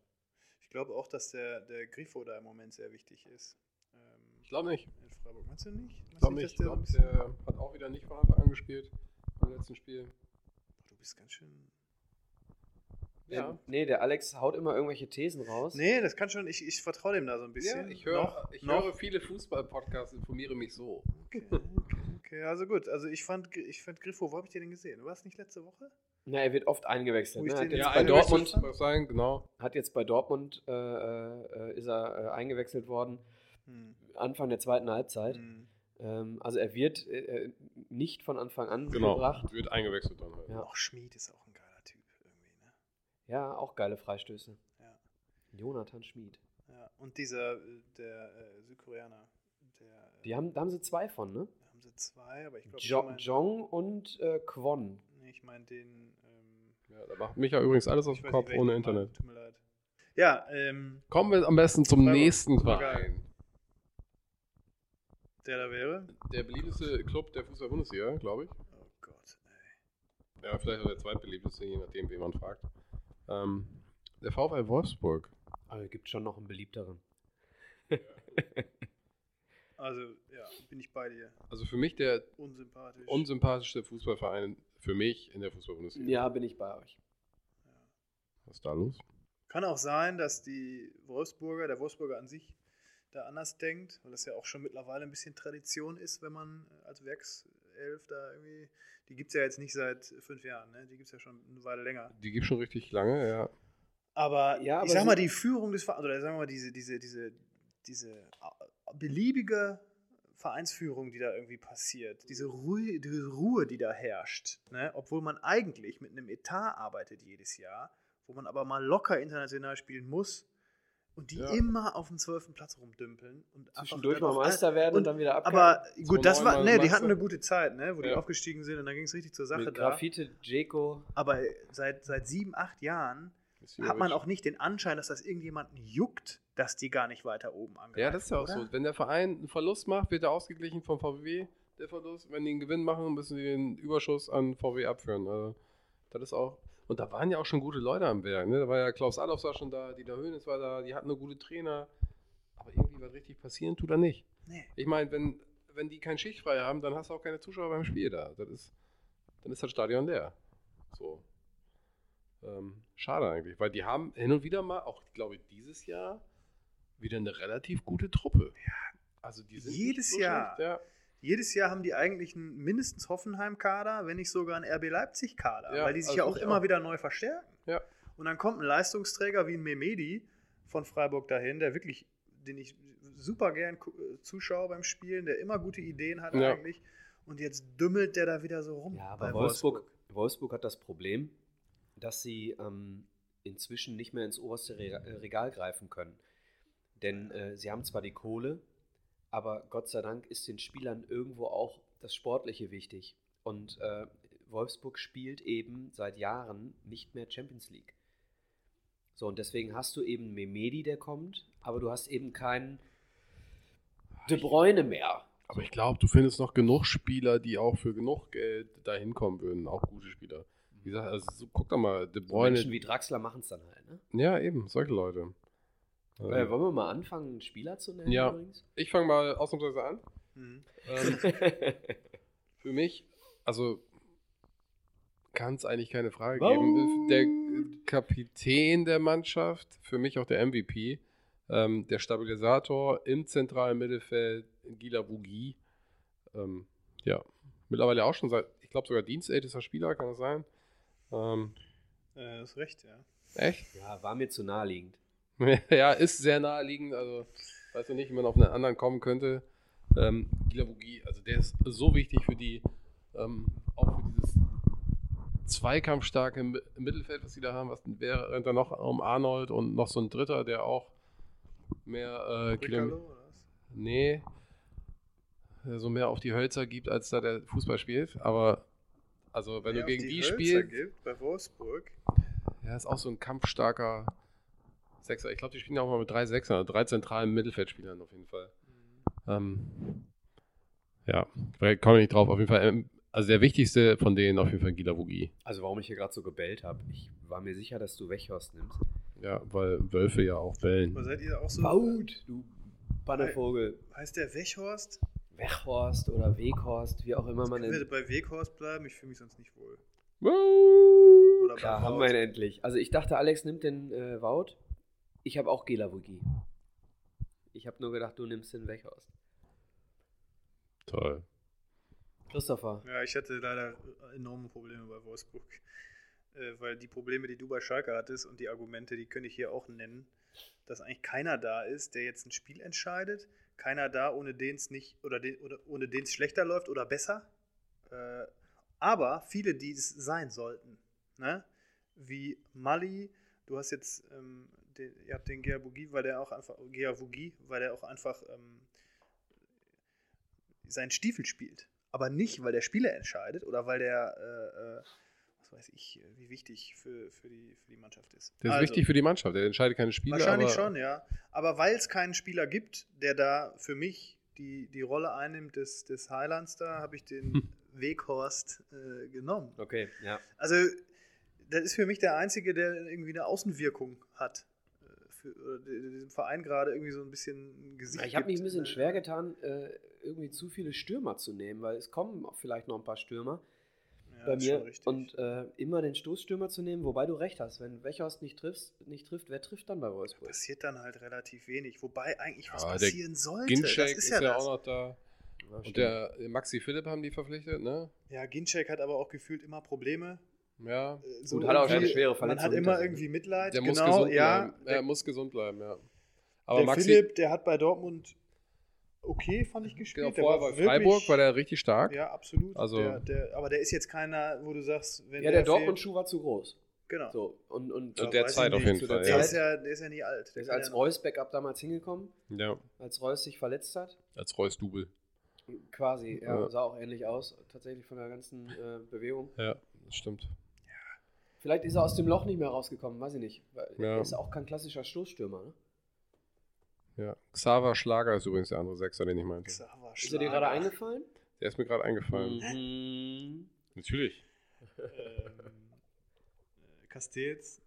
Speaker 3: Ich glaube auch, dass der, der Grifo da im Moment sehr wichtig ist. Ähm,
Speaker 2: ich glaube nicht.
Speaker 3: in Freiburg. Meinst du nicht?
Speaker 2: Ich
Speaker 3: Meinst du
Speaker 2: glaube nicht.
Speaker 3: dass
Speaker 2: Ich
Speaker 3: der so ein
Speaker 2: glaub,
Speaker 3: bisschen-
Speaker 2: der hat auch wieder nicht von Anfang an gespielt im letzten Spiel.
Speaker 3: Boah, du bist ganz schön.
Speaker 1: Ja. Ähm, nee, der Alex haut immer irgendwelche Thesen raus.
Speaker 3: Nee, das kann schon. Ich, ich vertraue dem da so ein bisschen.
Speaker 2: Ja, ich, höre,
Speaker 3: Noch,
Speaker 2: ich
Speaker 3: noch.
Speaker 2: höre viele Fußball-Podcasts, informiere mich so.
Speaker 3: Okay, okay, okay, also gut. Also ich fand, ich fand Griffo, wo habe ich den denn gesehen? War es nicht letzte Woche?
Speaker 1: Na, er wird oft eingewechselt.
Speaker 3: Wo ich
Speaker 1: Ne? Hat,
Speaker 3: den-
Speaker 1: jetzt
Speaker 3: Ja,
Speaker 1: bei Dortmund,
Speaker 2: muss sein, genau.
Speaker 1: hat jetzt bei Dortmund äh, äh, ist er äh, eingewechselt worden,
Speaker 3: Hm.
Speaker 1: Anfang der zweiten Halbzeit.
Speaker 3: Hm.
Speaker 1: Ähm, also er wird äh, äh, nicht von Anfang an
Speaker 2: Genau.
Speaker 1: gebracht.
Speaker 2: Wird eingewechselt dann halt.
Speaker 1: Ja.
Speaker 3: Auch Schmied ist auch ein geiler Typ irgendwie, ne?
Speaker 1: Ja, auch geile Freistöße.
Speaker 3: Ja.
Speaker 1: Jonathan Schmid.
Speaker 3: Ja. Und dieser, äh, der äh, Südkoreaner, der äh,
Speaker 1: Die haben, da haben sie zwei von, ne?
Speaker 3: da haben sie zwei, aber ich glaube, ich
Speaker 1: Jo
Speaker 3: meine
Speaker 1: Jong und äh, Kwon.
Speaker 3: nee, ich mein den. Ähm,
Speaker 2: Ja, da macht Micha übrigens alles auf
Speaker 3: ich
Speaker 2: den
Speaker 3: weiß
Speaker 2: Kopf
Speaker 3: nicht, wer ich
Speaker 2: ohne
Speaker 3: noch
Speaker 2: Internet.
Speaker 3: Mein, tut mir leid. Ja, ähm,
Speaker 2: Kommen wir am besten zum
Speaker 3: Freiburg.
Speaker 2: nächsten
Speaker 3: Freiburg.
Speaker 2: Verein.
Speaker 3: der da wäre.
Speaker 2: Der beliebteste Club der Fußball-Bundesliga, glaube ich.
Speaker 3: Oh Gott, ey.
Speaker 2: Ja, vielleicht auch der zweitbeliebteste, je nachdem, wen man fragt. Ähm, der VfL Wolfsburg.
Speaker 1: Aber es gibt schon noch einen beliebteren.
Speaker 3: Also, ja, bin ich bei dir.
Speaker 2: Also für mich der
Speaker 3: Unsympathisch.
Speaker 2: unsympathischste Fußballverein für mich in der Fußball-Bundesliga.
Speaker 1: Ja, bin ich bei euch.
Speaker 3: ja.
Speaker 2: Was ist da los?
Speaker 3: Kann auch sein, dass die Wolfsburger, der Wolfsburger an sich, da anders denkt, weil das ja auch schon mittlerweile ein bisschen Tradition ist, wenn man äh, als Werks, elf da irgendwie, die gibt es ja jetzt nicht seit fünf Jahren, ne? die gibt es ja schon eine Weile länger.
Speaker 2: Die gibt schon richtig lange, ja.
Speaker 3: Aber,
Speaker 1: Ja, aber
Speaker 3: ich sag mal,
Speaker 1: sie-
Speaker 3: die Führung des Vereins, oder sagen wir mal, diese, diese, diese, diese äh, beliebige Vereinsführung, die da irgendwie passiert, diese Ruhe, diese Ruhe die da herrscht, ne? obwohl man eigentlich mit einem Etat arbeitet jedes Jahr, wo man aber mal locker international spielen muss und die
Speaker 2: Ja.
Speaker 3: immer auf dem zwölften Platz rumdümpeln und einfach
Speaker 1: Zwischendurch
Speaker 3: dann
Speaker 1: mal
Speaker 3: auf
Speaker 1: Meister werden und,
Speaker 3: und-
Speaker 1: dann wieder
Speaker 3: alle-
Speaker 1: ab.
Speaker 3: Aber
Speaker 2: So
Speaker 3: gut, das war,
Speaker 2: neunmal
Speaker 3: ne, die
Speaker 2: Meister.
Speaker 3: hatten eine gute Zeit, ne, wo die
Speaker 2: Ja.
Speaker 3: aufgestiegen sind und dann ging es richtig zur Sache
Speaker 1: mit
Speaker 3: da.
Speaker 1: Graffite, Jeko.
Speaker 3: Aber seit, seit sieben, acht Jahren hat man auch nicht den Anschein, dass das irgendjemanden juckt, dass die gar nicht weiter oben angreifen.
Speaker 2: Ja, das ist ja auch
Speaker 3: oder?
Speaker 2: so. Wenn der Verein einen Verlust macht, wird er ausgeglichen vom VW, der Verlust. Wenn die einen Gewinn machen, müssen die den Überschuss an VW abführen. Also, das ist auch. Und da waren ja auch schon gute Leute am Werk. Ne? Da war ja Klaus Adolfs war schon da, Dieter Hönes war da, die hatten eine gute Trainer. Aber irgendwie was richtig passieren tut er nicht.
Speaker 3: Nee.
Speaker 2: Ich meine, wenn, wenn die kein Schicht frei haben, dann hast du auch keine Zuschauer beim Spiel da. Das ist, dann ist das Stadion leer. So. Ähm, schade eigentlich, weil die haben hin und wieder mal, auch glaube ich dieses Jahr, wieder eine relativ gute Truppe. Ja. Also die sind
Speaker 3: Jedes
Speaker 2: nicht so
Speaker 3: Jahr.
Speaker 2: Schlecht, ja.
Speaker 3: Jedes Jahr haben die eigentlich einen mindestens Hoffenheim-Kader, wenn nicht sogar einen RB Leipzig-Kader,
Speaker 2: Ja,
Speaker 3: weil die sich
Speaker 2: also
Speaker 3: ja auch
Speaker 2: ich
Speaker 3: immer
Speaker 2: auch.
Speaker 3: wieder neu verstärken.
Speaker 2: Ja.
Speaker 3: Und dann kommt ein Leistungsträger wie ein Memedi von Freiburg dahin, der wirklich, den ich super gern gu- äh, zuschaue beim Spielen, der immer gute Ideen hat
Speaker 2: Ja.
Speaker 3: eigentlich. Und jetzt dümmelt der da wieder so rum.
Speaker 1: Ja,
Speaker 3: bei
Speaker 1: aber Wolfsburg, Wolfsburg hat das Problem, dass sie ähm, inzwischen nicht mehr ins oberste Re äh, Regal greifen können. Denn äh, sie haben zwar die Kohle, aber Gott sei Dank ist den Spielern irgendwo auch das Sportliche wichtig. Und äh, Wolfsburg spielt eben seit Jahren nicht mehr Champions League. So, und deswegen hast du eben Memedi, der kommt, aber du hast eben keinen De Bruyne mehr.
Speaker 2: Aber ich glaube, du findest noch genug Spieler, die auch für genug Geld dahin kommen würden, auch gute Spieler. Wie gesagt, also, so, guck doch mal, De
Speaker 1: So
Speaker 2: Bruyne.
Speaker 1: Menschen wie Draxler machen es dann halt. Ne?
Speaker 2: ja, eben, solche Leute. Ähm,
Speaker 1: Äh, wollen wir mal anfangen, einen Spieler zu nennen
Speaker 2: Ja.
Speaker 1: übrigens?
Speaker 2: ich fange mal ausnahmsweise an.
Speaker 3: Mhm.
Speaker 2: Ähm, Für mich, also kann es eigentlich keine Frage geben. Der Kapitän der Mannschaft, für mich auch der MVP, ähm, der Stabilisator im zentralen Mittelfeld, Gila Bugi. Ähm, ja, mittlerweile auch schon seit, ich glaube sogar dienstältester Spieler, kann das sein? Ähm,
Speaker 3: Äh, ist recht, ja.
Speaker 2: echt?
Speaker 1: ja, war mir zu naheliegend.
Speaker 2: ja, ist sehr naheliegend. Also, weiß noch nicht, wie man auf einen anderen kommen könnte. Ähm, Gila Bugi, also der ist so wichtig für die, ähm, auch für dieses zweikampfstarke Mi- Mittelfeld, was sie da haben. Was wäre dann noch um Arnold und noch so ein Dritter, der auch mehr äh, Kilom-
Speaker 3: Brickerlo, oder was?
Speaker 2: Nee. Der so mehr auf die Hölzer gibt, als da der Fußball spielt. Aber, also, wenn
Speaker 3: Wer
Speaker 2: du
Speaker 3: auf
Speaker 2: gegen die,
Speaker 3: Hölzer
Speaker 2: spielst.
Speaker 3: Gibt, bei Wolfsburg.
Speaker 2: Ja, ist auch so ein kampfstarker Sechser. Ich glaube, die spielen ja auch mal mit drei Sechsern, drei zentralen Mittelfeldspielern auf jeden Fall.
Speaker 3: Mhm.
Speaker 2: Ähm, ja, ich komme nicht drauf. Auf jeden Fall, ähm, also der wichtigste von denen auf jeden Fall Gila Wugi.
Speaker 1: Also warum ich hier gerade so gebellt habe. Ich war mir sicher, dass du Wechhorst nimmst.
Speaker 2: Ja, weil Wölfe ja auch
Speaker 3: Aber
Speaker 2: bellen.
Speaker 3: seid ihr auch so. äh,
Speaker 1: Baut, du Bannevogel.
Speaker 3: Heißt der Wechhorst?
Speaker 1: Wechhorst oder Weghorst, wie auch immer man
Speaker 3: Können wir
Speaker 1: nennt.
Speaker 3: bei Weghorst bleiben? Ich fühle mich sonst nicht wohl.
Speaker 2: Wow.
Speaker 3: Oder bei
Speaker 1: Da haben
Speaker 3: Maut.
Speaker 1: wir ihn endlich. Also ich dachte, Alex nimmt den äh, Wout. Ich habe auch Gelawugi. Ich habe nur gedacht, du nimmst den Wechhorst.
Speaker 2: Toll.
Speaker 1: Christopher.
Speaker 3: Ja, ich hatte leider äh, enorme Probleme bei Wolfsburg. Äh, weil die Probleme, die du bei Schalke hattest und die Argumente, die könnte ich hier auch nennen, dass eigentlich keiner da ist, der jetzt ein Spiel entscheidet. Keiner da, ohne den es nicht oder, den, oder ohne den es schlechter läuft oder besser. Äh, aber viele, die es sein sollten. Ne? Wie Mali, du hast jetzt, ähm, den, ihr habt den Geabugi, weil der auch einfach, Geabugi, weil der auch einfach ähm, seinen Stiefel spielt. Aber nicht, weil der Spieler entscheidet oder weil der, äh, äh, was weiß ich, äh, wie wichtig für, für, die, für die Mannschaft ist.
Speaker 2: Der ist
Speaker 3: Also,
Speaker 2: wichtig für die Mannschaft. Der entscheidet keine Spiele.
Speaker 3: Wahrscheinlich
Speaker 2: aber
Speaker 3: schon, ja. Aber weil es keinen Spieler gibt, der da für mich die, die Rolle einnimmt des, des Highlands da, habe ich den
Speaker 2: Hm.
Speaker 3: Weghorst äh, genommen.
Speaker 1: Okay, ja.
Speaker 3: Also, das ist für mich der Einzige, der irgendwie eine Außenwirkung hat. äh, Für, oder der diesem Verein gerade irgendwie so ein bisschen ein Gesicht.
Speaker 1: Ich habe mich ein
Speaker 3: gibt. ne?
Speaker 1: bisschen schwer getan, äh, irgendwie zu viele Stürmer zu nehmen, weil es kommen vielleicht noch ein paar Stürmer.
Speaker 3: Ja,
Speaker 1: bei
Speaker 3: ist schon
Speaker 1: mir
Speaker 3: richtig.
Speaker 1: und äh, immer den Stoßstürmer zu nehmen, wobei du recht hast. Wenn Wechhorst nicht, triffst, nicht trifft, wer trifft dann bei Wolfsburg?
Speaker 3: passiert dann halt relativ wenig. Wobei eigentlich was
Speaker 2: Ja, der
Speaker 3: passieren sollte. Das
Speaker 2: Ginchek
Speaker 3: ist ja, das.
Speaker 2: auch noch da. Und der Maxi Philipp haben die verpflichtet, ne?
Speaker 3: Ja, Ginczek hat aber auch gefühlt immer Probleme.
Speaker 2: Ja.
Speaker 3: Äh, so
Speaker 1: Gut, hat er auch schon eine
Speaker 3: irgendwie-
Speaker 1: schwere
Speaker 3: Man
Speaker 1: Verletzung.
Speaker 3: hat immer
Speaker 1: hinter sich.
Speaker 3: irgendwie Mitleid.
Speaker 2: Der muss
Speaker 3: genau,
Speaker 2: gesund
Speaker 3: ja.
Speaker 2: bleiben.
Speaker 3: Der,
Speaker 2: Er muss gesund bleiben, ja. Aber
Speaker 3: der
Speaker 2: Maxi
Speaker 3: Philipp, der hat bei Dortmund okay, fand ich gespielt.
Speaker 2: genau,
Speaker 3: der
Speaker 2: vorher
Speaker 3: war
Speaker 2: bei
Speaker 3: wirklich-
Speaker 2: Freiburg war der richtig stark.
Speaker 3: Ja, absolut.
Speaker 2: Also-
Speaker 3: der, der, aber der ist jetzt keiner, wo du sagst, wenn
Speaker 1: Ja, der
Speaker 3: fehlt-
Speaker 1: Dortmund-Schuh war zu groß.
Speaker 3: Genau.
Speaker 1: So, und, und
Speaker 2: Zu
Speaker 1: äh,
Speaker 2: der
Speaker 1: weiß ich
Speaker 2: Zeit auf
Speaker 1: nicht,
Speaker 2: jeden
Speaker 1: zu der
Speaker 2: Fall, ja.
Speaker 3: Der, ist
Speaker 1: Zeit,
Speaker 3: ja, der ist ja nicht alt.
Speaker 1: der ist
Speaker 3: kann
Speaker 1: als
Speaker 3: ja noch-
Speaker 1: Reus Backup damals hingekommen,
Speaker 2: Ja,
Speaker 1: als Reus sich verletzt hat.
Speaker 2: als Reus-Dubel.
Speaker 1: Quasi, ja,
Speaker 2: Ja.
Speaker 1: sah auch ähnlich aus, tatsächlich von der ganzen äh, Bewegung.
Speaker 2: Ja, das stimmt.
Speaker 1: Vielleicht ist er aus dem Loch nicht mehr rausgekommen, weiß ich nicht. Weil
Speaker 2: Ja.
Speaker 1: Er ist auch kein klassischer Stoßstürmer. Ne?
Speaker 2: Ja. Xaver Schlager ist übrigens der andere Sechser, den ich meinte.
Speaker 3: Xaver
Speaker 1: Ist er dir
Speaker 3: Schlager.
Speaker 1: gerade eingefallen?
Speaker 2: Der ist mir gerade eingefallen.
Speaker 1: Mhm.
Speaker 2: Natürlich.
Speaker 3: Ähm, äh, Castells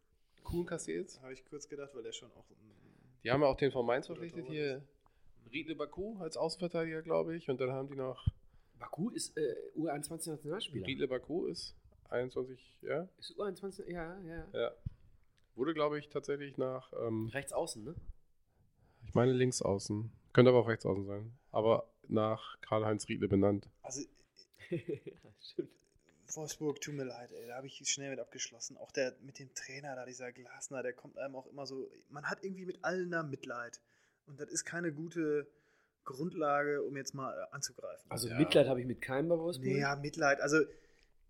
Speaker 2: Kuhn Castells.
Speaker 3: habe ich kurz gedacht, weil der schon auch. mm, ein-
Speaker 2: Die haben ja auch den von Mainz
Speaker 3: Oder
Speaker 2: verpflichtet
Speaker 3: Torwart
Speaker 2: hier. Riedle Baku als Außenverteidiger, glaube ich. Und dann haben die noch.
Speaker 1: Baku ist äh, U21-Nationalspieler.
Speaker 2: Riedle Baku ist 21, ja.
Speaker 1: Ist U21, ja, ja. ja.
Speaker 2: ja. Wurde, glaube ich, tatsächlich nach. Ähm,
Speaker 1: Rechts außen, ne?
Speaker 2: ich meine links außen. Könnte aber auch rechts außen sein. Aber nach Karl-Heinz Riedle benannt.
Speaker 3: Also,
Speaker 1: Stimmt.
Speaker 3: Wolfsburg, tut mir leid, ey, da habe ich schnell mit abgeschlossen. Auch der mit dem Trainer da, dieser Glasner, der kommt einem auch immer so. Man hat irgendwie mit allen da Mitleid. Und das ist keine gute Grundlage, um jetzt mal äh, anzugreifen.
Speaker 1: Also
Speaker 2: Ja.
Speaker 1: Mitleid habe ich mit keinem bei Wolfsburg.
Speaker 3: nee, ja, Mitleid. Also,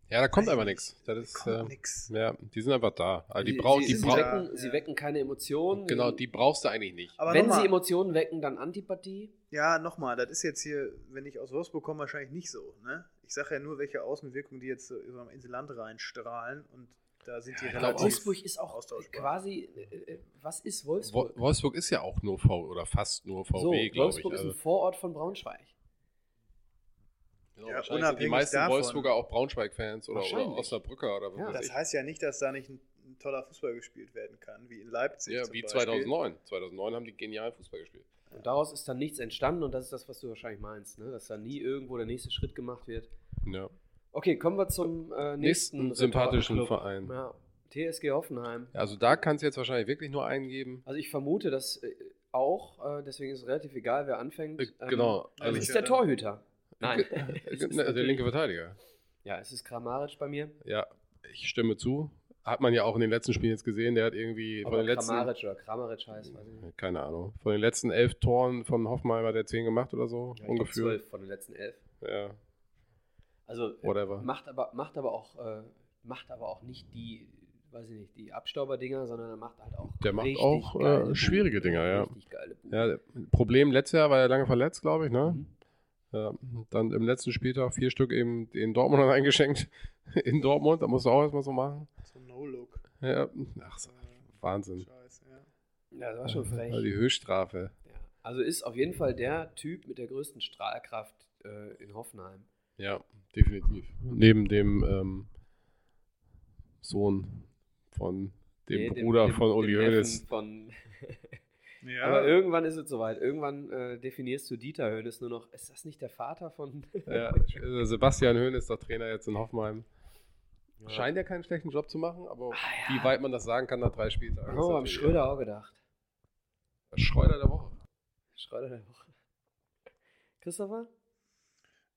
Speaker 2: Ja, da kommt
Speaker 3: weiß
Speaker 2: einfach
Speaker 3: ich
Speaker 2: nichts.
Speaker 3: nicht,
Speaker 2: Das ist.
Speaker 3: kommt
Speaker 2: Äh,
Speaker 3: nix.
Speaker 2: ja, die sind einfach da. Also die
Speaker 1: Sie-
Speaker 2: braucht,
Speaker 1: sie,
Speaker 2: die
Speaker 1: sie,
Speaker 3: brauch-
Speaker 2: braucht,
Speaker 1: wecken,
Speaker 3: Ja.
Speaker 1: sie wecken keine Emotionen.
Speaker 2: genau, die brauchst du eigentlich nicht.
Speaker 3: Aber
Speaker 1: Wenn
Speaker 3: nochmal,
Speaker 1: sie Emotionen wecken, dann Antipathie.
Speaker 3: Ja, nochmal, das ist jetzt hier, wenn ich aus Wolfsburg komme, wahrscheinlich nicht so. Ne? Ich sage ja nur, welche Auswirkungen die jetzt so über ins Land reinstrahlen und da sind die
Speaker 2: ich
Speaker 1: Aber
Speaker 2: Relativ
Speaker 1: Wolfsburg ist auch
Speaker 3: austauschbar.
Speaker 1: quasi, äh, äh, was ist
Speaker 2: Wo-
Speaker 1: Wolfsburg?
Speaker 2: Wolfsburg ist ja auch nur V oder fast nur
Speaker 1: so,
Speaker 2: VW, glaube ich.
Speaker 1: Wolfsburg ist
Speaker 2: Also,
Speaker 1: ein Vorort von Braunschweig.
Speaker 2: genau,
Speaker 3: Ja,
Speaker 2: wahrscheinlich sind die
Speaker 3: unabhängig
Speaker 2: meisten
Speaker 3: davon.
Speaker 2: Wolfsburger auch Braunschweig-Fans oder, oder
Speaker 1: Wahrscheinlich.
Speaker 2: Osnabrücker oder was
Speaker 1: Ja.
Speaker 2: weiß ich.
Speaker 3: Das Also heißt ja nicht, dass da nicht ein, ein toller Fußball gespielt werden kann, wie in Leipzig.
Speaker 2: Ja,
Speaker 3: zum
Speaker 2: wie
Speaker 3: Beispiel.
Speaker 2: 2009. 2009 haben die genialen Fußball gespielt.
Speaker 1: Und daraus ist dann nichts entstanden und das ist das, was du wahrscheinlich meinst, ne? dass da nie irgendwo der nächste Schritt gemacht wird.
Speaker 2: Ja.
Speaker 1: Okay, kommen wir zum äh, nächsten,
Speaker 2: Nächsten sympathischen
Speaker 1: Retortenclub.
Speaker 2: Verein.
Speaker 1: Ja, TSG Hoffenheim.
Speaker 2: Also da kann es jetzt wahrscheinlich wirklich nur einen geben.
Speaker 1: Also ich vermute, dass äh, auch, äh, deswegen ist es relativ egal, wer anfängt.
Speaker 2: Äh,
Speaker 1: Ähm,
Speaker 2: genau.
Speaker 1: Es
Speaker 3: also-
Speaker 1: ist der Torhüter. Nein.
Speaker 2: Äh,
Speaker 1: Es
Speaker 2: ne,
Speaker 1: ist
Speaker 2: der
Speaker 1: natürlich-
Speaker 2: linke Verteidiger.
Speaker 1: Ja, es ist Kramaric bei mir.
Speaker 2: Ja, ich stimme zu. Hat man ja auch in den letzten Spielen jetzt gesehen. Der hat irgendwie
Speaker 1: Aber
Speaker 2: von den letzten.
Speaker 1: Kramaric oder Kramaric heißt, weiß ich nicht.
Speaker 2: Keine Ahnung. Von den letzten elf Toren von Hoffenheim hat er zehn gemacht oder so.
Speaker 1: Ja, ich glaub,
Speaker 2: ungefähr.
Speaker 1: Zwölf von den letzten elf.
Speaker 2: Ja,
Speaker 1: Also äh,
Speaker 2: whatever.
Speaker 1: macht aber, macht aber auch, äh, macht aber auch nicht die, weiß ich nicht, die Abstauberdinger, sondern er macht halt auch.
Speaker 2: Der macht
Speaker 1: richtig
Speaker 2: auch, äh,
Speaker 1: geile Buden.
Speaker 2: schwierige Dinger, ja.
Speaker 1: Richtig geile Buden.
Speaker 2: Ja, Problem letztes Jahr war er lange verletzt, glaube ich, ne?
Speaker 1: Mhm.
Speaker 2: Ja, dann im letzten Spieltag vier Stück eben den Dortmundern eingeschenkt. In Dortmund, da musst du auch erstmal so machen.
Speaker 3: So ein No-Look.
Speaker 2: Ja, ach, so,
Speaker 3: Äh,
Speaker 2: Wahnsinn. also
Speaker 3: Scheiße, ja.
Speaker 1: Ja, das war schon frech.
Speaker 2: Die Höchststrafe.
Speaker 1: Ja. Also ist auf jeden Fall der Typ mit der größten Strahlkraft äh, in Hoffenheim.
Speaker 2: Ja, definitiv. Neben dem ähm, Sohn von dem
Speaker 1: Nee,
Speaker 2: Bruder
Speaker 1: dem-
Speaker 2: von
Speaker 1: dem
Speaker 2: Uli
Speaker 1: Neffen
Speaker 2: Hoeneß.
Speaker 1: Von,
Speaker 3: Ja,
Speaker 1: Aber irgendwann ist es soweit. Irgendwann äh, definierst du Dieter Hoeneß nur noch. Ist das nicht der Vater von.
Speaker 2: Ja, äh, Sebastian Höhn ist doch Trainer jetzt in Hoffenheim.
Speaker 1: Ja.
Speaker 2: Scheint ja keinen schlechten Job zu machen, aber
Speaker 1: Ah, ja.
Speaker 2: wie weit man das sagen kann nach drei Spieltagen.
Speaker 1: Haben
Speaker 2: ist
Speaker 1: wir beim
Speaker 2: natürlich-
Speaker 1: Schröder auch gedacht.
Speaker 2: Schreuder der Woche.
Speaker 1: Schröder der Woche. Christopher?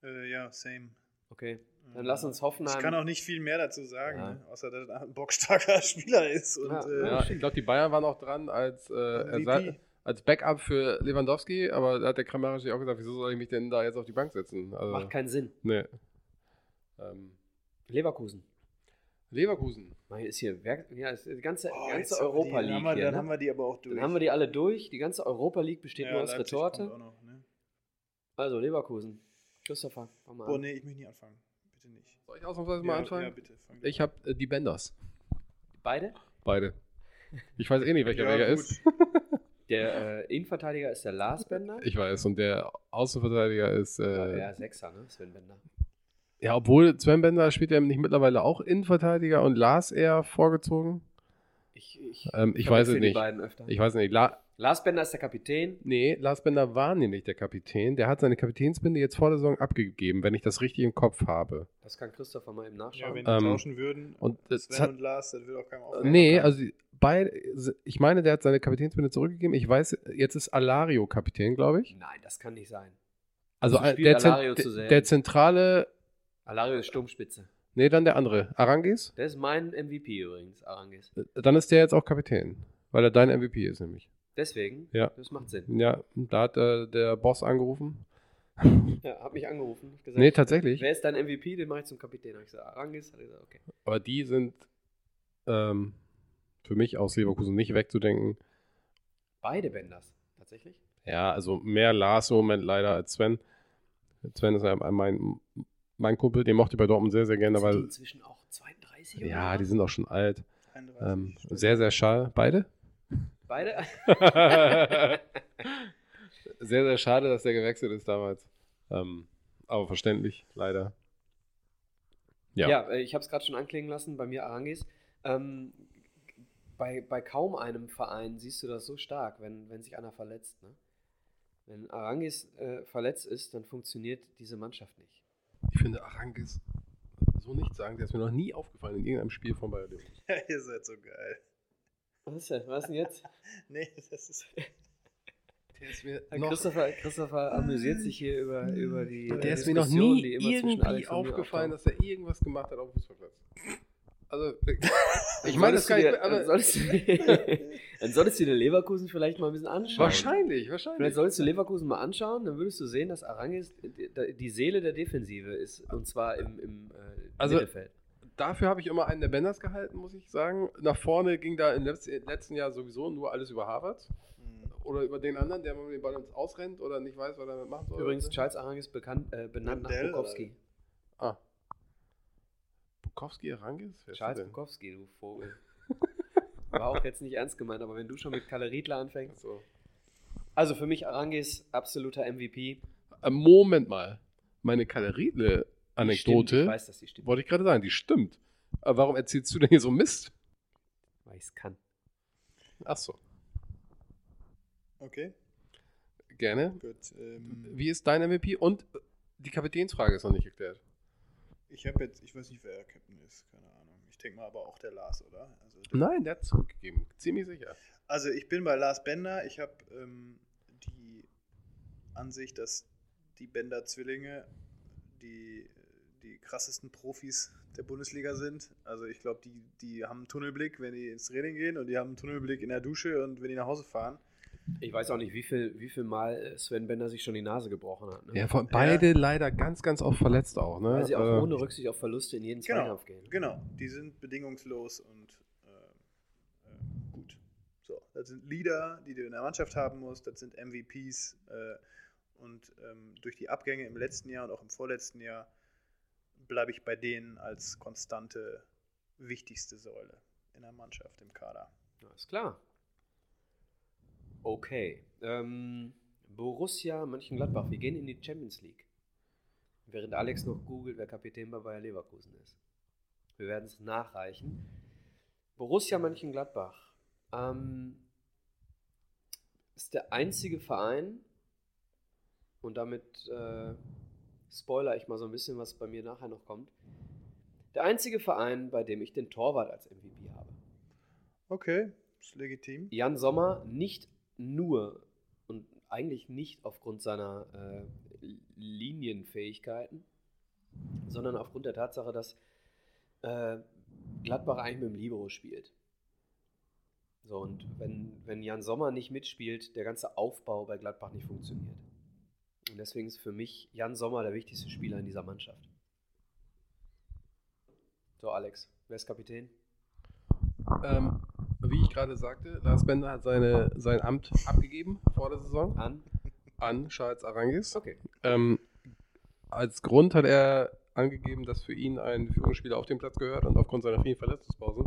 Speaker 3: äh, ja same.
Speaker 1: Okay.
Speaker 3: Ähm,
Speaker 1: Dann lass uns Hoffenheim.
Speaker 3: Ich kann auch nicht viel mehr dazu sagen,
Speaker 1: Ja.
Speaker 3: ne? außer dass er ein bockstarker Spieler ist. Und,
Speaker 1: Ja,
Speaker 3: äh,
Speaker 2: Ja, ich glaube, die Bayern waren auch dran als, äh, Ersatz,
Speaker 3: MVP.
Speaker 2: als Backup für Lewandowski, aber da hat der Kramaric sich auch gesagt, wieso soll ich mich denn da jetzt auf die Bank setzen? Also,
Speaker 1: Macht keinen Sinn.
Speaker 2: nee. ähm,
Speaker 1: Leverkusen.
Speaker 2: Leverkusen.
Speaker 1: Man, hier Ist hier Werk ja, ist die ganze,
Speaker 3: oh,
Speaker 1: ganze
Speaker 3: jetzt haben wir die-
Speaker 1: Europa
Speaker 3: Dann,
Speaker 1: League.
Speaker 3: haben wir,
Speaker 1: hier,
Speaker 3: dann
Speaker 1: ne?
Speaker 3: haben wir die aber auch durch.
Speaker 1: Dann haben wir die alle durch. Die ganze Europa League besteht nur aus
Speaker 3: Leipzig
Speaker 1: Retorte.
Speaker 3: kommt auch noch, ne?
Speaker 1: Also Leverkusen. Christopher, fang mal
Speaker 3: Boah,
Speaker 1: an.
Speaker 3: nee, ich möchte nicht anfangen. Bitte nicht.
Speaker 2: Soll ich ausnahmsweise mal
Speaker 3: ja,
Speaker 2: anfangen?
Speaker 3: Ja, bitte. Fang du
Speaker 2: Ich habe äh, die Benders.
Speaker 1: Beide?
Speaker 2: Beide. Ich weiß eh nicht, welcher
Speaker 3: Ja,
Speaker 2: welcher
Speaker 3: gut.
Speaker 2: ist.
Speaker 1: Der äh, Innenverteidiger ist der Lars Bender.
Speaker 2: Ich weiß. Und der Außenverteidiger ist.
Speaker 1: ja,
Speaker 2: Äh, ja,
Speaker 1: ja, Sechser, ne? Sven Bender.
Speaker 2: obwohl Sven Bender spielt ja nicht mittlerweile auch Innenverteidiger und Lars eher vorgezogen.
Speaker 1: Ich, ich,
Speaker 2: Ähm, ich
Speaker 1: verwechsel
Speaker 2: weiß es
Speaker 1: die
Speaker 2: nicht.
Speaker 1: Beiden öfter.
Speaker 2: Ich weiß nicht. La
Speaker 1: Lars Bender ist der Kapitän.
Speaker 2: Nee, Lars Bender war nämlich der Kapitän. Der hat seine Kapitänsbinde jetzt vor der Saison abgegeben, wenn ich das richtig im Kopf habe.
Speaker 1: Das kann Christopher mal eben
Speaker 3: Ja,
Speaker 1: nachschauen.
Speaker 3: wenn die
Speaker 2: Ähm,
Speaker 3: tauschen würden,
Speaker 2: Und das
Speaker 3: Sven
Speaker 2: hat,
Speaker 3: und Lars, das will auch keinem auffallen.
Speaker 2: nee, also die- beide, ich meine, der hat seine Kapitänsbinde zurückgegeben. Ich weiß, jetzt ist Alario Kapitän, glaube ich.
Speaker 1: Nein, das kann nicht sein.
Speaker 2: Also
Speaker 1: Spielt
Speaker 2: der, Zent-
Speaker 1: Alario zu
Speaker 2: der,
Speaker 1: sehr.
Speaker 2: der zentrale,
Speaker 1: Alario ist Sturmspitze.
Speaker 2: nee, dann der andere, Arangis.
Speaker 1: Der ist mein MVP übrigens, Arangis.
Speaker 2: Dann ist der jetzt auch Kapitän, weil er dein MVP ist nämlich.
Speaker 1: Deswegen,
Speaker 2: Ja. Mhm.
Speaker 1: das macht Sinn.
Speaker 2: Ja, da hat äh, der Boss angerufen.
Speaker 1: Ja, hab mich angerufen, hab gesagt,
Speaker 2: Nee, tatsächlich.
Speaker 1: wer ist dein MVP, den mache ich zum Kapitän. Hab ich gesagt, Arangis, hat er gesagt, okay.
Speaker 2: Aber die sind ähm, für mich aus Leverkusen nicht wegzudenken.
Speaker 1: Beide Benders, tatsächlich.
Speaker 2: Ja, also mehr Lars im Moment leider als Sven. Sven ist ja mein, mein Kumpel, den mochte ich bei Dortmund sehr, sehr gerne,
Speaker 1: sind die
Speaker 2: weil
Speaker 1: inzwischen auch 32 oder
Speaker 2: ja,
Speaker 1: was?
Speaker 2: die sind auch schon alt.
Speaker 3: 31
Speaker 2: Ähm,
Speaker 3: Stück.
Speaker 2: sehr, sehr schade. Beide?
Speaker 1: Beide?
Speaker 2: sehr, sehr schade, dass der gewechselt ist damals. Ähm, aber verständlich, leider. Ja.
Speaker 1: Ja, äh, ich habe es gerade schon anklingen lassen, bei mir Arangis. Ähm, bei, bei kaum einem Verein siehst du das so stark, wenn, wenn sich einer verletzt. Ne? Wenn Arangis äh, verletzt ist, dann funktioniert diese Mannschaft nicht.
Speaker 2: Ich finde Arankis so nicht sagen, der ist mir noch nie aufgefallen in irgendeinem Spiel von Bayern Leverkusen.
Speaker 3: Ja, ihr seid so geil.
Speaker 1: Was ist denn, was ist denn jetzt?
Speaker 3: Nee, das ist.
Speaker 2: Der ist mir
Speaker 1: Herr Christopher, Christopher amüsiert sich hier über, über die. äh,
Speaker 2: Der ist mir noch
Speaker 1: Diskussion,
Speaker 2: nie
Speaker 1: die immer zwischen
Speaker 2: irgendwie
Speaker 1: Alex und mir
Speaker 2: aufgefallen,
Speaker 1: auftaucht.
Speaker 2: dass er irgendwas gemacht hat auf dem Fußballplatz. Also, ich
Speaker 1: Dann
Speaker 2: meine, das
Speaker 1: solltest
Speaker 2: kann
Speaker 1: du
Speaker 2: ich.
Speaker 1: dir- Dann
Speaker 2: Aber
Speaker 1: solltest, du, dann solltest du dir Leverkusen vielleicht mal ein bisschen anschauen.
Speaker 2: wahrscheinlich,
Speaker 1: Vielleicht
Speaker 2: wahrscheinlich.
Speaker 1: solltest du Leverkusen mal anschauen, dann würdest du sehen, dass Arangis die Seele der Defensive ist. Und zwar im, im äh,
Speaker 2: Also-
Speaker 1: Mittelfeld.
Speaker 2: Dafür habe ich immer einen der Benders gehalten, muss ich sagen. Nach vorne ging da im letz- letzten Jahr sowieso nur alles über Harvard
Speaker 3: Hm.
Speaker 2: oder über den anderen, der mal mit dem Ball ins Ausrennt oder nicht weiß, was er damit machen soll.
Speaker 1: Übrigens, Charles Arangis bekannt, äh, benannt nach
Speaker 3: Mandel,
Speaker 1: Bukowski.
Speaker 2: Ah. Bukowski Arangis? Wer ist
Speaker 1: Charles
Speaker 2: der denn?
Speaker 1: Bukowski, du Vogel. War auch jetzt nicht ernst gemeint, aber wenn du schon mit Kalle Riedler anfängst.
Speaker 2: So.
Speaker 1: Also für mich Arangis absoluter MVP.
Speaker 2: Äh, Moment mal. Meine
Speaker 1: Die
Speaker 2: Kaloriedle-Anekdote.
Speaker 1: Stimmt, ich weiß, dass die stimmt.
Speaker 2: Wollte ich gerade sagen, die stimmt. Aber warum erzählst du denn hier so Mist?
Speaker 1: Weil ich es kann.
Speaker 2: Ach so,
Speaker 3: Okay,
Speaker 2: gerne.
Speaker 3: gut. Ähm,
Speaker 2: Wie ist dein MVP? Und äh, die Kapitänsfrage ist noch nicht geklärt.
Speaker 3: ich habe jetzt, ich weiß nicht, wer Captain ist, keine Ahnung. Ich denke mal aber auch der Lars, oder? Also, der-
Speaker 2: Nein, der hat zurückgegeben. Ziemlich sicher.
Speaker 3: also ich bin bei Lars Bender. Ich habe ähm, die Ansicht, dass die Bender-Zwillinge die, die krassesten Profis der Bundesliga sind. Also ich glaube, die, die haben einen Tunnelblick, wenn die ins Training gehen und die haben einen Tunnelblick in der Dusche und wenn die nach Hause fahren.
Speaker 1: Ich weiß auch nicht, wie viel, wie viel Mal äh, Sven Bender sich schon die Nase gebrochen hat. Ne?
Speaker 2: Ja, von beide leider ganz, ganz oft verletzt auch. Ne?
Speaker 1: Weil sie auch
Speaker 2: Äh,
Speaker 1: ohne Rücksicht auf Verluste in jeden
Speaker 3: Genau,
Speaker 1: Zweikampf gehen.
Speaker 3: Genau, die sind bedingungslos und äh, äh, gut. So, das sind Leader, die du in der Mannschaft haben musst, das sind MVPs äh, und ähm, durch die Abgänge im letzten Jahr und auch im vorletzten Jahr bleibe ich bei denen als konstante, wichtigste Säule in der Mannschaft, im Kader.
Speaker 1: Ja, ist klar. Okay. Ähm, Borussia Mönchengladbach, wir gehen in die Champions League. Während Alex noch googelt, wer Kapitän bei Bayer Leverkusen ist. Wir werden es nachreichen. Borussia Mönchengladbach ähm, ist der einzige Verein, und damit äh, spoiler ich mal so ein bisschen, was bei mir nachher noch kommt, der einzige Verein, bei dem ich den Torwart als MVP habe.
Speaker 3: Okay, ist legitim.
Speaker 1: Jan Sommer nicht nur und eigentlich nicht aufgrund seiner äh, Linienfähigkeiten, sondern aufgrund der Tatsache, dass äh, Gladbach eigentlich mit dem Libero spielt. So, und wenn, wenn Jan Sommer nicht mitspielt, der ganze Aufbau bei Gladbach nicht funktioniert. Und deswegen ist für mich Jan Sommer der wichtigste Spieler in dieser Mannschaft. So, Alex, wer ist Kapitän?
Speaker 2: Ähm, wie ich gerade sagte, Lars Bender hat seine, sein Amt abgegeben vor der Saison
Speaker 1: An?
Speaker 2: an Charles Arangis.
Speaker 1: Okay.
Speaker 2: Ähm, als Grund hat er angegeben, dass für ihn ein Führungsspieler auf den Platz gehört und aufgrund seiner vielen Verletzungspausen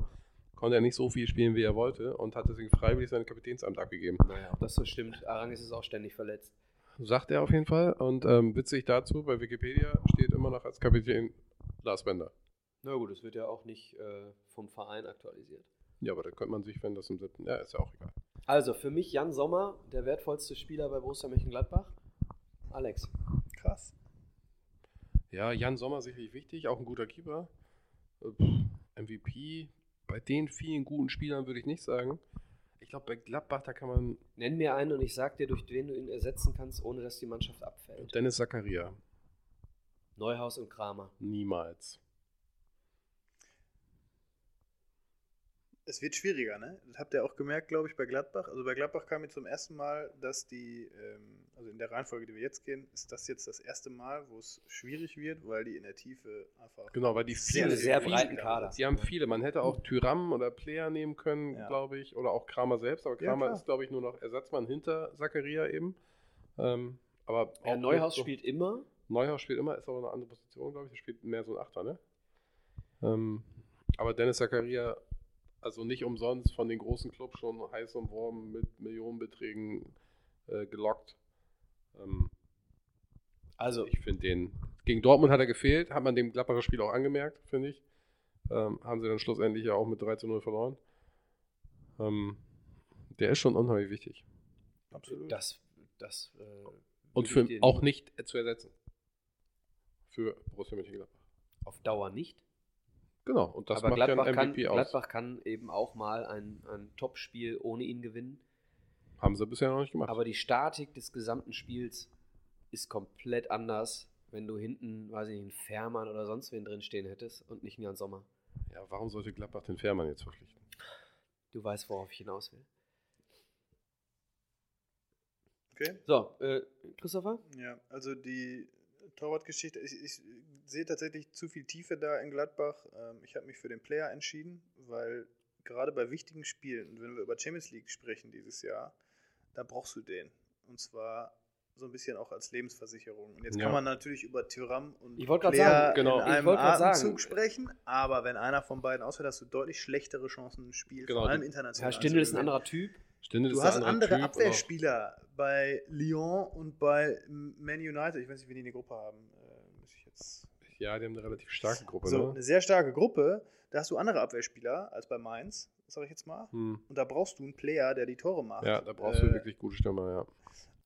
Speaker 2: konnte er nicht so viel spielen, wie er wollte und hat deswegen freiwillig sein Kapitänsamt abgegeben.
Speaker 1: Naja, ob das so stimmt. Arangis ist auch ständig verletzt.
Speaker 2: Sagt er auf jeden Fall und ähm, witzig dazu, bei Wikipedia steht immer noch als Kapitän Lars Bender.
Speaker 1: Na gut, es wird ja auch nicht äh, vom Verein aktualisiert.
Speaker 2: Ja, aber da könnte man sich, wenn das im siebten, ja, ist ja auch egal.
Speaker 1: Also für mich Jan Sommer, der wertvollste Spieler bei Borussia Mönchengladbach. Alex.
Speaker 3: Krass.
Speaker 2: Ja, Jan Sommer sicherlich wichtig, auch ein guter Keeper. Äh, pff, MVP, bei den vielen guten Spielern würde ich nicht sagen. Ich Ich glaube, bei Gladbach, da kann man
Speaker 1: Nenn mir einen und ich sag dir, durch wen du ihn ersetzen kannst, ohne dass die Mannschaft abfällt.
Speaker 2: Dennis Zakaria
Speaker 1: Neuhaus und Kramer.
Speaker 2: niemals.
Speaker 3: Es wird schwieriger, ne? Das habt ihr auch gemerkt, glaube ich, bei Gladbach. Also bei Gladbach kam jetzt zum ersten Mal, dass die, ähm, also in der Reihenfolge, die wir jetzt gehen, ist das jetzt das erste Mal, wo es schwierig wird, weil die in der Tiefe einfach.
Speaker 2: Genau, weil die
Speaker 1: Sie haben
Speaker 2: viele,
Speaker 1: einen sehr
Speaker 2: viele-
Speaker 1: breiten Kader.
Speaker 2: Sie haben viele. Man hätte auch Tyram oder Player nehmen können,
Speaker 3: Ja.
Speaker 2: glaube ich, oder auch Kramer selbst. Aber
Speaker 3: Ja,
Speaker 2: Kramer
Speaker 3: klar.
Speaker 2: ist, glaube ich, nur noch Ersatzmann hinter Zakaria eben. Ähm, aber
Speaker 1: Ja,
Speaker 2: auch
Speaker 1: Neuhaus
Speaker 2: so-
Speaker 1: spielt immer.
Speaker 2: Neuhaus spielt immer, ist aber eine andere Position, glaube ich. Er spielt mehr so ein Achter, ne? Ähm, aber Dennis Zakaria, also nicht umsonst von den großen Clubs schon heiß umworben mit Millionenbeträgen äh, gelockt. Ähm,
Speaker 1: Also,
Speaker 2: ich finde den. Gegen Dortmund hat er gefehlt, hat man dem Gladbacher Spiel auch angemerkt, finde ich. Ähm, haben sie dann schlussendlich ja auch mit 3 zu 0 verloren. Ähm, der ist schon unheimlich wichtig.
Speaker 3: Absolut.
Speaker 1: das. das äh,
Speaker 2: Und
Speaker 1: würde
Speaker 2: für
Speaker 1: ich den
Speaker 2: auch nicht zu ersetzen. Für Borussia Mönchengladbach.
Speaker 1: Auf Dauer nicht.
Speaker 2: Genau, und das
Speaker 1: aber
Speaker 2: macht
Speaker 1: Gladbach,
Speaker 2: ja
Speaker 1: kann,
Speaker 2: ein MVP aus.
Speaker 1: Gladbach kann eben auch mal ein, ein Topspiel ohne ihn gewinnen.
Speaker 2: Haben sie bisher noch nicht gemacht.
Speaker 1: Aber die Statik des gesamten Spiels ist komplett anders, wenn du hinten, weiß ich nicht, einen Fährmann oder sonst wen drin stehen hättest und nicht einen Jan Sommer.
Speaker 2: ja, warum sollte Gladbach den Fährmann jetzt verpflichten?
Speaker 1: Du weißt, worauf ich hinaus will.
Speaker 3: Okay.
Speaker 1: So, äh, Christopher?
Speaker 3: Ja, also die Torwartgeschichte, ich, ich sehe tatsächlich zu viel Tiefe da in Gladbach. Ähm, Ich habe mich für den Player entschieden, weil gerade bei wichtigen Spielen, wenn wir über Champions League sprechen dieses Jahr, da brauchst du den. Und zwar so ein bisschen auch als Lebensversicherung. Und jetzt
Speaker 2: Ja.
Speaker 3: kann man natürlich über Thuram und
Speaker 1: Ich wollte gerade
Speaker 3: Player
Speaker 1: sagen,
Speaker 2: genau,
Speaker 3: in
Speaker 1: ich
Speaker 3: einem
Speaker 1: wollte gerade sagen.
Speaker 3: Atemzug sprechen, aber wenn einer von beiden ausfällt, hast du deutlich schlechtere Chancen im Spiel,
Speaker 2: Genau,
Speaker 3: vor allem
Speaker 2: die-
Speaker 1: Herr
Speaker 3: international.
Speaker 1: Stindl ist ein
Speaker 3: zu gewinnen.
Speaker 1: anderer Typ.
Speaker 2: Stindl
Speaker 3: Du
Speaker 2: ist der
Speaker 3: hast andere
Speaker 2: Typ und auch-
Speaker 3: Abwehrspieler bei Lyon und bei Man United. Ich weiß nicht, wie die eine Gruppe haben. Äh, muss ich jetzt
Speaker 2: Ja, die haben eine relativ starke Gruppe,
Speaker 3: so, eine
Speaker 2: ne?
Speaker 3: sehr starke Gruppe. Da hast du andere Abwehrspieler als bei Mainz, sag ich jetzt mal.
Speaker 2: Hm.
Speaker 3: Und da brauchst du einen Player, der die Tore macht.
Speaker 2: Ja, da brauchst du
Speaker 3: Äh,
Speaker 2: wirklich gute Stürmer, ja.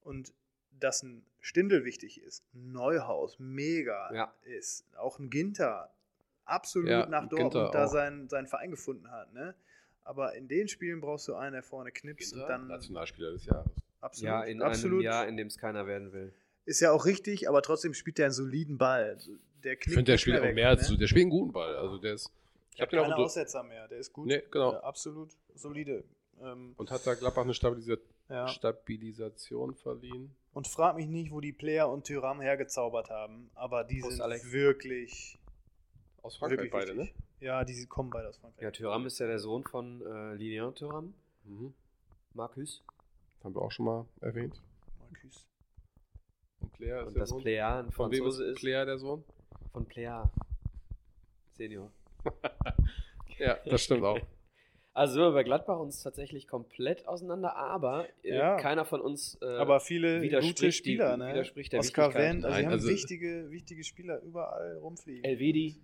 Speaker 3: Und dass ein Stindel wichtig ist, Neuhaus mega
Speaker 1: Ja.
Speaker 3: ist, auch ein Ginter absolut
Speaker 2: Ja,
Speaker 3: nach
Speaker 2: Ginter
Speaker 3: Dortmund da
Speaker 2: auch.
Speaker 3: seinen, seinen Verein gefunden hat. Ne? Aber in den Spielen brauchst du einen, der vorne knipst und dann
Speaker 2: Nationalspieler des Jahres.
Speaker 3: absolut,
Speaker 1: Ja, in
Speaker 3: absolut
Speaker 1: einem Jahr, in dem es keiner werden will.
Speaker 3: Ist ja auch richtig, aber trotzdem spielt er einen soliden Ball. Also Der
Speaker 2: Ich finde, der
Speaker 3: nicht
Speaker 2: spielt auch
Speaker 3: weg,
Speaker 2: mehr als
Speaker 3: ne?
Speaker 2: der spielt einen guten Ball. Also der ist. Ich habe
Speaker 3: Der hat
Speaker 2: den auch
Speaker 3: keine
Speaker 2: unter-
Speaker 3: Aussetzer mehr. Der ist gut.
Speaker 2: Nee, genau.
Speaker 3: Ja, absolut solide. Ähm,
Speaker 2: Und hat da Gladbach eine Stabilisa
Speaker 3: ja.
Speaker 2: Stabilisation verliehen?
Speaker 3: Und frag mich nicht, wo die Player und Tyram hergezaubert haben, aber die
Speaker 1: Prost,
Speaker 3: sind
Speaker 1: Alex.
Speaker 3: wirklich,
Speaker 2: Aus Frankreich
Speaker 3: wirklich
Speaker 2: beide, ne?
Speaker 3: wichtig. Ja, die kommen beide aus Frankreich.
Speaker 1: Ja, Thuram ist ja der Sohn von äh, Lilian Thuram,
Speaker 2: Mhm.
Speaker 1: Marcus.
Speaker 2: Haben wir auch schon mal erwähnt.
Speaker 3: Marcus.
Speaker 2: Und Player ist
Speaker 1: Und
Speaker 2: der
Speaker 1: dass
Speaker 2: Sohn.
Speaker 1: Player ein
Speaker 2: Von wem ist
Speaker 1: Franzose ist.
Speaker 2: Player der Sohn?
Speaker 1: Von Player. Senior.
Speaker 2: Ja, das stimmt auch.
Speaker 1: Also sind wir bei Gladbach uns tatsächlich komplett auseinander, aber äh,
Speaker 3: Ja.
Speaker 1: keiner von uns. Äh,
Speaker 3: Aber viele gute
Speaker 1: widerspricht
Speaker 3: Spieler,
Speaker 1: die-
Speaker 3: ne?
Speaker 1: widerspricht der
Speaker 3: Oscar
Speaker 1: Wichtigkeit.
Speaker 3: Wendt, also
Speaker 2: Nein,
Speaker 3: die haben
Speaker 2: also-
Speaker 3: wichtige, wichtige Spieler überall rumfliegen.
Speaker 1: Elvedi,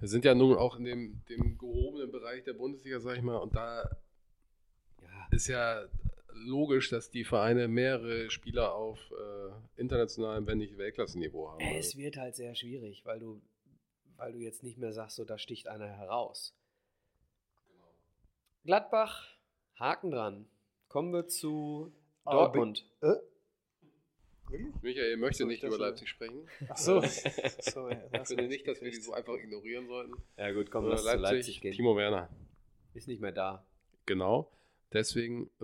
Speaker 2: Wir sind ja nun auch in dem, dem gehobenen Bereich der Bundesliga, sag ich mal, und da
Speaker 1: ja,
Speaker 2: ist ja logisch, dass die Vereine mehrere Spieler auf äh, internationalem, wenn nicht Weltklassenniveau haben. Also,
Speaker 1: es wird halt sehr schwierig, weil du, weil du jetzt nicht mehr sagst, so da sticht einer heraus.
Speaker 3: Genau.
Speaker 1: Gladbach, Haken dran. Kommen wir zu
Speaker 3: Aber
Speaker 1: Dortmund.
Speaker 3: Äh? Wirklich?
Speaker 2: Michael möchte
Speaker 3: Soll ich
Speaker 2: nicht
Speaker 3: das
Speaker 2: über
Speaker 3: sagen?
Speaker 2: Leipzig sprechen.
Speaker 3: Ach so. Sorry,
Speaker 2: Ich finde nicht, dass wir die so einfach ignorieren sollten.
Speaker 1: Ja gut, komm,
Speaker 2: Äh,
Speaker 1: lass zu Leipzig gehen.
Speaker 2: Timo Werner.
Speaker 1: Ist nicht mehr da.
Speaker 2: Genau. Deswegen,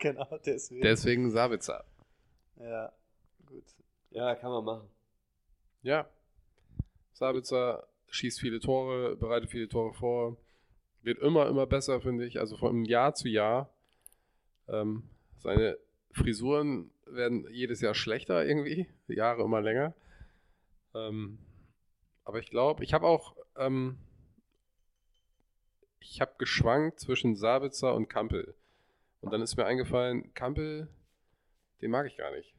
Speaker 3: genau, deswegen.
Speaker 2: deswegen Sabitzer.
Speaker 3: ja, gut.
Speaker 1: Ja, kann man machen.
Speaker 2: Ja. Sabitzer schießt viele Tore, bereitet viele Tore vor. Wird immer, immer besser, finde ich. Also von Jahr zu Jahr. Ähm, seine Frisuren werden jedes Jahr schlechter irgendwie. Die Jahre immer länger. Ähm, aber ich glaube, ich habe auch. Ähm, ich habe geschwankt zwischen Sabitzer und Kampel. Und dann ist mir eingefallen, Kampel, den mag ich gar nicht.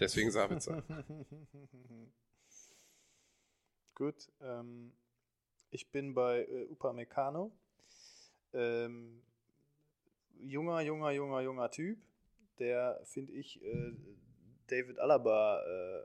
Speaker 2: Deswegen Sabitzer.
Speaker 3: gut, ähm, ich bin bei äh, Upamecano. Ähm, junger, junger, junger, junger Typ, der, finde ich, äh, David Alaba äh, äh,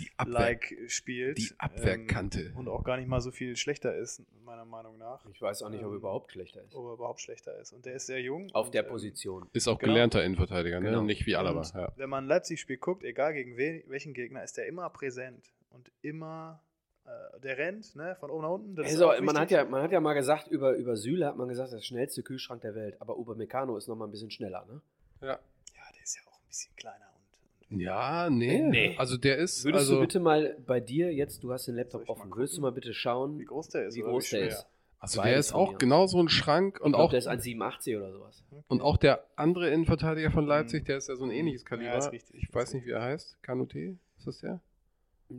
Speaker 2: Die Abwehr,
Speaker 3: like spielt.
Speaker 2: die Abwehrkante.
Speaker 3: Ähm, und auch gar nicht mal so viel schlechter ist, meiner Meinung nach.
Speaker 1: Ich weiß auch nicht, ob er
Speaker 3: Ähm,
Speaker 1: überhaupt schlechter ist.
Speaker 3: Ob er überhaupt schlechter ist. Und der ist sehr jung.
Speaker 1: Auf
Speaker 3: und,
Speaker 1: der
Speaker 3: ähm,
Speaker 1: Position.
Speaker 2: ist auch
Speaker 3: genau.
Speaker 2: gelernter Innenverteidiger, ne?
Speaker 1: Genau.
Speaker 2: Nicht wie Alaba.
Speaker 3: Und
Speaker 2: Ja.
Speaker 3: Wenn man ein Leipzig-Spiel guckt, egal gegen wen, welchen Gegner, ist der immer präsent und immer, äh, der rennt ne, von oben nach unten. das ist
Speaker 1: Also,
Speaker 3: auch
Speaker 1: man,
Speaker 3: wichtig.
Speaker 1: hat ja, man hat ja mal gesagt, über, über Süle hat man gesagt, der schnellste Kühlschrank der Welt. Aber Upamecano ist noch mal ein bisschen schneller, ne?
Speaker 2: Ja.
Speaker 3: Ja, der ist ja auch ein bisschen kleiner. Und, und
Speaker 2: ja, nee.
Speaker 1: Äh, Nee.
Speaker 2: Also der ist,
Speaker 1: Würdest
Speaker 2: also,
Speaker 1: du bitte mal bei dir jetzt, du hast den Laptop
Speaker 3: Soll ich mal
Speaker 1: offen,
Speaker 3: gucken?
Speaker 1: würdest du mal bitte schauen,
Speaker 3: wie groß der ist.
Speaker 1: wie
Speaker 3: oder
Speaker 1: groß der
Speaker 3: schwer.
Speaker 1: ist?
Speaker 2: also der
Speaker 1: Beides
Speaker 2: ist
Speaker 1: von
Speaker 2: auch
Speaker 1: mir aus.
Speaker 2: genau so ein Schrank und
Speaker 1: Ich glaub,
Speaker 2: auch
Speaker 1: der ist 1,87 oder sowas.
Speaker 3: Okay.
Speaker 2: Und auch der andere Innenverteidiger von Leipzig,
Speaker 3: Mhm.
Speaker 2: der ist ja so ein ähnliches Kaliber.
Speaker 3: Ja, ist richtig.
Speaker 2: Ich weiß nicht, wie er heißt. Kanute, ist das der?
Speaker 1: Äh,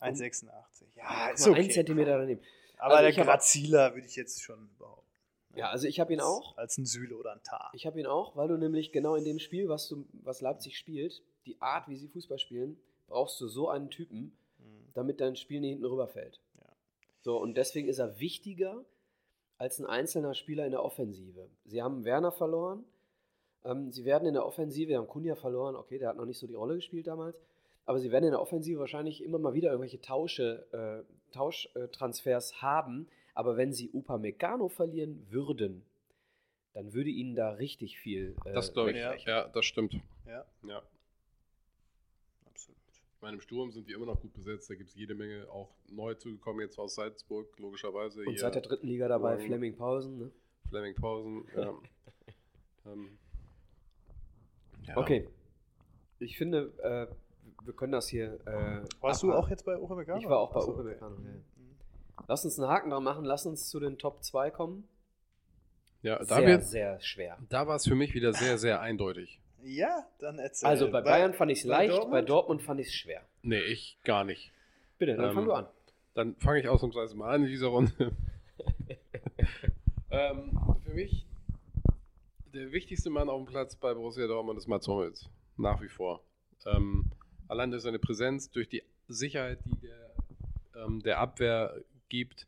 Speaker 3: 1,86. Ja,
Speaker 1: Ah,
Speaker 3: ist
Speaker 1: ist okay.
Speaker 3: okay.
Speaker 1: Ein Zentimeter daneben.
Speaker 3: Aber
Speaker 1: Also ich
Speaker 3: der
Speaker 1: hab-
Speaker 3: Grazila würde ich jetzt schon behaupten. ne?
Speaker 1: Ja, also ich habe ihn
Speaker 3: Als-
Speaker 1: auch.
Speaker 3: Als ein Süle oder ein Tar.
Speaker 1: Ich habe ihn auch, weil du nämlich genau in dem Spiel, was, du, was Leipzig spielt, die Art, wie sie Fußball spielen, brauchst du so einen Typen,
Speaker 3: Mhm.
Speaker 1: damit dein Spiel nicht hinten rüberfällt.
Speaker 3: Ja.
Speaker 1: So, und deswegen ist er wichtiger als ein einzelner Spieler in der Offensive. Sie haben Werner verloren, ähm, sie werden in der Offensive, sie haben Kunja verloren, okay, der hat noch nicht so die Rolle gespielt damals, aber sie werden in der Offensive wahrscheinlich immer mal wieder irgendwelche Tausche, äh, Tauschtransfers haben, aber wenn sie Upamecano verlieren würden, dann würde ihnen da richtig viel. äh,
Speaker 2: Das glaube ich. Ja.
Speaker 1: wegbrechen.
Speaker 3: Rechtsrecht.
Speaker 2: das stimmt.
Speaker 3: Ja,
Speaker 2: Ja.
Speaker 3: absolut.
Speaker 2: Ich meine, im Sturm sind die immer noch gut besetzt. Da gibt es jede Menge auch neu zugekommen, jetzt aus Salzburg, logischerweise.
Speaker 1: Und
Speaker 2: Hier
Speaker 1: seit der dritten Liga dabei,
Speaker 2: Morgen.
Speaker 1: Fleming Pausen. Ne?
Speaker 2: Fleming Pausen. Ja. ähm, ja.
Speaker 1: Okay. Ich finde, äh, wir können das hier. Äh,
Speaker 3: Warst du
Speaker 1: abhaken.
Speaker 3: auch jetzt bei Upamecano?
Speaker 1: Ich war auch bei
Speaker 3: Achso,
Speaker 1: Upamecano, ja.
Speaker 3: Mhm.
Speaker 1: Lass uns einen Haken dran machen, lass uns zu den Top 2 kommen.
Speaker 2: Ja, da,
Speaker 1: sehr,
Speaker 2: wird's-
Speaker 1: sehr schwer.
Speaker 2: da war es für mich wieder sehr, sehr eindeutig.
Speaker 3: Ja, dann erzähl.
Speaker 1: Also bei Bayern fand ich es
Speaker 3: bei
Speaker 1: leicht, bei
Speaker 3: Dortmund?
Speaker 1: Dortmund fand ich es schwer.
Speaker 2: Nee, ich gar nicht.
Speaker 1: Bitte, dann
Speaker 2: Ähm,
Speaker 1: fang du an.
Speaker 2: Dann fange ich ausnahmsweise mal an in dieser Runde. ähm, für mich der wichtigste Mann auf dem Platz bei Borussia Dortmund ist Mats Hummels. Nach wie vor. Ähm, allein durch seine Präsenz, durch die Sicherheit, die der, ähm, der Abwehr gibt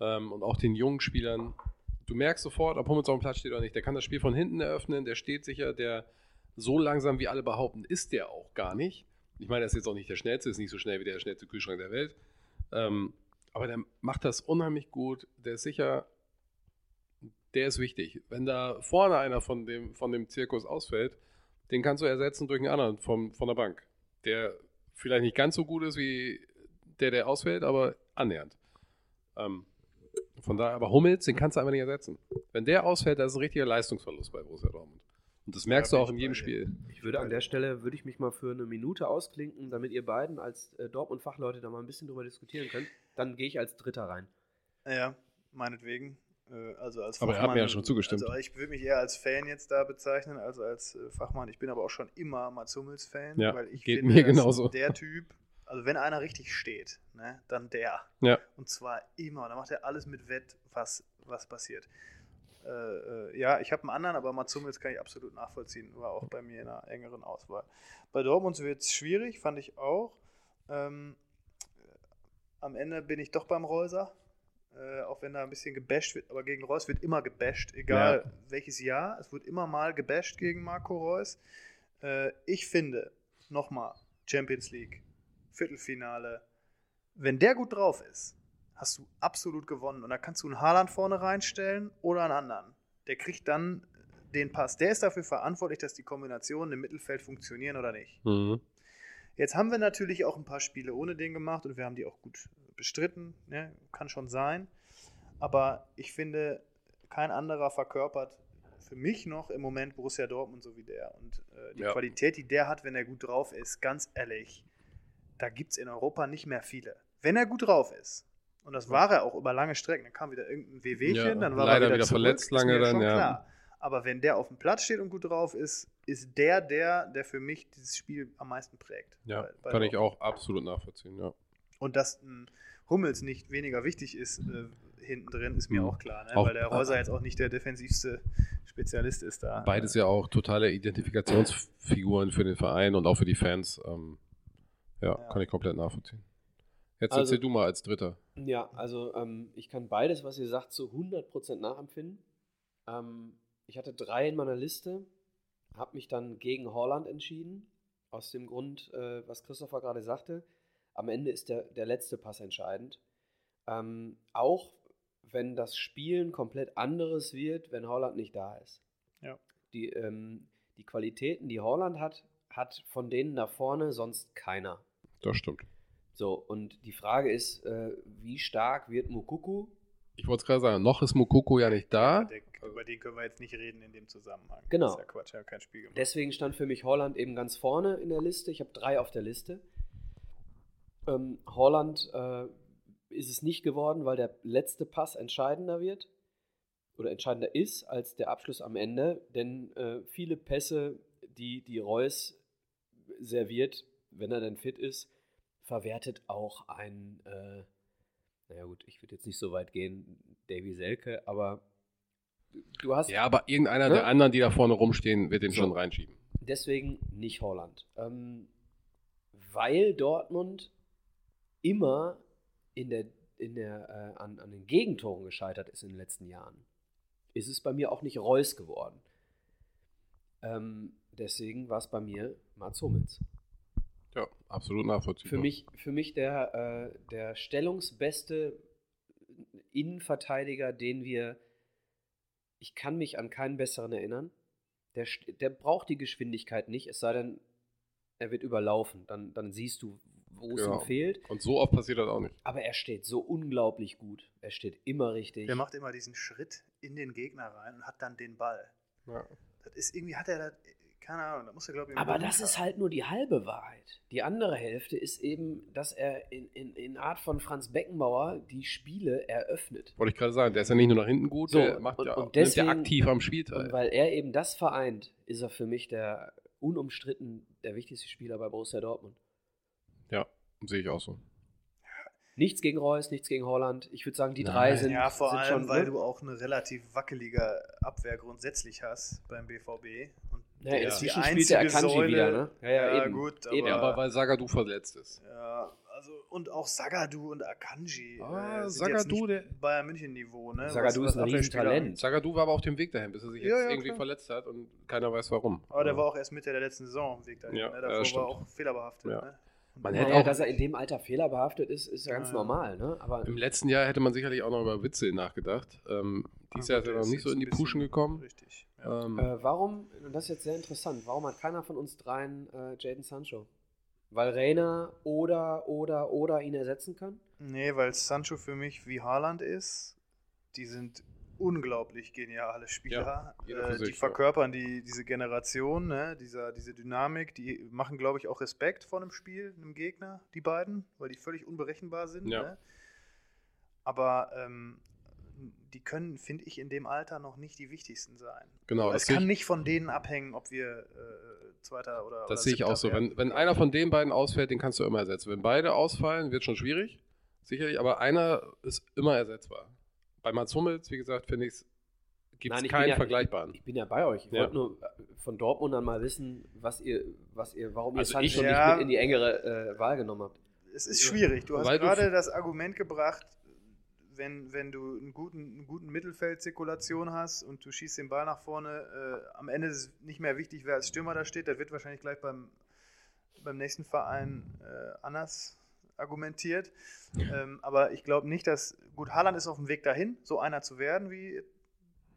Speaker 2: ähm, und auch den jungen Spielern. Du merkst sofort, ob Hummels auf dem Platz steht oder nicht. Der kann das Spiel von hinten eröffnen, der steht sicher, der so langsam wie alle behaupten, ist der auch gar nicht. Ich meine, er ist jetzt auch nicht der schnellste, ist nicht so schnell wie der schnellste Kühlschrank der Welt. Ähm, aber der macht das unheimlich gut. Der ist sicher, der ist wichtig. Wenn da vorne einer von dem, von dem Zirkus ausfällt, den kannst du ersetzen durch einen anderen vom, von der Bank, der vielleicht nicht ganz so gut ist wie der, der ausfällt, aber annähernd. Ähm, von daher, aber Hummels, den kannst du einfach nicht ersetzen. Wenn der ausfällt, das ist ein richtiger Leistungsverlust bei Borussia Dortmund. Und das merkst
Speaker 3: Ja,
Speaker 2: du
Speaker 3: bin
Speaker 2: auch in
Speaker 3: ich
Speaker 2: jedem
Speaker 3: bei dir.
Speaker 2: Spiel.
Speaker 1: Ich würde an der Stelle, würde ich mich mal für eine Minute ausklinken, damit ihr beiden als äh, Dortmund-Fachleute da mal ein bisschen drüber diskutieren könnt. Dann gehe ich als Dritter rein.
Speaker 3: Ja, meinetwegen. Äh, Also als
Speaker 2: Aber er hat mir ja schon zugestimmt.
Speaker 3: Also ich würde mich eher als Fan jetzt da bezeichnen, als als äh, Fachmann. Ich bin aber auch schon immer Mats Hummels Fan,
Speaker 2: Ja,
Speaker 3: weil ich
Speaker 2: geht
Speaker 3: finde,
Speaker 2: mir
Speaker 3: dass
Speaker 2: genauso.
Speaker 3: der Typ, also wenn einer richtig steht, ne, dann der.
Speaker 2: Ja.
Speaker 3: Und zwar immer. Da macht er alles mit Wett, was, was passiert. Äh, äh, ja, ich habe einen anderen, aber Mats Hummels kann ich absolut nachvollziehen. War auch bei mir in einer engeren Auswahl. Bei Dortmund wird es schwierig, fand ich auch. Ähm, am Ende bin ich doch beim Reuser. Äh, auch wenn da ein bisschen gebasht wird, aber gegen Reus wird immer gebasht, egal welches Jahr. Es wird immer mal gebasht gegen Marco Reus. Äh, ich finde, nochmal, Champions League, Viertelfinale, wenn der gut drauf ist, hast du absolut gewonnen. Und da kannst du einen Haaland vorne reinstellen oder einen anderen. Der kriegt dann den Pass. Der ist dafür verantwortlich, dass die Kombinationen im Mittelfeld funktionieren oder nicht.
Speaker 2: Mhm.
Speaker 3: Jetzt haben wir natürlich auch ein paar Spiele ohne den gemacht und wir haben die auch gut bestritten. Ne? Kann schon sein. Aber ich finde, kein anderer verkörpert für mich noch im Moment Borussia Dortmund so wie der. Und äh, die
Speaker 2: Ja.
Speaker 3: Qualität, die der hat, wenn er gut drauf ist, ganz ehrlich, da gibt es in Europa nicht mehr viele. Wenn er gut drauf ist. Und das war er auch über lange Strecken. Dann kam wieder irgendein WWchen,
Speaker 2: Ja,
Speaker 3: dann war
Speaker 2: leider
Speaker 3: er wieder,
Speaker 2: wieder
Speaker 3: zurück.
Speaker 2: verletzt
Speaker 3: Ist mir
Speaker 2: lange
Speaker 3: schon
Speaker 2: dann, ja.
Speaker 3: Klar. Aber wenn der auf dem Platz steht und gut drauf ist, ist der der, der für mich dieses Spiel am meisten prägt.
Speaker 2: Ja,
Speaker 3: Bei- bei
Speaker 2: kann ich
Speaker 3: Dortmund.
Speaker 2: auch absolut nachvollziehen, ja.
Speaker 3: Und dass ein Hummels nicht weniger wichtig ist äh, hinten drin, ist mir
Speaker 2: Mhm.
Speaker 3: auch klar, ne?
Speaker 2: Auch-
Speaker 3: weil der Reuser jetzt auch nicht der defensivste Spezialist ist
Speaker 1: Ah,
Speaker 3: da. ne?
Speaker 2: Beides ja auch totale Identifikationsfiguren für den Verein und auch für die Fans. Ähm, ja,
Speaker 3: Ja.
Speaker 2: kann ich komplett nachvollziehen. Jetzt
Speaker 1: Also-
Speaker 2: erzähl du mal als Dritter.
Speaker 1: Ja, also ähm, ich kann beides, was ihr sagt, zu 100% nachempfinden. Ähm, ich hatte drei in meiner Liste, habe mich dann gegen Holland entschieden, Aus dem Grund, äh, was Christopher gerade sagte, am Ende ist der, der letzte Pass entscheidend. Ähm, auch wenn das Spielen komplett anderes wird, wenn Holland nicht da ist.
Speaker 3: Ja.
Speaker 1: Die, ähm, die Qualitäten, die Holland hat, hat von denen da vorne sonst keiner.
Speaker 2: Das stimmt.
Speaker 1: So, und die Frage ist, äh, wie stark wird Mukuku?
Speaker 2: Ich wollte es gerade sagen, noch ist Mukoko ja nicht da.
Speaker 3: Der, über den können wir jetzt nicht reden in dem Zusammenhang.
Speaker 1: Genau.
Speaker 3: Das ist ja Quatsch, ja, kein Spiel gemacht.
Speaker 1: Deswegen stand für mich Holland eben ganz vorne in der Liste. Ich habe drei auf der Liste. Ähm, Holland äh, ist es nicht geworden, weil der letzte Pass entscheidender wird oder entscheidender ist als der Abschluss am Ende. Denn äh, viele Pässe, die, die Reus serviert, wenn er denn fit ist, verwertet auch ein, äh, naja gut, ich würde jetzt nicht so weit gehen, Davy Selke, aber du hast
Speaker 2: Ja, aber irgendeiner
Speaker 1: Ne?
Speaker 2: der anderen, die da vorne rumstehen, wird den
Speaker 1: So.
Speaker 2: schon reinschieben.
Speaker 1: deswegen nicht Holland. Ähm, weil Dortmund immer in der, in der, äh, an, an den Gegentoren gescheitert ist in den letzten Jahren, ist es bei mir auch nicht Reus geworden. Ähm, deswegen war es bei mir Mats Hummels.
Speaker 2: Ja, absolut nachvollziehbar.
Speaker 1: Für mich, für mich der, äh, der stellungsbeste Innenverteidiger, den wir, ich kann mich an keinen besseren erinnern. Der, st- der braucht die Geschwindigkeit nicht, es sei denn, er wird überlaufen. Dann, dann siehst du, wo es
Speaker 2: Genau.
Speaker 1: ihm fehlt.
Speaker 2: Und so oft passiert das auch nicht.
Speaker 1: Aber er steht so unglaublich gut. Er steht immer richtig.
Speaker 3: Der macht immer diesen Schritt in den Gegner rein und hat dann den Ball.
Speaker 2: Ja.
Speaker 3: Das ist irgendwie, hat er das, keine Ahnung, da muss er, glaube ich,
Speaker 1: Aber
Speaker 3: irgendwie
Speaker 1: das
Speaker 3: haben.
Speaker 1: ist halt nur die halbe Wahrheit. Die andere Hälfte ist eben, dass er in, in, in Art von Franz Beckenbauer die Spiele eröffnet.
Speaker 2: Wollte ich gerade sagen, der ist ja nicht nur nach hinten gut,
Speaker 1: So,
Speaker 2: der macht
Speaker 1: und-
Speaker 2: ja,
Speaker 1: und
Speaker 2: nimmt
Speaker 1: deswegen-
Speaker 2: ja aktiv am Spiel
Speaker 1: Und
Speaker 2: teil.
Speaker 1: weil er eben das vereint, ist er für mich der unumstritten der wichtigste Spieler bei Borussia Dortmund.
Speaker 2: Ja, sehe ich auch so.
Speaker 1: Nichts gegen Reus, nichts gegen Holland. Ich würde sagen, die
Speaker 2: Nein.
Speaker 1: drei sind,
Speaker 3: Ja, vor
Speaker 1: sind
Speaker 3: allem,
Speaker 1: schon.
Speaker 3: weil
Speaker 1: ne?
Speaker 3: du auch eine relativ wackelige Abwehr grundsätzlich hast beim BVB. Und
Speaker 1: naja,
Speaker 2: Ja.
Speaker 1: inzwischen spielt der Akanji wieder, ne? Ja,
Speaker 3: Ja,
Speaker 1: ja, eben.
Speaker 3: gut, aber,
Speaker 1: Eben.
Speaker 2: Ja, aber weil Sagadu verletzt ist.
Speaker 3: ja, also und auch Sagadu und Akanji.
Speaker 2: Ah,
Speaker 3: äh, sind jetzt
Speaker 2: Sagadu,
Speaker 3: nicht
Speaker 2: der-
Speaker 3: Bayern München Niveau, ne?
Speaker 1: Sagadu
Speaker 3: Was-
Speaker 1: ist ein
Speaker 3: was Abwehrspieler
Speaker 1: Riesentalent.
Speaker 3: angeht.
Speaker 2: Sagadu war aber auf dem Weg dahin, bis er sich
Speaker 3: Ja,
Speaker 2: jetzt
Speaker 3: ja,
Speaker 2: irgendwie
Speaker 3: klar.
Speaker 2: verletzt hat und keiner weiß warum.
Speaker 3: Aber der war auch erst Mitte der letzten Saison auf dem Weg dahin.
Speaker 2: Ja,
Speaker 3: ne?
Speaker 2: ja,
Speaker 3: Davor war
Speaker 2: stimmt.
Speaker 3: er auch fehlerbehaftet.
Speaker 2: Ja.
Speaker 3: Ne? Und
Speaker 2: Man
Speaker 3: dann-
Speaker 2: hätte
Speaker 1: Naja,
Speaker 2: auch-
Speaker 1: dass er in dem Alter fehlerbehaftet ist, ist ja ganz
Speaker 3: Ja.
Speaker 1: normal, ne? Aber
Speaker 2: Im letzten Jahr hätte man sicherlich auch noch über Witzel nachgedacht. Ähm, dieses
Speaker 3: Ah,
Speaker 2: Jahr
Speaker 3: gut,
Speaker 2: ist er
Speaker 3: der
Speaker 2: noch nicht so
Speaker 3: jetzt
Speaker 2: in die
Speaker 3: ein bisschen-
Speaker 2: Puschen gekommen.
Speaker 3: Richtig. Ja.
Speaker 2: Ähm,
Speaker 1: äh, warum, und das ist jetzt sehr interessant, warum hat keiner von uns dreien äh, Jaden Sancho? Weil Reina oder, oder, oder ihn ersetzen kann?
Speaker 3: Nee, weil Sancho für mich wie Haaland ist. Die sind unglaublich geniale Spieler.
Speaker 2: Ja, jeder für
Speaker 3: äh, die
Speaker 2: sich, ja.
Speaker 3: verkörpern die, diese Generation, ne? Dieser, diese Dynamik. Die machen, glaube ich, auch Respekt vor einem Spiel, einem Gegner, die beiden, weil die völlig unberechenbar sind.
Speaker 2: Ja.
Speaker 3: Ne? Aber ähm, die können, finde ich, in dem Alter noch nicht die wichtigsten sein.
Speaker 2: genau,
Speaker 3: es
Speaker 2: das sehe
Speaker 3: kann
Speaker 2: ich,
Speaker 3: nicht von denen abhängen, ob wir äh, Zweiter oder oder
Speaker 2: das sehe ich auch
Speaker 3: Siebter
Speaker 2: so.
Speaker 3: werden.
Speaker 2: Wenn, wenn einer von den beiden ausfällt, den kannst du immer ersetzen. Wenn beide ausfallen, wird schon schwierig. Sicherlich, aber einer ist immer ersetzbar. Bei Mats Hummels, wie gesagt, finde ich, gibt
Speaker 1: Nein,
Speaker 2: es
Speaker 1: ich bin
Speaker 2: keinen
Speaker 1: ja-
Speaker 2: vergleichbaren.
Speaker 1: Ich bin ja bei euch. Ich
Speaker 2: Ja.
Speaker 1: wollte nur äh, von Dortmund dann mal wissen, was ihr, was ihr, warum
Speaker 2: Also
Speaker 1: ihr
Speaker 2: ich-
Speaker 1: Sancho nicht
Speaker 3: Ja.
Speaker 1: mit in die engere äh, Wahl genommen habt.
Speaker 3: Es ist schwierig. Du hast
Speaker 2: Weil du-
Speaker 3: gerade das Argument gebracht, wenn, wenn du einen guten, einen guten Mittelfeldzirkulation hast und du schießt den Ball nach vorne, äh, am Ende ist es nicht mehr wichtig, wer als Stürmer da steht. Das wird wahrscheinlich gleich beim, beim nächsten Verein äh, anders argumentiert. Ähm, aber ich glaube nicht, dass. Gut, Haaland ist auf dem Weg dahin, so einer zu werden, wie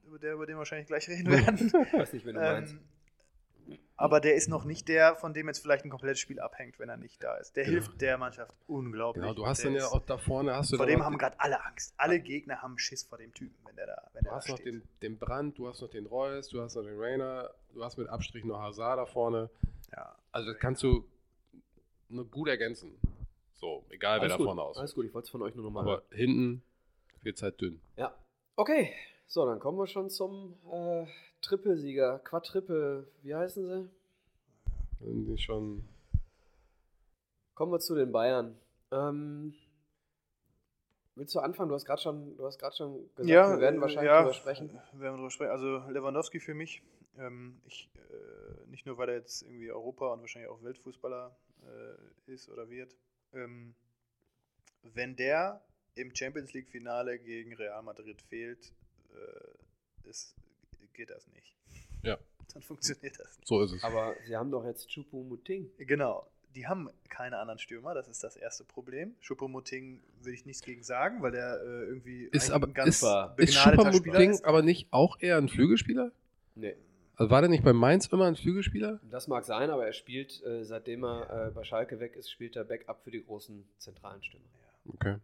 Speaker 3: über der, über den wir wahrscheinlich gleich reden werden.
Speaker 1: Ich weiß nicht, wenn du meinst.
Speaker 3: Ähm, aber der ist noch nicht der, von dem jetzt vielleicht ein komplettes Spiel abhängt, wenn er nicht da ist. Der
Speaker 2: Genau.
Speaker 3: hilft der Mannschaft unglaublich.
Speaker 2: Genau, du hast
Speaker 3: Der
Speaker 2: dann ja
Speaker 3: ist-
Speaker 2: auch da vorne, hast du
Speaker 3: Vor
Speaker 2: dann
Speaker 3: dem
Speaker 2: noch
Speaker 3: haben
Speaker 2: den,
Speaker 3: gerade alle Angst. Alle Gegner haben Schiss vor dem Typen, wenn der da, wenn
Speaker 2: du
Speaker 3: der da
Speaker 2: hast noch
Speaker 3: steht.
Speaker 2: den, den Brand, du hast noch den Reus, du hast noch den Rainer, du hast mit Abstrich noch Hazard da vorne.
Speaker 3: Ja.
Speaker 2: Also das kannst du nur gut ergänzen. So, egal wer
Speaker 1: Alles
Speaker 2: da
Speaker 1: gut,
Speaker 2: vorne ausfällt.
Speaker 1: Alles gut, ich wollte es von euch nur nochmal
Speaker 2: Aber hinten wird es halt dünn.
Speaker 1: Ja. Okay, so, dann kommen wir schon zum äh, Trippelsieger, Quadrippel, wie heißen sie?
Speaker 2: Irgendwie schon.
Speaker 1: Kommen wir zu den Bayern. Ähm, willst du anfangen? Du hast gerade schon, du hast gerade schon gesagt, wir werden
Speaker 3: äh,
Speaker 1: wahrscheinlich
Speaker 3: ja,
Speaker 1: drüber sprechen.
Speaker 3: äh, Werden wir drüber sprechen. Also Lewandowski für mich, ähm, ich, äh, nicht nur weil er jetzt irgendwie Europa und wahrscheinlich auch Weltfußballer äh, ist oder wird. Ähm, wenn der im Champions League Finale gegen Real Madrid fehlt, äh, ist, geht das nicht.
Speaker 2: Ja,
Speaker 3: dann funktioniert das nicht.
Speaker 2: So ist es.
Speaker 1: Aber sie haben doch jetzt Chupu Muting.
Speaker 3: Genau. Die haben keine anderen Stürmer, das ist das erste Problem. Schuppomoting will ich nichts gegen sagen, weil er äh, irgendwie
Speaker 2: Ist
Speaker 3: ein
Speaker 2: aber- ist- Ist
Speaker 3: begnadeter Spieler
Speaker 2: Schuppermuting
Speaker 3: ist.
Speaker 2: aber nicht auch eher ein Flügelspieler?
Speaker 1: Nee.
Speaker 2: Also war der nicht bei Mainz immer ein Flügelspieler?
Speaker 1: Das mag sein, aber er spielt, äh, seitdem er äh, bei Schalke weg ist, spielt er Backup für die großen zentralen Stürmer.
Speaker 2: Okay.
Speaker 3: und,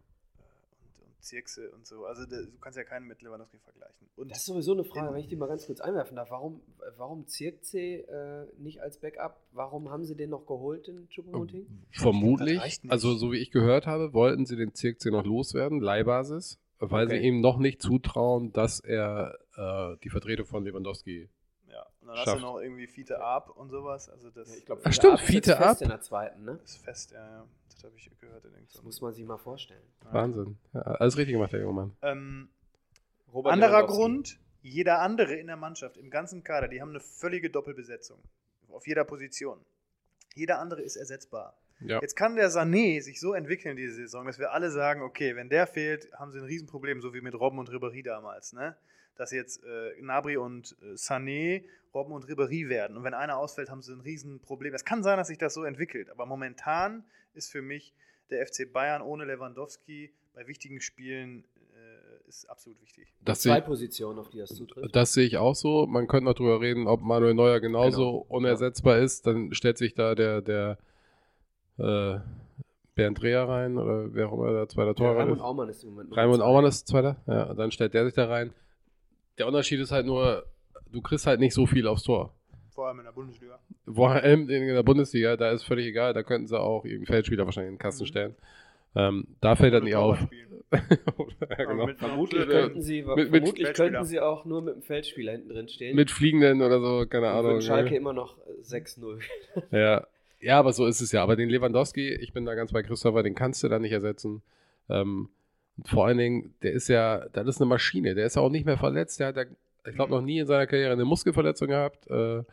Speaker 3: und Zirkse und so. Also der, du kannst ja keinen mit Lewandowski vergleichen. Und
Speaker 1: Das ist sowieso eine Frage, wenn ich die mal ganz kurz einwerfen darf. Warum, warum Zirkze äh, nicht als Backup? Warum haben sie den noch geholt, den
Speaker 2: Ähm,
Speaker 1: Chupomoting?
Speaker 3: Das
Speaker 2: Vermutlich.
Speaker 3: reicht nicht.
Speaker 2: Also, so wie ich gehört habe, wollten sie den Zirkzee noch loswerden, Leihbasis, weil
Speaker 1: Okay.
Speaker 2: sie ihm noch nicht zutrauen, dass er äh, die Vertretung von Lewandowski.
Speaker 3: ja, und dann hast
Speaker 2: Schafft.
Speaker 3: du noch irgendwie Fiete Ab und sowas. Also das
Speaker 1: glaube,
Speaker 2: Ach, stimmt, Fiete ab.
Speaker 1: in der zweiten, ne?
Speaker 3: ist fest, ja, ja. Das habe ich gehört. In
Speaker 1: Das muss man sich mal vorstellen.
Speaker 2: Wahnsinn. Ja, alles richtig gemacht, der junge Mann.
Speaker 3: Ähm,
Speaker 1: Robert
Speaker 3: anderer
Speaker 1: Lewandowski.
Speaker 3: Grund, jeder andere in der Mannschaft, im ganzen Kader, die haben eine völlige Doppelbesetzung. Auf jeder Position. Jeder andere ist ersetzbar.
Speaker 2: Ja.
Speaker 3: Jetzt kann der Sané sich so entwickeln diese Saison, dass wir alle sagen, okay, wenn der fehlt, haben sie ein Riesenproblem, so wie mit Robben und Ribéry damals, ne? Dass jetzt äh, Gnabry und äh, Sané Robben und Ribéry werden und wenn einer ausfällt, haben sie ein Riesenproblem. Es kann sein, dass sich das so entwickelt, aber momentan ist für mich der FC Bayern ohne Lewandowski bei wichtigen Spielen äh, ist absolut wichtig.
Speaker 2: Das
Speaker 1: Zwei
Speaker 2: sehe
Speaker 1: Positionen, auf die das zutrifft.
Speaker 2: das sehe ich auch so. Man könnte noch drüber reden, ob Manuel Neuer genauso
Speaker 1: Genau.
Speaker 2: unersetzbar ist. Dann stellt sich da der, der äh, Bernd Dreher rein oder wer auch immer der zweite
Speaker 1: Ja,
Speaker 2: Torwart
Speaker 1: Raimund
Speaker 2: ist.
Speaker 1: Aumann ist im Moment Nummer
Speaker 2: Raimund
Speaker 1: zwei.
Speaker 2: Aumann ist Zweiter. Ja, dann stellt der sich da rein. Der Unterschied ist halt nur, du kriegst halt nicht so viel aufs Tor.
Speaker 3: Vor allem in der Bundesliga.
Speaker 2: Vor allem in der Bundesliga, da ist völlig egal, da könnten sie auch irgendeinen Feldspieler wahrscheinlich in den Kasten
Speaker 3: Mhm.
Speaker 2: stellen. Ähm, da fällt er
Speaker 3: Ohne
Speaker 2: nicht
Speaker 3: Torwart
Speaker 2: auf.
Speaker 3: spielen.
Speaker 2: ja,
Speaker 3: Aber
Speaker 2: genau.
Speaker 3: mit-
Speaker 1: Vermutlich
Speaker 2: Mit-
Speaker 1: könnten sie,
Speaker 2: mit-
Speaker 1: vermutlich
Speaker 3: Feldspieler.
Speaker 1: könnten sie auch nur mit dem Feldspieler hinten drin stehen.
Speaker 2: Mit also, Fliegenden oder so, keine
Speaker 1: Dann
Speaker 2: Ahnung.
Speaker 1: würden Schalke immer noch äh, 6-0.
Speaker 2: Ja. ja, aber so ist es ja. Aber den Lewandowski, ich bin da ganz bei Christopher, den kannst du da nicht ersetzen. Ähm, vor allen Dingen, der ist ja, das ist eine Maschine, der ist ja auch nicht mehr verletzt. Der hat ja, ich glaube,
Speaker 3: Mhm.
Speaker 2: noch nie in seiner Karriere eine Muskelverletzung gehabt. Äh,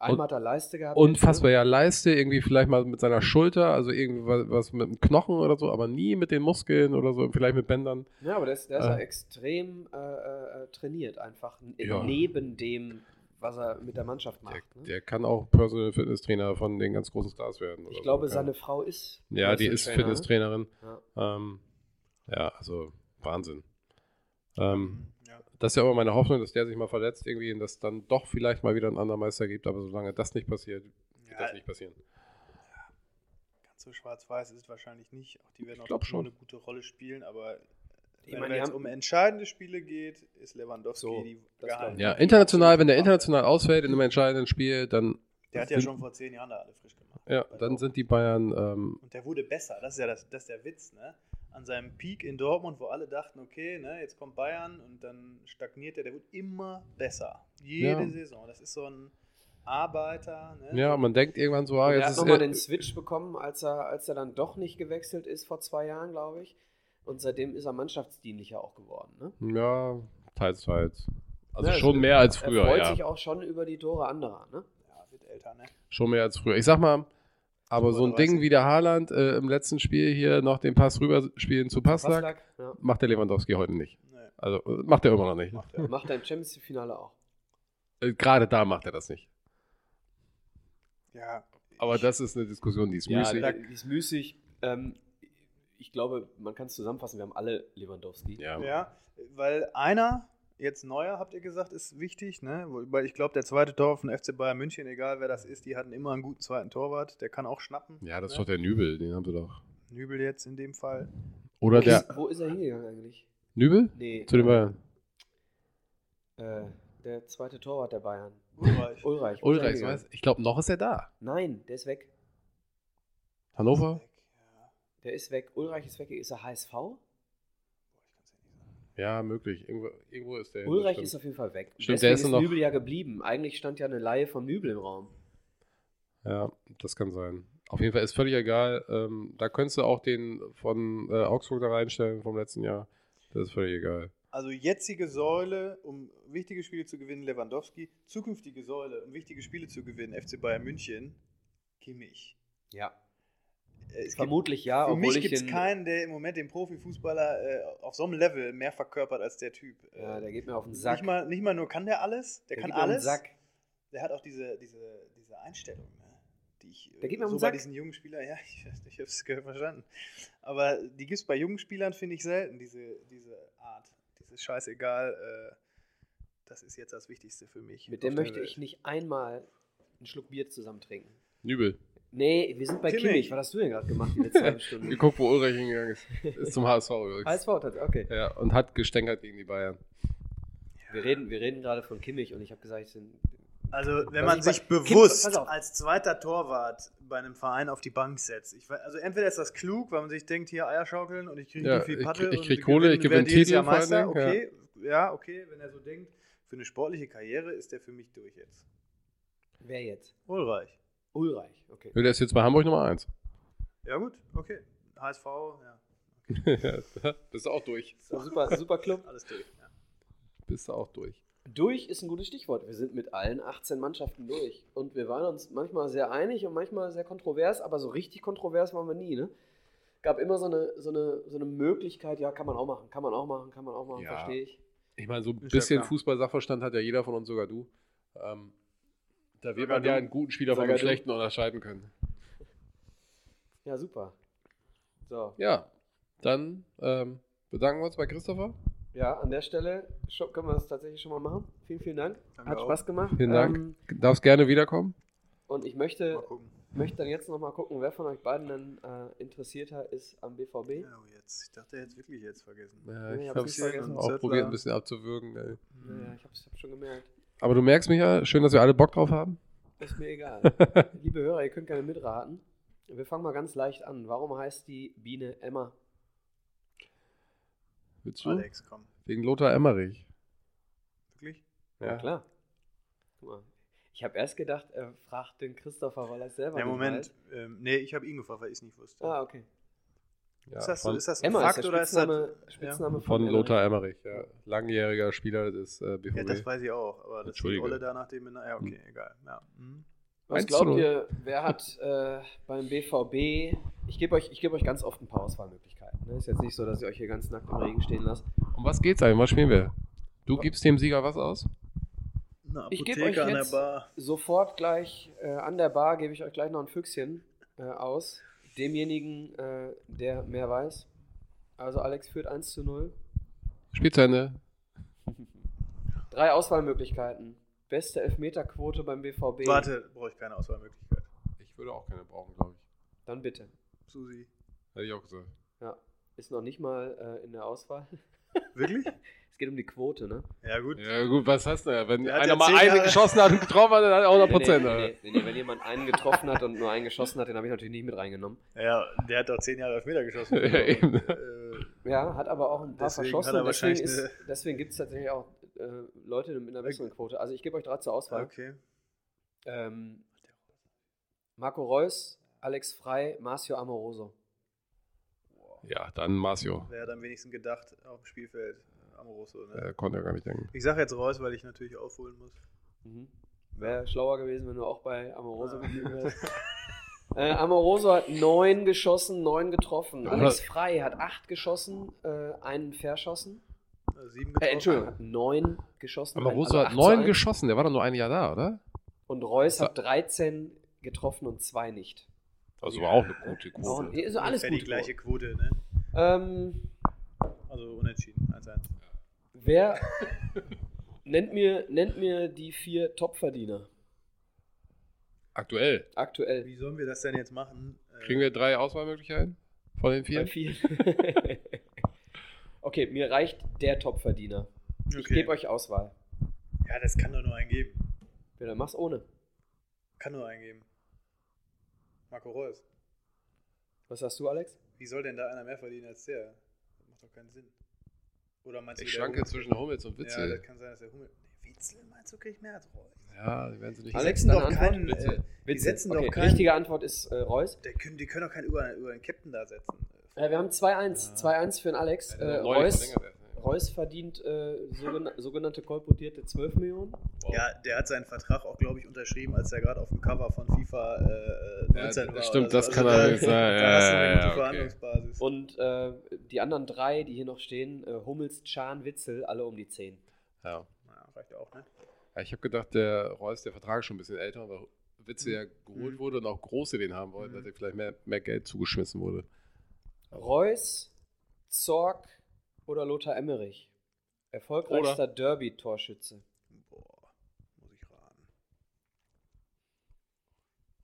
Speaker 1: Einmal hat er Leiste gehabt.
Speaker 2: unfassbar ja Leiste, irgendwie vielleicht mal mit seiner Schulter, also irgendwie was, was mit dem Knochen oder so, aber nie mit den Muskeln oder so, vielleicht mit Bändern.
Speaker 1: Ja, aber der ist, der ist ja
Speaker 2: Äh.
Speaker 1: extrem äh, äh, trainiert, einfach n-
Speaker 2: Ja.
Speaker 1: neben dem, was er mit der Mannschaft macht.
Speaker 2: Der,
Speaker 1: Ne?
Speaker 2: der kann auch Personal Fitness Trainer von den ganz großen Stars werden. oder
Speaker 1: ich glaube,
Speaker 2: so.
Speaker 1: seine Frau ist.
Speaker 2: Ja, die ist
Speaker 1: Personal
Speaker 2: Fitness
Speaker 1: Trainer,
Speaker 2: Trainerin.
Speaker 1: ne?
Speaker 2: Ähm, ja, also Wahnsinn. Ähm,
Speaker 3: Ja.
Speaker 2: das ist ja immer meine Hoffnung, dass der sich mal verletzt irgendwie und dass dann doch vielleicht mal wieder ein anderer Meister gibt, aber solange das nicht passiert, wird
Speaker 3: Ja,
Speaker 2: das nicht passieren.
Speaker 3: Ganz so schwarz-weiß ist es wahrscheinlich nicht. Auch die werden auch
Speaker 2: glaub
Speaker 3: noch
Speaker 2: schon.
Speaker 3: eine gute Rolle spielen, aber
Speaker 1: Ich
Speaker 3: wenn
Speaker 1: meine, die
Speaker 3: es
Speaker 1: haben-
Speaker 3: um entscheidende Spiele geht, ist Lewandowski
Speaker 1: So,
Speaker 3: die
Speaker 1: das glaub ich.
Speaker 2: Ja, international, wenn der
Speaker 3: Absolute Waffe.
Speaker 2: international ausfällt in einem entscheidenden Spiel, dann,
Speaker 3: Der hat ja
Speaker 2: sind-
Speaker 3: schon vor zehn Jahren da alle frisch gemacht.
Speaker 2: ja,
Speaker 3: Bei
Speaker 2: dann
Speaker 3: Dortmund.
Speaker 2: sind die Bayern ähm,
Speaker 3: Und der wurde besser, das ist ja das, das ist der Witz, ne? An seinem Peak in Dortmund, wo alle dachten, okay, ne, jetzt kommt Bayern und dann stagniert er, der wird immer besser. Jede
Speaker 2: Ja.
Speaker 3: Saison. Das ist so ein Arbeiter, ne?
Speaker 2: Ja, man denkt irgendwann so, ah,
Speaker 1: Und er
Speaker 2: jetzt
Speaker 1: hat
Speaker 2: ist
Speaker 1: nochmal
Speaker 2: äh,
Speaker 1: den Switch bekommen, als er, als er dann doch nicht gewechselt ist vor zwei Jahren, glaube ich. Und seitdem ist er mannschaftsdienlicher auch geworden. Ne?
Speaker 2: Ja, teils, teils. Also
Speaker 1: Ja, es-
Speaker 2: schon mehr als
Speaker 1: er
Speaker 2: früher,
Speaker 1: freut
Speaker 2: ja.
Speaker 1: sich auch schon über die Tore anderer. Ne?
Speaker 3: ja, wird älter, ne?
Speaker 2: Schon mehr als früher. Ich sag mal, aber so ein
Speaker 3: 32.
Speaker 2: Ding wie der Haaland äh, im letzten Spiel hier noch den Pass rüber spielen zu Passlack,
Speaker 1: Passlack, ja.
Speaker 2: macht der Lewandowski heute nicht.
Speaker 3: Nee,
Speaker 2: Also äh, macht er immer noch nicht.
Speaker 3: macht er.
Speaker 1: Macht er im Champions League-Finale auch.
Speaker 2: Äh, Gerade da macht er das nicht.
Speaker 3: Ja.
Speaker 2: Aber
Speaker 3: ich-
Speaker 2: das ist eine Diskussion, die ist
Speaker 1: Ja,
Speaker 2: müßig.
Speaker 1: die die ist müßig. Ähm, ich glaube, man kann es zusammenfassen, wir haben alle Lewandowski.
Speaker 2: Ja,
Speaker 3: Ja, weil einer, jetzt neuer, habt ihr gesagt, ist wichtig, ne? Weil ich glaube, der zweite Torwart von FC Bayern München, egal wer das ist, die hatten immer einen guten zweiten Torwart, der kann auch schnappen.
Speaker 2: ja das ist
Speaker 3: ne?
Speaker 2: doch der Nübel, den haben sie doch.
Speaker 3: Nübel jetzt in dem Fall.
Speaker 2: Oder
Speaker 1: Wo
Speaker 2: der
Speaker 1: ist- Wo ist er hingegangen eigentlich?
Speaker 2: Nübel?
Speaker 1: Nee.
Speaker 2: Zu den Bayern.
Speaker 1: Äh, der zweite Torwart der Bayern. Ulreich.
Speaker 3: Ulreich.
Speaker 1: wo ist er
Speaker 2: Ulreich,
Speaker 1: hingegangen?
Speaker 2: weiß- ich glaube, noch ist er da.
Speaker 1: Nein, der ist weg.
Speaker 2: Hannover?
Speaker 1: Der ist weg. Ulreich ist weg. Ist er HSV?
Speaker 2: Ja, möglich. Irgendwo, irgendwo ist der. hin, das
Speaker 1: Ulreich
Speaker 2: stimmt.
Speaker 1: ist auf jeden Fall weg.
Speaker 2: Stimmt, der
Speaker 1: Deswegen
Speaker 2: ist noch-
Speaker 1: Nübel ja geblieben. Eigentlich stand ja eine Laie von Nübel im Raum.
Speaker 2: Ja, das kann sein. Auf jeden Fall ist völlig egal. Ähm, da könntest du auch den von äh, Augsburg da reinstellen vom letzten Jahr. Das ist völlig egal.
Speaker 3: Also jetzige Säule, um wichtige Spiele zu gewinnen, Lewandowski. Zukünftige Säule, um wichtige Spiele zu gewinnen, FC Bayern München, Kimmich.
Speaker 1: Ja.
Speaker 3: es gibt,
Speaker 1: Vermutlich ja,
Speaker 3: für
Speaker 1: obwohl
Speaker 3: mich
Speaker 1: ich
Speaker 3: gibt es
Speaker 1: ihn-
Speaker 3: keinen, der im Moment den Profifußballer äh, auf so einem Level mehr verkörpert als der Typ.
Speaker 1: Ja,
Speaker 3: Äh,
Speaker 1: der geht mir auf den Sack.
Speaker 3: nicht, mal, nicht mal nur kann der alles, der,
Speaker 1: der
Speaker 3: kann
Speaker 1: geht mir auf den
Speaker 3: alles.
Speaker 1: Sack.
Speaker 3: Der hat auch diese, diese, diese Einstellung, ne? die ich
Speaker 1: Der geht
Speaker 3: äh,
Speaker 1: mir auf
Speaker 3: so
Speaker 1: den
Speaker 3: bei
Speaker 1: Sack.
Speaker 3: diesen jungen Spielern, ja, ich, ich habe es verstanden. Aber die gibt es bei jungen Spielern, finde ich, selten, diese, diese Art. Dieses scheißegal, äh, das ist jetzt das Wichtigste für mich.
Speaker 1: Mit dem
Speaker 3: auf der
Speaker 1: möchte
Speaker 3: Welt.
Speaker 1: ich nicht einmal einen Schluck Bier zusammen trinken.
Speaker 2: Nübel.
Speaker 1: Nee, wir sind bei
Speaker 3: Kimmich.
Speaker 1: Kimmich. Was hast du denn gerade gemacht die letzte halbe Stunde?
Speaker 2: Geguckt, wo Ulrich hingegangen ist. Ist zum HSV übrigens.
Speaker 1: HSV, tatsächlich, okay.
Speaker 2: Ja, und hat gestänkert gegen die Bayern.
Speaker 1: Wir reden, wir reden gerade von Kimmich und ich habe gesagt, ich bin,
Speaker 3: Also, wenn
Speaker 1: Also
Speaker 3: man
Speaker 1: ich mein,
Speaker 3: sich
Speaker 1: Kim-
Speaker 3: bewusst
Speaker 1: pass auf.
Speaker 3: als zweiter Torwart bei einem Verein auf die Bank setzt. Ich, we- also, entweder ist das klug, weil man sich denkt, hier Eier schaukeln und ich kriege
Speaker 2: Ja,
Speaker 3: viel
Speaker 2: ich-
Speaker 3: Patte.
Speaker 2: ich
Speaker 3: und
Speaker 2: krieg Kohle, ich
Speaker 3: gewinne,
Speaker 2: gewinne
Speaker 3: werd jedes
Speaker 2: Titel
Speaker 3: Jahr
Speaker 2: vor allen
Speaker 3: Meister.
Speaker 2: Dingen,
Speaker 3: Okay, ja, okay, wenn er so denkt, für eine sportliche Karriere ist der für mich durch jetzt.
Speaker 1: wer jetzt?
Speaker 3: Ulreich.
Speaker 1: Ulreich, okay.
Speaker 2: Ja, Der ist jetzt bei Hamburg Nummer 1.
Speaker 3: Ja, gut, okay. HSV, ja.
Speaker 2: Bist du auch durch.
Speaker 1: Super, super Club.
Speaker 3: Alles durch. Ja.
Speaker 2: Bist du auch durch.
Speaker 1: Durch ist ein gutes Stichwort. Wir sind mit allen 18 Mannschaften durch. Und wir waren uns manchmal sehr einig und manchmal sehr kontrovers, aber so richtig kontrovers waren wir nie. Ne? Gab immer so eine, so, eine, so eine Möglichkeit, ja, kann man auch machen, kann man auch machen, kann man auch machen,
Speaker 2: Ja.
Speaker 1: verstehe ich.
Speaker 2: Ich meine, so ein
Speaker 3: ja
Speaker 2: bisschen
Speaker 3: klar.
Speaker 2: Fußball-Sachverstand hat ja jeder von uns, sogar du. Ähm, da wird
Speaker 3: Sogar
Speaker 2: man ja
Speaker 3: du.
Speaker 2: einen guten Spieler von
Speaker 1: Sogar
Speaker 2: einem
Speaker 1: du.
Speaker 2: schlechten unterscheiden können.
Speaker 1: Ja, super. So,
Speaker 2: Ja, dann ähm, bedanken wir uns bei Christopher.
Speaker 1: ja, an der Stelle schon, können wir das tatsächlich schon mal machen. Vielen, vielen Dank.
Speaker 3: Danke
Speaker 1: Hat
Speaker 3: auch.
Speaker 1: Spaß gemacht.
Speaker 2: Vielen Dank.
Speaker 1: Ähm,
Speaker 2: Darfst gerne wiederkommen.
Speaker 1: und ich möchte,
Speaker 3: Mal gucken.
Speaker 1: möchte dann jetzt nochmal gucken, wer von euch beiden dann äh, interessierter ist am BVB.
Speaker 3: Ja, oh, jetzt. Ich dachte, er hätte es wirklich jetzt vergessen.
Speaker 2: Ja,
Speaker 1: Nee,
Speaker 2: Äh, ich
Speaker 1: hab's
Speaker 2: habe
Speaker 1: nicht
Speaker 2: es
Speaker 1: vergessen.
Speaker 2: auch
Speaker 3: Zettler.
Speaker 2: probiert, ein bisschen abzuwürgen. Ey.
Speaker 1: Ja,
Speaker 3: Hm.
Speaker 1: ich hab's, hab's schon gemerkt.
Speaker 2: Aber du merkst, Micha, schön, dass wir alle Bock drauf haben.
Speaker 1: Ist mir egal. Liebe Hörer, ihr könnt gerne mitraten. Wir fangen mal ganz leicht an. Warum heißt die Biene Emma?
Speaker 2: Willst du?
Speaker 3: Alex, komm.
Speaker 2: Wegen Lothar Emmerich.
Speaker 3: Wirklich?
Speaker 1: Ja, klar. Guck mal. Ich habe erst gedacht, er fragt den Christopher, weil er es selber
Speaker 3: Ja,
Speaker 1: nicht
Speaker 3: Moment.
Speaker 1: Weiß.
Speaker 3: Ähm, nee, ich habe ihn gefragt, weil ich es nicht wusste.
Speaker 1: Ah, okay.
Speaker 2: Ja,
Speaker 3: ist, das so,
Speaker 2: von,
Speaker 3: ist das ein
Speaker 1: Emma
Speaker 3: Fakt
Speaker 1: ist der
Speaker 3: oder ist das.
Speaker 1: Spitzname, Spitzname
Speaker 2: von
Speaker 1: Emmerich.
Speaker 2: Lothar Emmerich. Ja. Langjähriger Spieler des äh, BVB.
Speaker 3: Ja, das weiß ich auch, aber das ist die
Speaker 2: Entschuldige.
Speaker 3: Rolle da nachdem. Ja, okay,
Speaker 1: Hm.
Speaker 3: egal. Ja. Mhm.
Speaker 1: Was
Speaker 2: 1 zu
Speaker 1: glaubt
Speaker 2: 0.
Speaker 1: ihr, wer hat äh, beim BVB? Ich gebe euch, ich geb euch ganz oft ein paar Auswahlmöglichkeiten. Ne? Ist jetzt nicht so, dass ihr euch hier ganz nackt im Regen stehen lasst.
Speaker 2: Um was geht's eigentlich? Was spielen wir? Du gibst dem Sieger was aus?
Speaker 3: Eine
Speaker 1: Ich geb euch
Speaker 3: Apotheke an der
Speaker 1: jetzt-
Speaker 3: Bar.
Speaker 1: Sofort gleich äh, an der Bar gebe ich euch gleich noch ein Füchschen äh, aus. Demjenigen, äh, der mehr weiß. Also Alex führt 1 zu 0.
Speaker 2: Spiel zu Ende.
Speaker 1: Drei Auswahlmöglichkeiten. Beste Elfmeterquote beim BVB.
Speaker 3: Warte, brauche ich keine Auswahlmöglichkeit.
Speaker 2: Ich würde auch keine brauchen, glaube ich.
Speaker 1: Dann bitte.
Speaker 3: Susi.
Speaker 2: Hätte ich auch gesagt.
Speaker 1: Ja. Ist noch nicht mal äh, in der Auswahl.
Speaker 3: Wirklich?
Speaker 1: Es geht um die Quote, ne?
Speaker 3: Ja, gut.
Speaker 2: Ja, gut, was hast du ja? Wenn
Speaker 3: Der hat
Speaker 2: einer
Speaker 3: ja
Speaker 2: mal
Speaker 3: zehn
Speaker 2: eine
Speaker 3: Jahre-
Speaker 2: geschossen hat und getroffen hat, dann hat er 100
Speaker 1: nee,
Speaker 2: Prozent.
Speaker 1: nee, nee, nee, wenn jemand einen getroffen hat und nur einen geschossen hat, den habe ich natürlich nicht mit reingenommen.
Speaker 3: Ja, der hat doch zehn Jahre Elfmeter geschossen.
Speaker 2: Ja, eben.
Speaker 3: Äh,
Speaker 1: Ja, hat aber auch ein paar
Speaker 3: Deswegen
Speaker 1: verschossen.
Speaker 3: hat er
Speaker 1: und deswegen
Speaker 3: wahrscheinlich
Speaker 1: ist- deswegen gibt es tatsächlich auch äh, Leute mit einer besseren Quote. Also ich gebe euch drei zur Auswahl.
Speaker 3: okay.
Speaker 1: Ähm, Marco Reus, Alex Frei, Marcio Amoroso.
Speaker 2: Ja, dann Marcio.
Speaker 3: Wer hat am wenigsten gedacht auf dem Spielfeld? Amoroso, ne?
Speaker 2: Äh, konnte ja gar nicht denken.
Speaker 3: Ich sage jetzt Reus, weil ich natürlich aufholen muss.
Speaker 1: Mhm. Wäre schlauer gewesen, wenn du auch bei Amoroso
Speaker 3: Ja.
Speaker 1: geblieben wärst. Äh, Amoroso hat neun geschossen, neun getroffen.
Speaker 2: Ja,
Speaker 1: Alex
Speaker 2: oder-
Speaker 1: Frei hat acht geschossen, äh, einen verschossen.
Speaker 3: Also sieben
Speaker 1: Äh,
Speaker 3: getroffen.
Speaker 1: Entschuldigung, hat neun geschossen.
Speaker 2: Aber Rosa
Speaker 1: also
Speaker 2: hat
Speaker 1: acht zu
Speaker 2: neun
Speaker 1: eins.
Speaker 2: geschossen, der war doch nur ein Jahr da, oder?
Speaker 1: Und Reus hat 13 getroffen und zwei nicht.
Speaker 2: Also war auch eine gute
Speaker 1: Oh,
Speaker 2: Quote.
Speaker 1: also alles
Speaker 3: Ungefähr
Speaker 1: gut.
Speaker 3: die gleiche Quote, ne?
Speaker 1: Ähm,
Speaker 3: Also unentschieden, 1-1.
Speaker 1: wer nennt, mir, nennt mir die vier Topverdiener
Speaker 2: Aktuell.
Speaker 1: aktuell?
Speaker 3: Wie sollen wir das denn jetzt machen? Äh,
Speaker 2: Kriegen wir drei Auswahlmöglichkeiten von den
Speaker 1: Bei
Speaker 2: vier?
Speaker 1: vielen. okay, mir reicht der Topverdiener. Ich
Speaker 3: okay.
Speaker 1: gebe euch Auswahl.
Speaker 3: Ja, das kann doch nur einen geben.
Speaker 1: Ja, dann mach's ohne.
Speaker 3: Kann nur einen geben. Marco Reus.
Speaker 1: Was sagst du, Alex?
Speaker 3: Wie soll denn da einer mehr verdienen als der? Das macht doch keinen Sinn. Oder meinst du,
Speaker 2: Ich
Speaker 3: der
Speaker 2: schwanke
Speaker 3: Hummels-
Speaker 2: zwischen Hummels und
Speaker 3: Ja, das
Speaker 2: Witzel.
Speaker 3: kann sein, dass der Hummel. Nee, Witzel meinst du, kriegt mehr als Reus?
Speaker 2: Ja, die werden sie nicht.
Speaker 1: Alex,
Speaker 3: setzen
Speaker 1: deine
Speaker 3: doch
Speaker 1: Antwort,
Speaker 3: keinen,
Speaker 2: bitte.
Speaker 3: äh,
Speaker 1: Witze.
Speaker 3: setzen doch
Speaker 1: okay,
Speaker 3: keinen-
Speaker 1: Richtige Antwort ist äh, Reus.
Speaker 3: der können, die können doch keinen über, über den Captain da setzen.
Speaker 1: Äh, wir haben 2-1.
Speaker 2: Ja.
Speaker 1: 2-1 für den Alex.
Speaker 2: Ja,
Speaker 1: Äh,
Speaker 2: neulich
Speaker 1: Reus,
Speaker 2: verlängert erst, ne?
Speaker 1: Reus verdient äh, sogenan- sogenannte kolportierte 12 Millionen. Wow.
Speaker 3: Ja, der hat seinen Vertrag auch, glaube ich, unterschrieben, als er gerade auf dem Cover von FIFA äh, äh,
Speaker 2: Ja,
Speaker 3: 19 war.
Speaker 2: stimmt,
Speaker 3: oder so.
Speaker 2: das kann
Speaker 3: da-
Speaker 2: allerdings sein.
Speaker 3: Da
Speaker 2: Ja,
Speaker 3: hast du
Speaker 2: ja,
Speaker 3: eine
Speaker 2: ja,
Speaker 3: gute
Speaker 2: okay.
Speaker 3: Verhandlungsbasis.
Speaker 1: Und äh, die anderen drei, die hier noch stehen, äh, Hummels, Chan, Witzel, alle um die 10.
Speaker 2: Ja.
Speaker 3: ja, reicht auch, ne?
Speaker 2: Ja, ich habe gedacht, der Reus, der Vertrag ist schon ein bisschen älter, weil Witze ja geholt
Speaker 3: Mhm.
Speaker 2: wurde und auch Große den haben wollten,
Speaker 3: Mhm.
Speaker 2: dass er vielleicht mehr, mehr Geld zugeschmissen wurde.
Speaker 3: Oh.
Speaker 1: Reus, Zorg oder Lothar Emmerich? Erfolgreichster Derby-Torschütze.
Speaker 3: Boah, muss ich raten.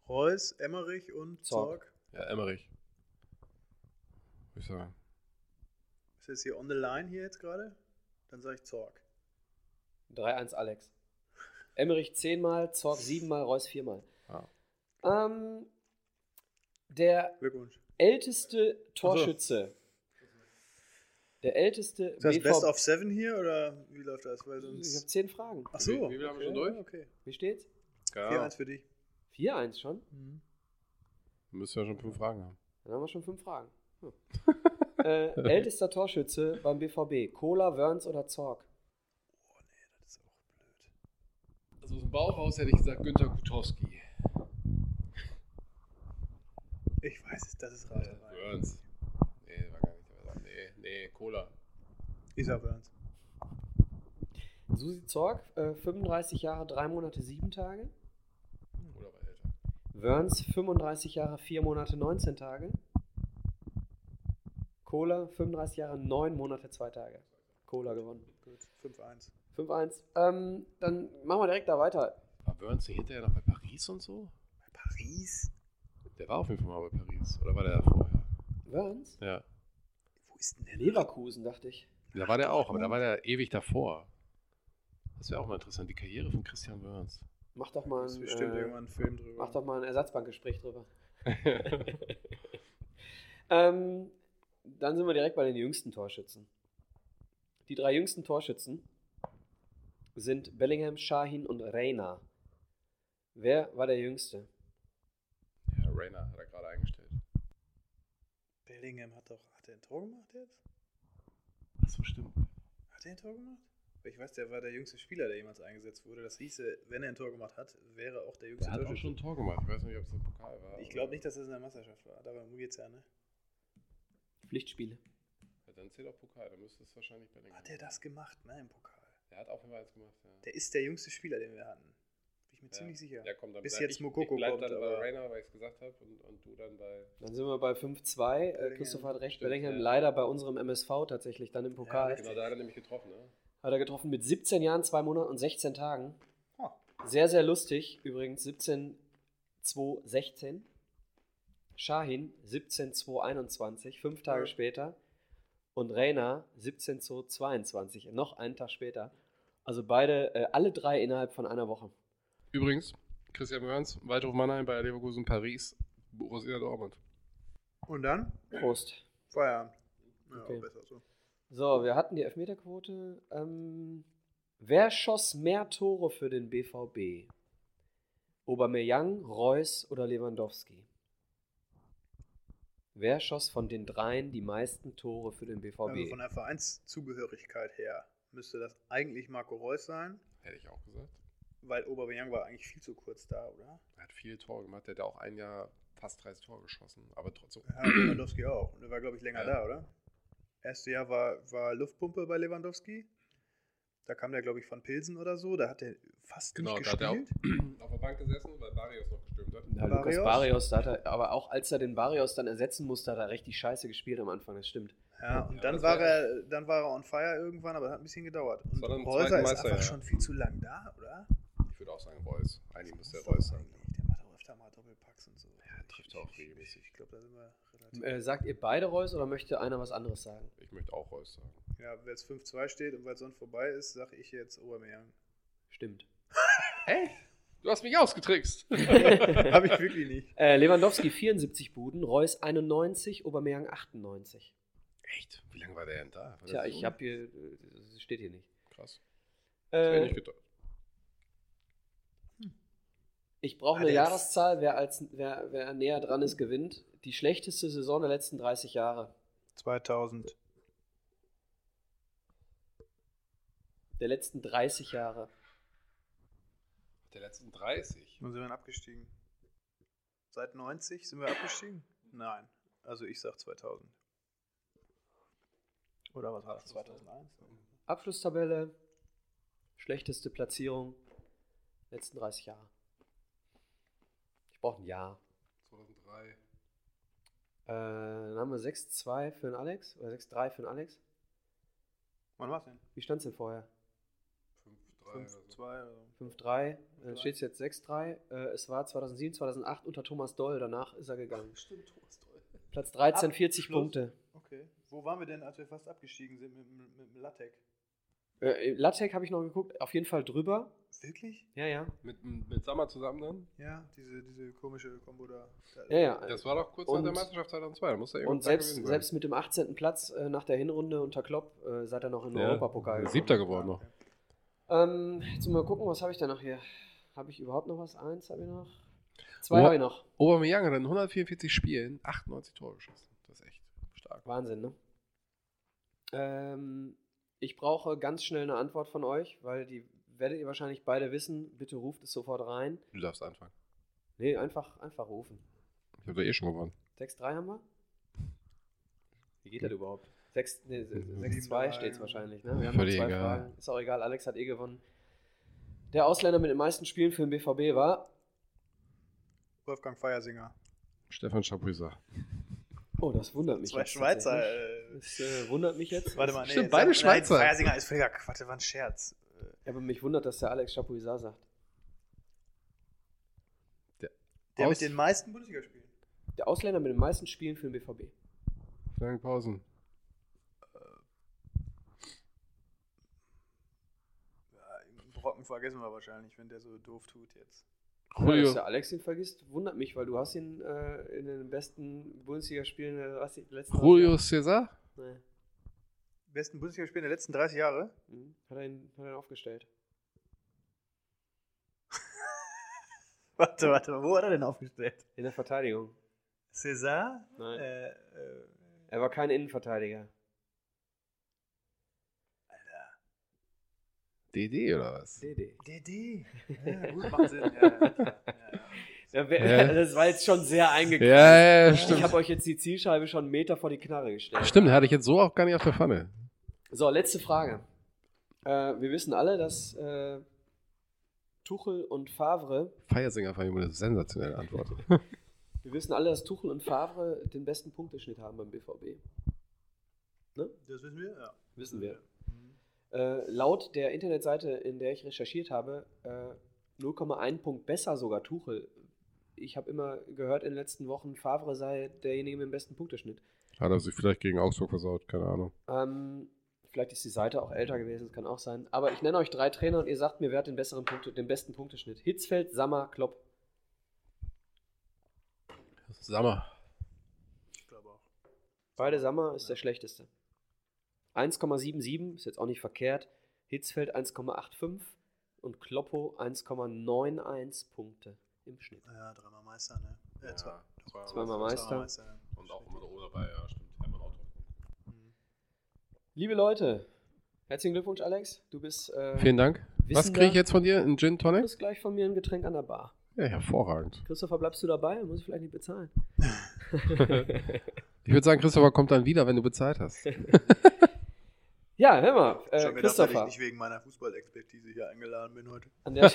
Speaker 3: Reus, Emmerich und
Speaker 1: Zorc.
Speaker 3: Zorg.
Speaker 2: Ja, Emmerich. Muss Ich sagen.
Speaker 3: Ist jetzt hier on the line hier jetzt gerade? Dann sage ich Zorg.
Speaker 1: 3-1 Alex. Emmerich 10 Mal, Zorg 7 Mal, Reus 4 Mal.
Speaker 2: Ja.
Speaker 1: Ähm, der
Speaker 3: Glückwunsch.
Speaker 1: älteste Torschütze. Der älteste
Speaker 3: Ist das
Speaker 1: BVB
Speaker 3: Best of Seven hier oder wie läuft das? Weil
Speaker 1: Ich habe
Speaker 3: sonst...
Speaker 1: 10 Fragen.
Speaker 3: Ach so.
Speaker 2: Wie- wie viel haben wir schon
Speaker 3: okay,
Speaker 2: durch?
Speaker 3: Okay.
Speaker 1: Wie steht's?
Speaker 2: Ja,
Speaker 3: 4-1 für dich. Mhm.
Speaker 1: 4-1 schon?
Speaker 2: müssen wir schon fünf Fragen haben.
Speaker 1: Dann haben wir schon fünf Fragen. Hm. äh, ältester Torschütze beim BVB. Cola, Wörns oder Zorg?
Speaker 3: Das ist auch blöd.
Speaker 2: Also aus dem Bauch raus hätte ich gesagt Günther Kutowski.
Speaker 3: Ich weiß es, das ist Raterei.
Speaker 2: Burns. Nee, war gar nicht. der- Nee, nee, Cola.
Speaker 3: Ich sag Burns.
Speaker 1: Susi Zorg, äh, 35 Jahre, 3 Monate, 7 Tage.
Speaker 2: Cola war älter.
Speaker 1: Wörns, 35 Jahre, 4 Monate, 19 Tage. Cola, 35 Jahre, 9 Monate, 2 Tage. Cola gewonnen.
Speaker 3: Gut, 5-1.
Speaker 1: 5-1. Ähm, dann machen wir direkt da weiter.
Speaker 2: War Burns nicht hinterher noch bei Paris und so?
Speaker 3: Paris?
Speaker 2: Der war auf jeden Fall mal bei Paris. Oder war der da vorher?
Speaker 1: Wörns?
Speaker 2: Ja.
Speaker 3: Wo ist denn der?
Speaker 1: Leverkusen, dachte ich.
Speaker 2: Da war der auch, aber da war der ewig davor. Das wäre auch mal interessant, die Karriere von Christian Burns.
Speaker 1: Mach doch mal
Speaker 3: Das ist
Speaker 1: ein,
Speaker 3: bestimmt
Speaker 1: äh,
Speaker 3: irgendwann ein Film drüber.
Speaker 1: Mach doch mal ein Ersatzbankgespräch drüber. ähm, dann sind wir direkt bei den jüngsten Torschützen. Die drei jüngsten Torschützen sind Bellingham, Shahin und Reina. Wer war der jüngste?
Speaker 2: Ja, Rainer hat er gerade eingestellt.
Speaker 3: Bellingham hat doch. Hat er ein Tor gemacht jetzt?
Speaker 2: Achso, stimmt.
Speaker 3: Hat er ein Tor gemacht? Ich weiß, der war der jüngste Spieler, der jemals eingesetzt wurde. Das hieße, wenn er ein Tor gemacht hat, wäre auch der jüngste
Speaker 2: Der hat auch
Speaker 3: Torschütze.
Speaker 2: schon ein Tor gemacht. Ich weiß nicht, ob es ein Pokal war.
Speaker 3: Ich glaube nicht, dass es in der Meisterschaft war. Darum geht's ja, ne?
Speaker 1: Pflichtspiele.
Speaker 2: Ja, dann zählt auch Pokal, dann müsste es wahrscheinlich Bellingham.
Speaker 3: Hat er das gemacht, ne? Im Pokal.
Speaker 2: Der hat auf jeden Fall eins gemacht, ja.
Speaker 3: Der ist der jüngste Spieler, den wir hatten. Bin ich mir
Speaker 2: Ja.
Speaker 3: ziemlich sicher.
Speaker 2: Ja, komm, dann
Speaker 3: Bis
Speaker 2: bleib
Speaker 3: jetzt
Speaker 2: ich,
Speaker 3: Mokoko
Speaker 2: ich bleib
Speaker 3: kommt,
Speaker 2: dann bei
Speaker 3: aber-
Speaker 2: Rainer, weil ich es gesagt habe und, und du dann bei...
Speaker 1: Dann sind wir bei 5-2. Äh,
Speaker 3: Bellingham.
Speaker 1: Christoph hat recht,
Speaker 2: Stimmt,
Speaker 1: Bellingham
Speaker 2: ja.
Speaker 1: leider bei unserem MSV tatsächlich, dann im Pokal.
Speaker 2: Genau, da hat er nämlich getroffen, ne?
Speaker 1: hat er getroffen mit 17 Jahren, 2 Monaten und 16 Tagen.
Speaker 3: Oh.
Speaker 1: Sehr, sehr lustig. Übrigens 17, 2, 16. Shahin 17, 2, 21, fünf Tage
Speaker 3: Ja.
Speaker 1: später. Und Reina 17, 2, 22, noch einen Tag später. Also beide, äh, alle drei innerhalb von einer Woche.
Speaker 2: Übrigens, Christian Burns, Waldhof Mannheim, Bayer Leverkusen, Paris, Borussia Dortmund.
Speaker 3: Und dann?
Speaker 1: Prost.
Speaker 3: Feierabend. Ja,
Speaker 1: Okay.
Speaker 3: auch besser so.
Speaker 1: So, wir hatten die Elfmeterquote. Ähm, wer schoss mehr Tore für den BVB? Aubameyang, Reus oder Lewandowski? Wer schoss von den dreien die meisten Tore für den BVB?
Speaker 3: Also von der Vereinszugehörigkeit her müsste das eigentlich Marco Reus sein,
Speaker 2: Hätte ich auch gesagt.
Speaker 3: weil Aubameyang war eigentlich viel zu kurz da, oder?
Speaker 2: Er hat viele Tore gemacht, der hat auch ein Jahr fast 30 Tore geschossen, aber trotzdem.
Speaker 3: Ja, Lewandowski auch. Und der war, glaube ich, länger
Speaker 2: Ja.
Speaker 3: da, oder? Erste Jahr war, war Luftpumpe bei Lewandowski. Da kam der, glaube ich, von Pilsen oder so. Da hat er fast
Speaker 2: Genau,
Speaker 3: nicht
Speaker 2: da hat er auch
Speaker 3: gespielt.
Speaker 2: auf der Bank gesessen, weil Barrios noch gestürmt hat.
Speaker 1: ja, Lukas
Speaker 3: Barrios?
Speaker 1: Barrios, da hat er, aber auch als er den Barrios dann ersetzen musste, hat er richtig scheiße gespielt am Anfang, das stimmt.
Speaker 3: Ja, und
Speaker 2: Ja,
Speaker 3: dann,
Speaker 2: das
Speaker 3: war
Speaker 2: war-
Speaker 3: er, dann war er on fire irgendwann, aber das hat ein bisschen gedauert. Und
Speaker 2: war dann im
Speaker 3: Reuser
Speaker 2: zweiten
Speaker 3: ist
Speaker 2: Meister,
Speaker 3: einfach
Speaker 2: ja.
Speaker 3: schon viel zu lang da, oder?
Speaker 2: Ich würde auch sagen Reus. Eigentlich muss der
Speaker 3: Muss doch
Speaker 2: Reus sein.
Speaker 3: eigentlich. Der macht auch öfter mal Doppelpacks und so. Ja,
Speaker 2: trifft auch regelmäßig.
Speaker 3: Ich glaube, da sind wir relativ.
Speaker 1: Äh, sagt ihr beide Reus oder möchte einer was anderes sagen?
Speaker 2: Ich möchte auch Reus sagen.
Speaker 3: Ja, wenn es 5-2 steht und weil sonst vorbei ist, sage ich jetzt Obermeier.
Speaker 1: Stimmt.
Speaker 2: Du hast mich ausgetrickst.
Speaker 3: Habe ich wirklich nicht.
Speaker 1: Äh, Lewandowski 74 Buden, Reus 91, Aubameyang 98.
Speaker 2: Echt? Wie lange war der denn da? War der
Speaker 1: Tja,
Speaker 2: so?
Speaker 1: ich habe hier, das steht hier nicht.
Speaker 2: Krass. Das hätte ich
Speaker 1: Äh,
Speaker 2: nicht gedacht.
Speaker 1: ich brauche eine
Speaker 3: Ah, der ist-
Speaker 1: Jahreszahl, wer, als, wer, wer näher dran ist, gewinnt. Die schlechteste Saison der letzten 30 Jahre.
Speaker 3: 2000.
Speaker 1: der letzten 30 Jahre.
Speaker 2: Der letzten 30.
Speaker 3: Wann sind wir denn abgestiegen? Seit 90 sind wir abgestiegen? Nein. Also ich sag 2000. Oder was war das? 2001?
Speaker 1: Abschlusstabelle, schlechteste Platzierung, letzten 30 Jahre. Ich brauche ein Jahr.
Speaker 2: 2003.
Speaker 1: Äh, dann haben wir 6-2 für den Alex oder 6-3 für den Alex.
Speaker 3: Wann war's denn?
Speaker 1: Wie stand es denn vorher?
Speaker 2: 5-3.
Speaker 3: 5, 2 oder so.
Speaker 1: 5-3, dann steht es äh, jetzt 6-3. Äh, es war 2007, 2008 unter Thomas Doll, danach ist er gegangen.
Speaker 2: Stimmt, Thomas Doll.
Speaker 1: Platz 13, 40
Speaker 3: Abschluss.
Speaker 1: Punkte.
Speaker 3: Okay. Wo waren wir denn, als wir fast abgestiegen sind mit, mit, mit dem Latek?
Speaker 1: Äh, Lattek habe ich noch geguckt, auf jeden Fall drüber.
Speaker 3: Wirklich?
Speaker 1: Ja, ja.
Speaker 2: Mit, mit Sammer zusammen dann?
Speaker 3: Ja, diese, diese komische Kombo da. Da-
Speaker 1: Ja, ja.
Speaker 2: Das war doch kurz
Speaker 1: Und-
Speaker 2: nach der Meisterschaft 2002. Da muss
Speaker 1: Und
Speaker 2: er irgendwann da
Speaker 1: selbst,
Speaker 2: gewesen
Speaker 1: selbst mit dem 18. Platz äh, nach der Hinrunde unter Klopp äh, seid ihr noch in den
Speaker 2: Ja,
Speaker 1: Europapokal gekommen.
Speaker 2: Siebter geworden noch.
Speaker 1: Ähm, jetzt mal gucken, was habe ich denn noch hier? Habe ich überhaupt noch was? Eins habe ich noch. Zwei
Speaker 2: Oha.
Speaker 1: habe ich noch.
Speaker 2: Aubameyang hat in 144 Spielen 98 Tore geschossen. Das ist echt stark.
Speaker 1: Wahnsinn, ne? Ähm, ich brauche ganz schnell eine Antwort von euch, weil die werdet ihr wahrscheinlich beide wissen. Bitte ruft es sofort rein.
Speaker 2: Du darfst anfangen.
Speaker 1: Nee, einfach, einfach rufen.
Speaker 2: Ich habe da eh schon gewonnen.
Speaker 1: 6-3 haben wir? Wie geht das überhaupt? 6-2 nee,
Speaker 2: Mhm.
Speaker 1: 6-2 steht's wahrscheinlich. Ne? Wir haben noch
Speaker 2: Völlig
Speaker 1: zwei
Speaker 2: egal.
Speaker 1: Fragen. Ist auch egal, Alex hat eh gewonnen. Der Ausländer mit den meisten Spielen für den BVB war.
Speaker 3: Wolfgang Feiersinger.
Speaker 2: Stefan Schapuiser.
Speaker 1: Oh, das wundert mich.
Speaker 3: Zwei
Speaker 1: jetzt
Speaker 3: Schweizer.
Speaker 1: tatsächlich.
Speaker 3: Äh,
Speaker 1: Das äh, wundert mich jetzt.
Speaker 3: warte mal,
Speaker 2: Stimmt, beide
Speaker 3: nein,
Speaker 2: Schweizer.
Speaker 3: Feiersinger ist völliger Quatsch, das war ein Scherz.
Speaker 1: Aber mich wundert, dass der Alex Chapuisat sagt.
Speaker 3: Der
Speaker 2: Aus-
Speaker 3: mit den meisten Bundesligaspielen.
Speaker 1: Der Ausländer mit den meisten Spielen für den BVB.
Speaker 2: Frank Pausen.
Speaker 3: Ja, Brocken vergessen wir wahrscheinlich, wenn der so doof tut jetzt.
Speaker 1: Ja, dass
Speaker 2: Julio.
Speaker 1: der Alex ihn vergisst, wundert mich, weil du hast ihn äh, in den besten Bundesligaspielen der rassi- letzten
Speaker 2: Julio Cesar?
Speaker 1: Nee.
Speaker 3: Besten Bundesligaspielen der letzten 30 Jahre?
Speaker 1: Mhm. Hat, er ihn, hat er ihn aufgestellt.
Speaker 3: Warte, warte, wo hat er denn aufgestellt?
Speaker 1: In der Verteidigung.
Speaker 3: César?
Speaker 1: Nein.
Speaker 3: Äh, äh,
Speaker 1: Er war kein Innenverteidiger.
Speaker 2: DD oder was?
Speaker 1: DD.
Speaker 3: DD. Ja, gut, macht Sinn. Ja, ja, klar. ja, ja.
Speaker 1: Ja, wer,
Speaker 2: Ja.
Speaker 1: Das war jetzt schon sehr eingegriffen.
Speaker 2: Ja, ja,
Speaker 1: ich
Speaker 2: stimmt.
Speaker 1: habe euch jetzt die Zielscheibe schon einen Meter vor die Knarre gestellt.
Speaker 2: Stimmt, hatte ich jetzt so auch gar nicht auf der Pfanne.
Speaker 1: So, letzte Frage. Äh, wir wissen alle, dass äh, Tuchel und Favre,
Speaker 2: Feiersinger fand ich immer eine sensationelle Antwort.
Speaker 1: wir wissen alle, dass Tuchel und Favre den besten Punkteschnitt haben beim BVB.
Speaker 3: Das wissen wir, ja. Mhm.
Speaker 1: Wissen wir. Äh, laut der Internetseite, in der ich recherchiert habe, äh, 0,1 Punkt besser sogar Tuchel. Ich habe immer gehört in den letzten Wochen, Favre sei derjenige mit dem besten Punkteschnitt.
Speaker 2: Hat er sich vielleicht gegen Augsburg versaut, keine Ahnung.
Speaker 1: Ähm, vielleicht ist die Seite auch älter gewesen, das kann auch sein. Aber ich nenne euch drei Trainer und ihr sagt mir, wer hat den, besseren Punkte, den besten Punkteschnitt? Hitzfeld, Sammer, Klopp.
Speaker 2: Sammer.
Speaker 3: Ich glaube auch.
Speaker 1: Beide Sammer ist der schlechteste. 1,77 ist jetzt auch nicht verkehrt. Hitzfeld 1,85 und Kloppo 1,91 Punkte im Schnitt.
Speaker 3: Ja, dreimal Meister, ne? Äh, zwei,
Speaker 1: Zweimal Meister.
Speaker 3: zweimal Meister.
Speaker 2: Und auch immer so dabei, ja, stimmt.
Speaker 3: Mhm.
Speaker 1: Liebe Leute, herzlichen Glückwunsch, Alex. Du bist. Äh,
Speaker 2: Vielen Dank. Was
Speaker 1: wissender.
Speaker 2: kriege ich jetzt von dir? Ein Gin
Speaker 1: Du
Speaker 2: Tonic?
Speaker 1: kriegst gleich von mir ein Getränk an der Bar.
Speaker 2: Ja, hervorragend.
Speaker 1: Christopher, bleibst du dabei? Muss ich vielleicht nicht bezahlen.
Speaker 2: Ich würde sagen, Christopher kommt dann wieder, wenn du bezahlt hast.
Speaker 1: Ja, hör mal. Äh,
Speaker 3: Schon gedacht, dass ich
Speaker 1: Christopher.
Speaker 3: nicht wegen meiner Fußballexpertise hier eingeladen bin heute.
Speaker 1: An der,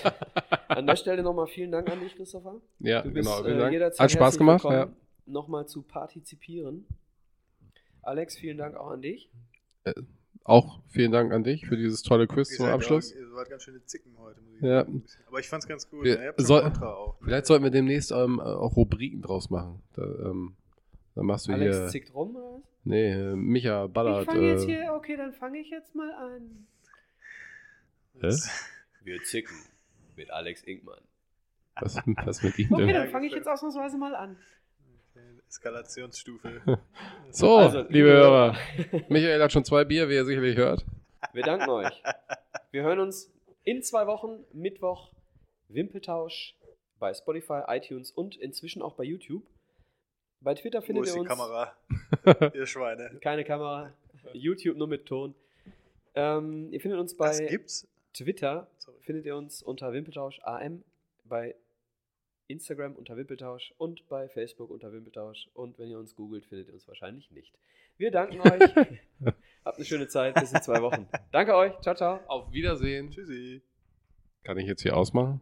Speaker 1: an der Stelle nochmal vielen Dank an dich, Christopher.
Speaker 2: Ja,
Speaker 1: Du bist
Speaker 2: genau. Vielen
Speaker 1: äh,
Speaker 2: Dank.
Speaker 1: jederzeit
Speaker 2: Hat Spaß
Speaker 1: herzlich
Speaker 2: gemacht. Ja.
Speaker 1: willkommen, Nochmal zu partizipieren. Alex, vielen Dank auch an dich.
Speaker 2: Auch vielen Dank an dich für dieses tolle Quiz
Speaker 3: Ihr
Speaker 2: zum
Speaker 3: seid
Speaker 2: Abschluss.
Speaker 3: Ja, auch- ihr wart ganz schöne Zicken heute. Muss ich
Speaker 2: Ja.
Speaker 3: sagen. Aber ich fand's ganz cool.
Speaker 2: Wir-
Speaker 3: ne? Ihr habt schon
Speaker 2: soll-
Speaker 3: Kontra auch. ne?
Speaker 2: Vielleicht sollten wir demnächst ähm, auch Rubriken draus machen. Da, ähm, dann machst du
Speaker 1: Alex
Speaker 2: hier.
Speaker 1: zickt rum. oder was?
Speaker 2: Nee, äh, Micha Ballard.
Speaker 1: Ich fange jetzt
Speaker 2: äh,
Speaker 1: hier, okay, dann fange ich jetzt mal an.
Speaker 2: Hä?
Speaker 4: Wir zicken mit Alex Inkmann.
Speaker 2: Was, was mit ihm
Speaker 1: Okay,
Speaker 2: denn?
Speaker 1: dann fange ich jetzt ausnahmsweise mal an.
Speaker 3: Okay, Eskalationsstufe.
Speaker 2: So,
Speaker 1: Also,
Speaker 2: liebe
Speaker 1: liebe
Speaker 2: Hörer. Michael hat schon zwei Bier, wie ihr sicherlich hört.
Speaker 1: Wir danken euch. Wir hören uns in zwei Wochen, Mittwoch, Wimpeltausch bei Spotify, iTunes und inzwischen auch bei YouTube. Bei Twitter
Speaker 3: Wo
Speaker 1: findet
Speaker 3: ist
Speaker 1: ihr
Speaker 3: die
Speaker 1: uns.
Speaker 3: Kamera? ihr Schweine.
Speaker 1: Keine Kamera. YouTube nur mit Ton. Äh, Ähm, ihr findet uns
Speaker 3: Das
Speaker 1: bei
Speaker 3: gibt's.
Speaker 1: Twitter,
Speaker 3: Sorry.
Speaker 1: findet ihr uns unter Wimpeltausch AM, bei Instagram unter Wimpeltausch und bei Facebook unter Wimpeltausch. Und wenn ihr uns googelt, findet ihr uns wahrscheinlich nicht. Wir danken euch. Habt eine schöne Zeit. Bis in zwei Wochen. Danke euch. Ciao, ciao.
Speaker 2: Auf Wiedersehen.
Speaker 3: Tschüssi.
Speaker 2: Kann ich jetzt hier ausmachen?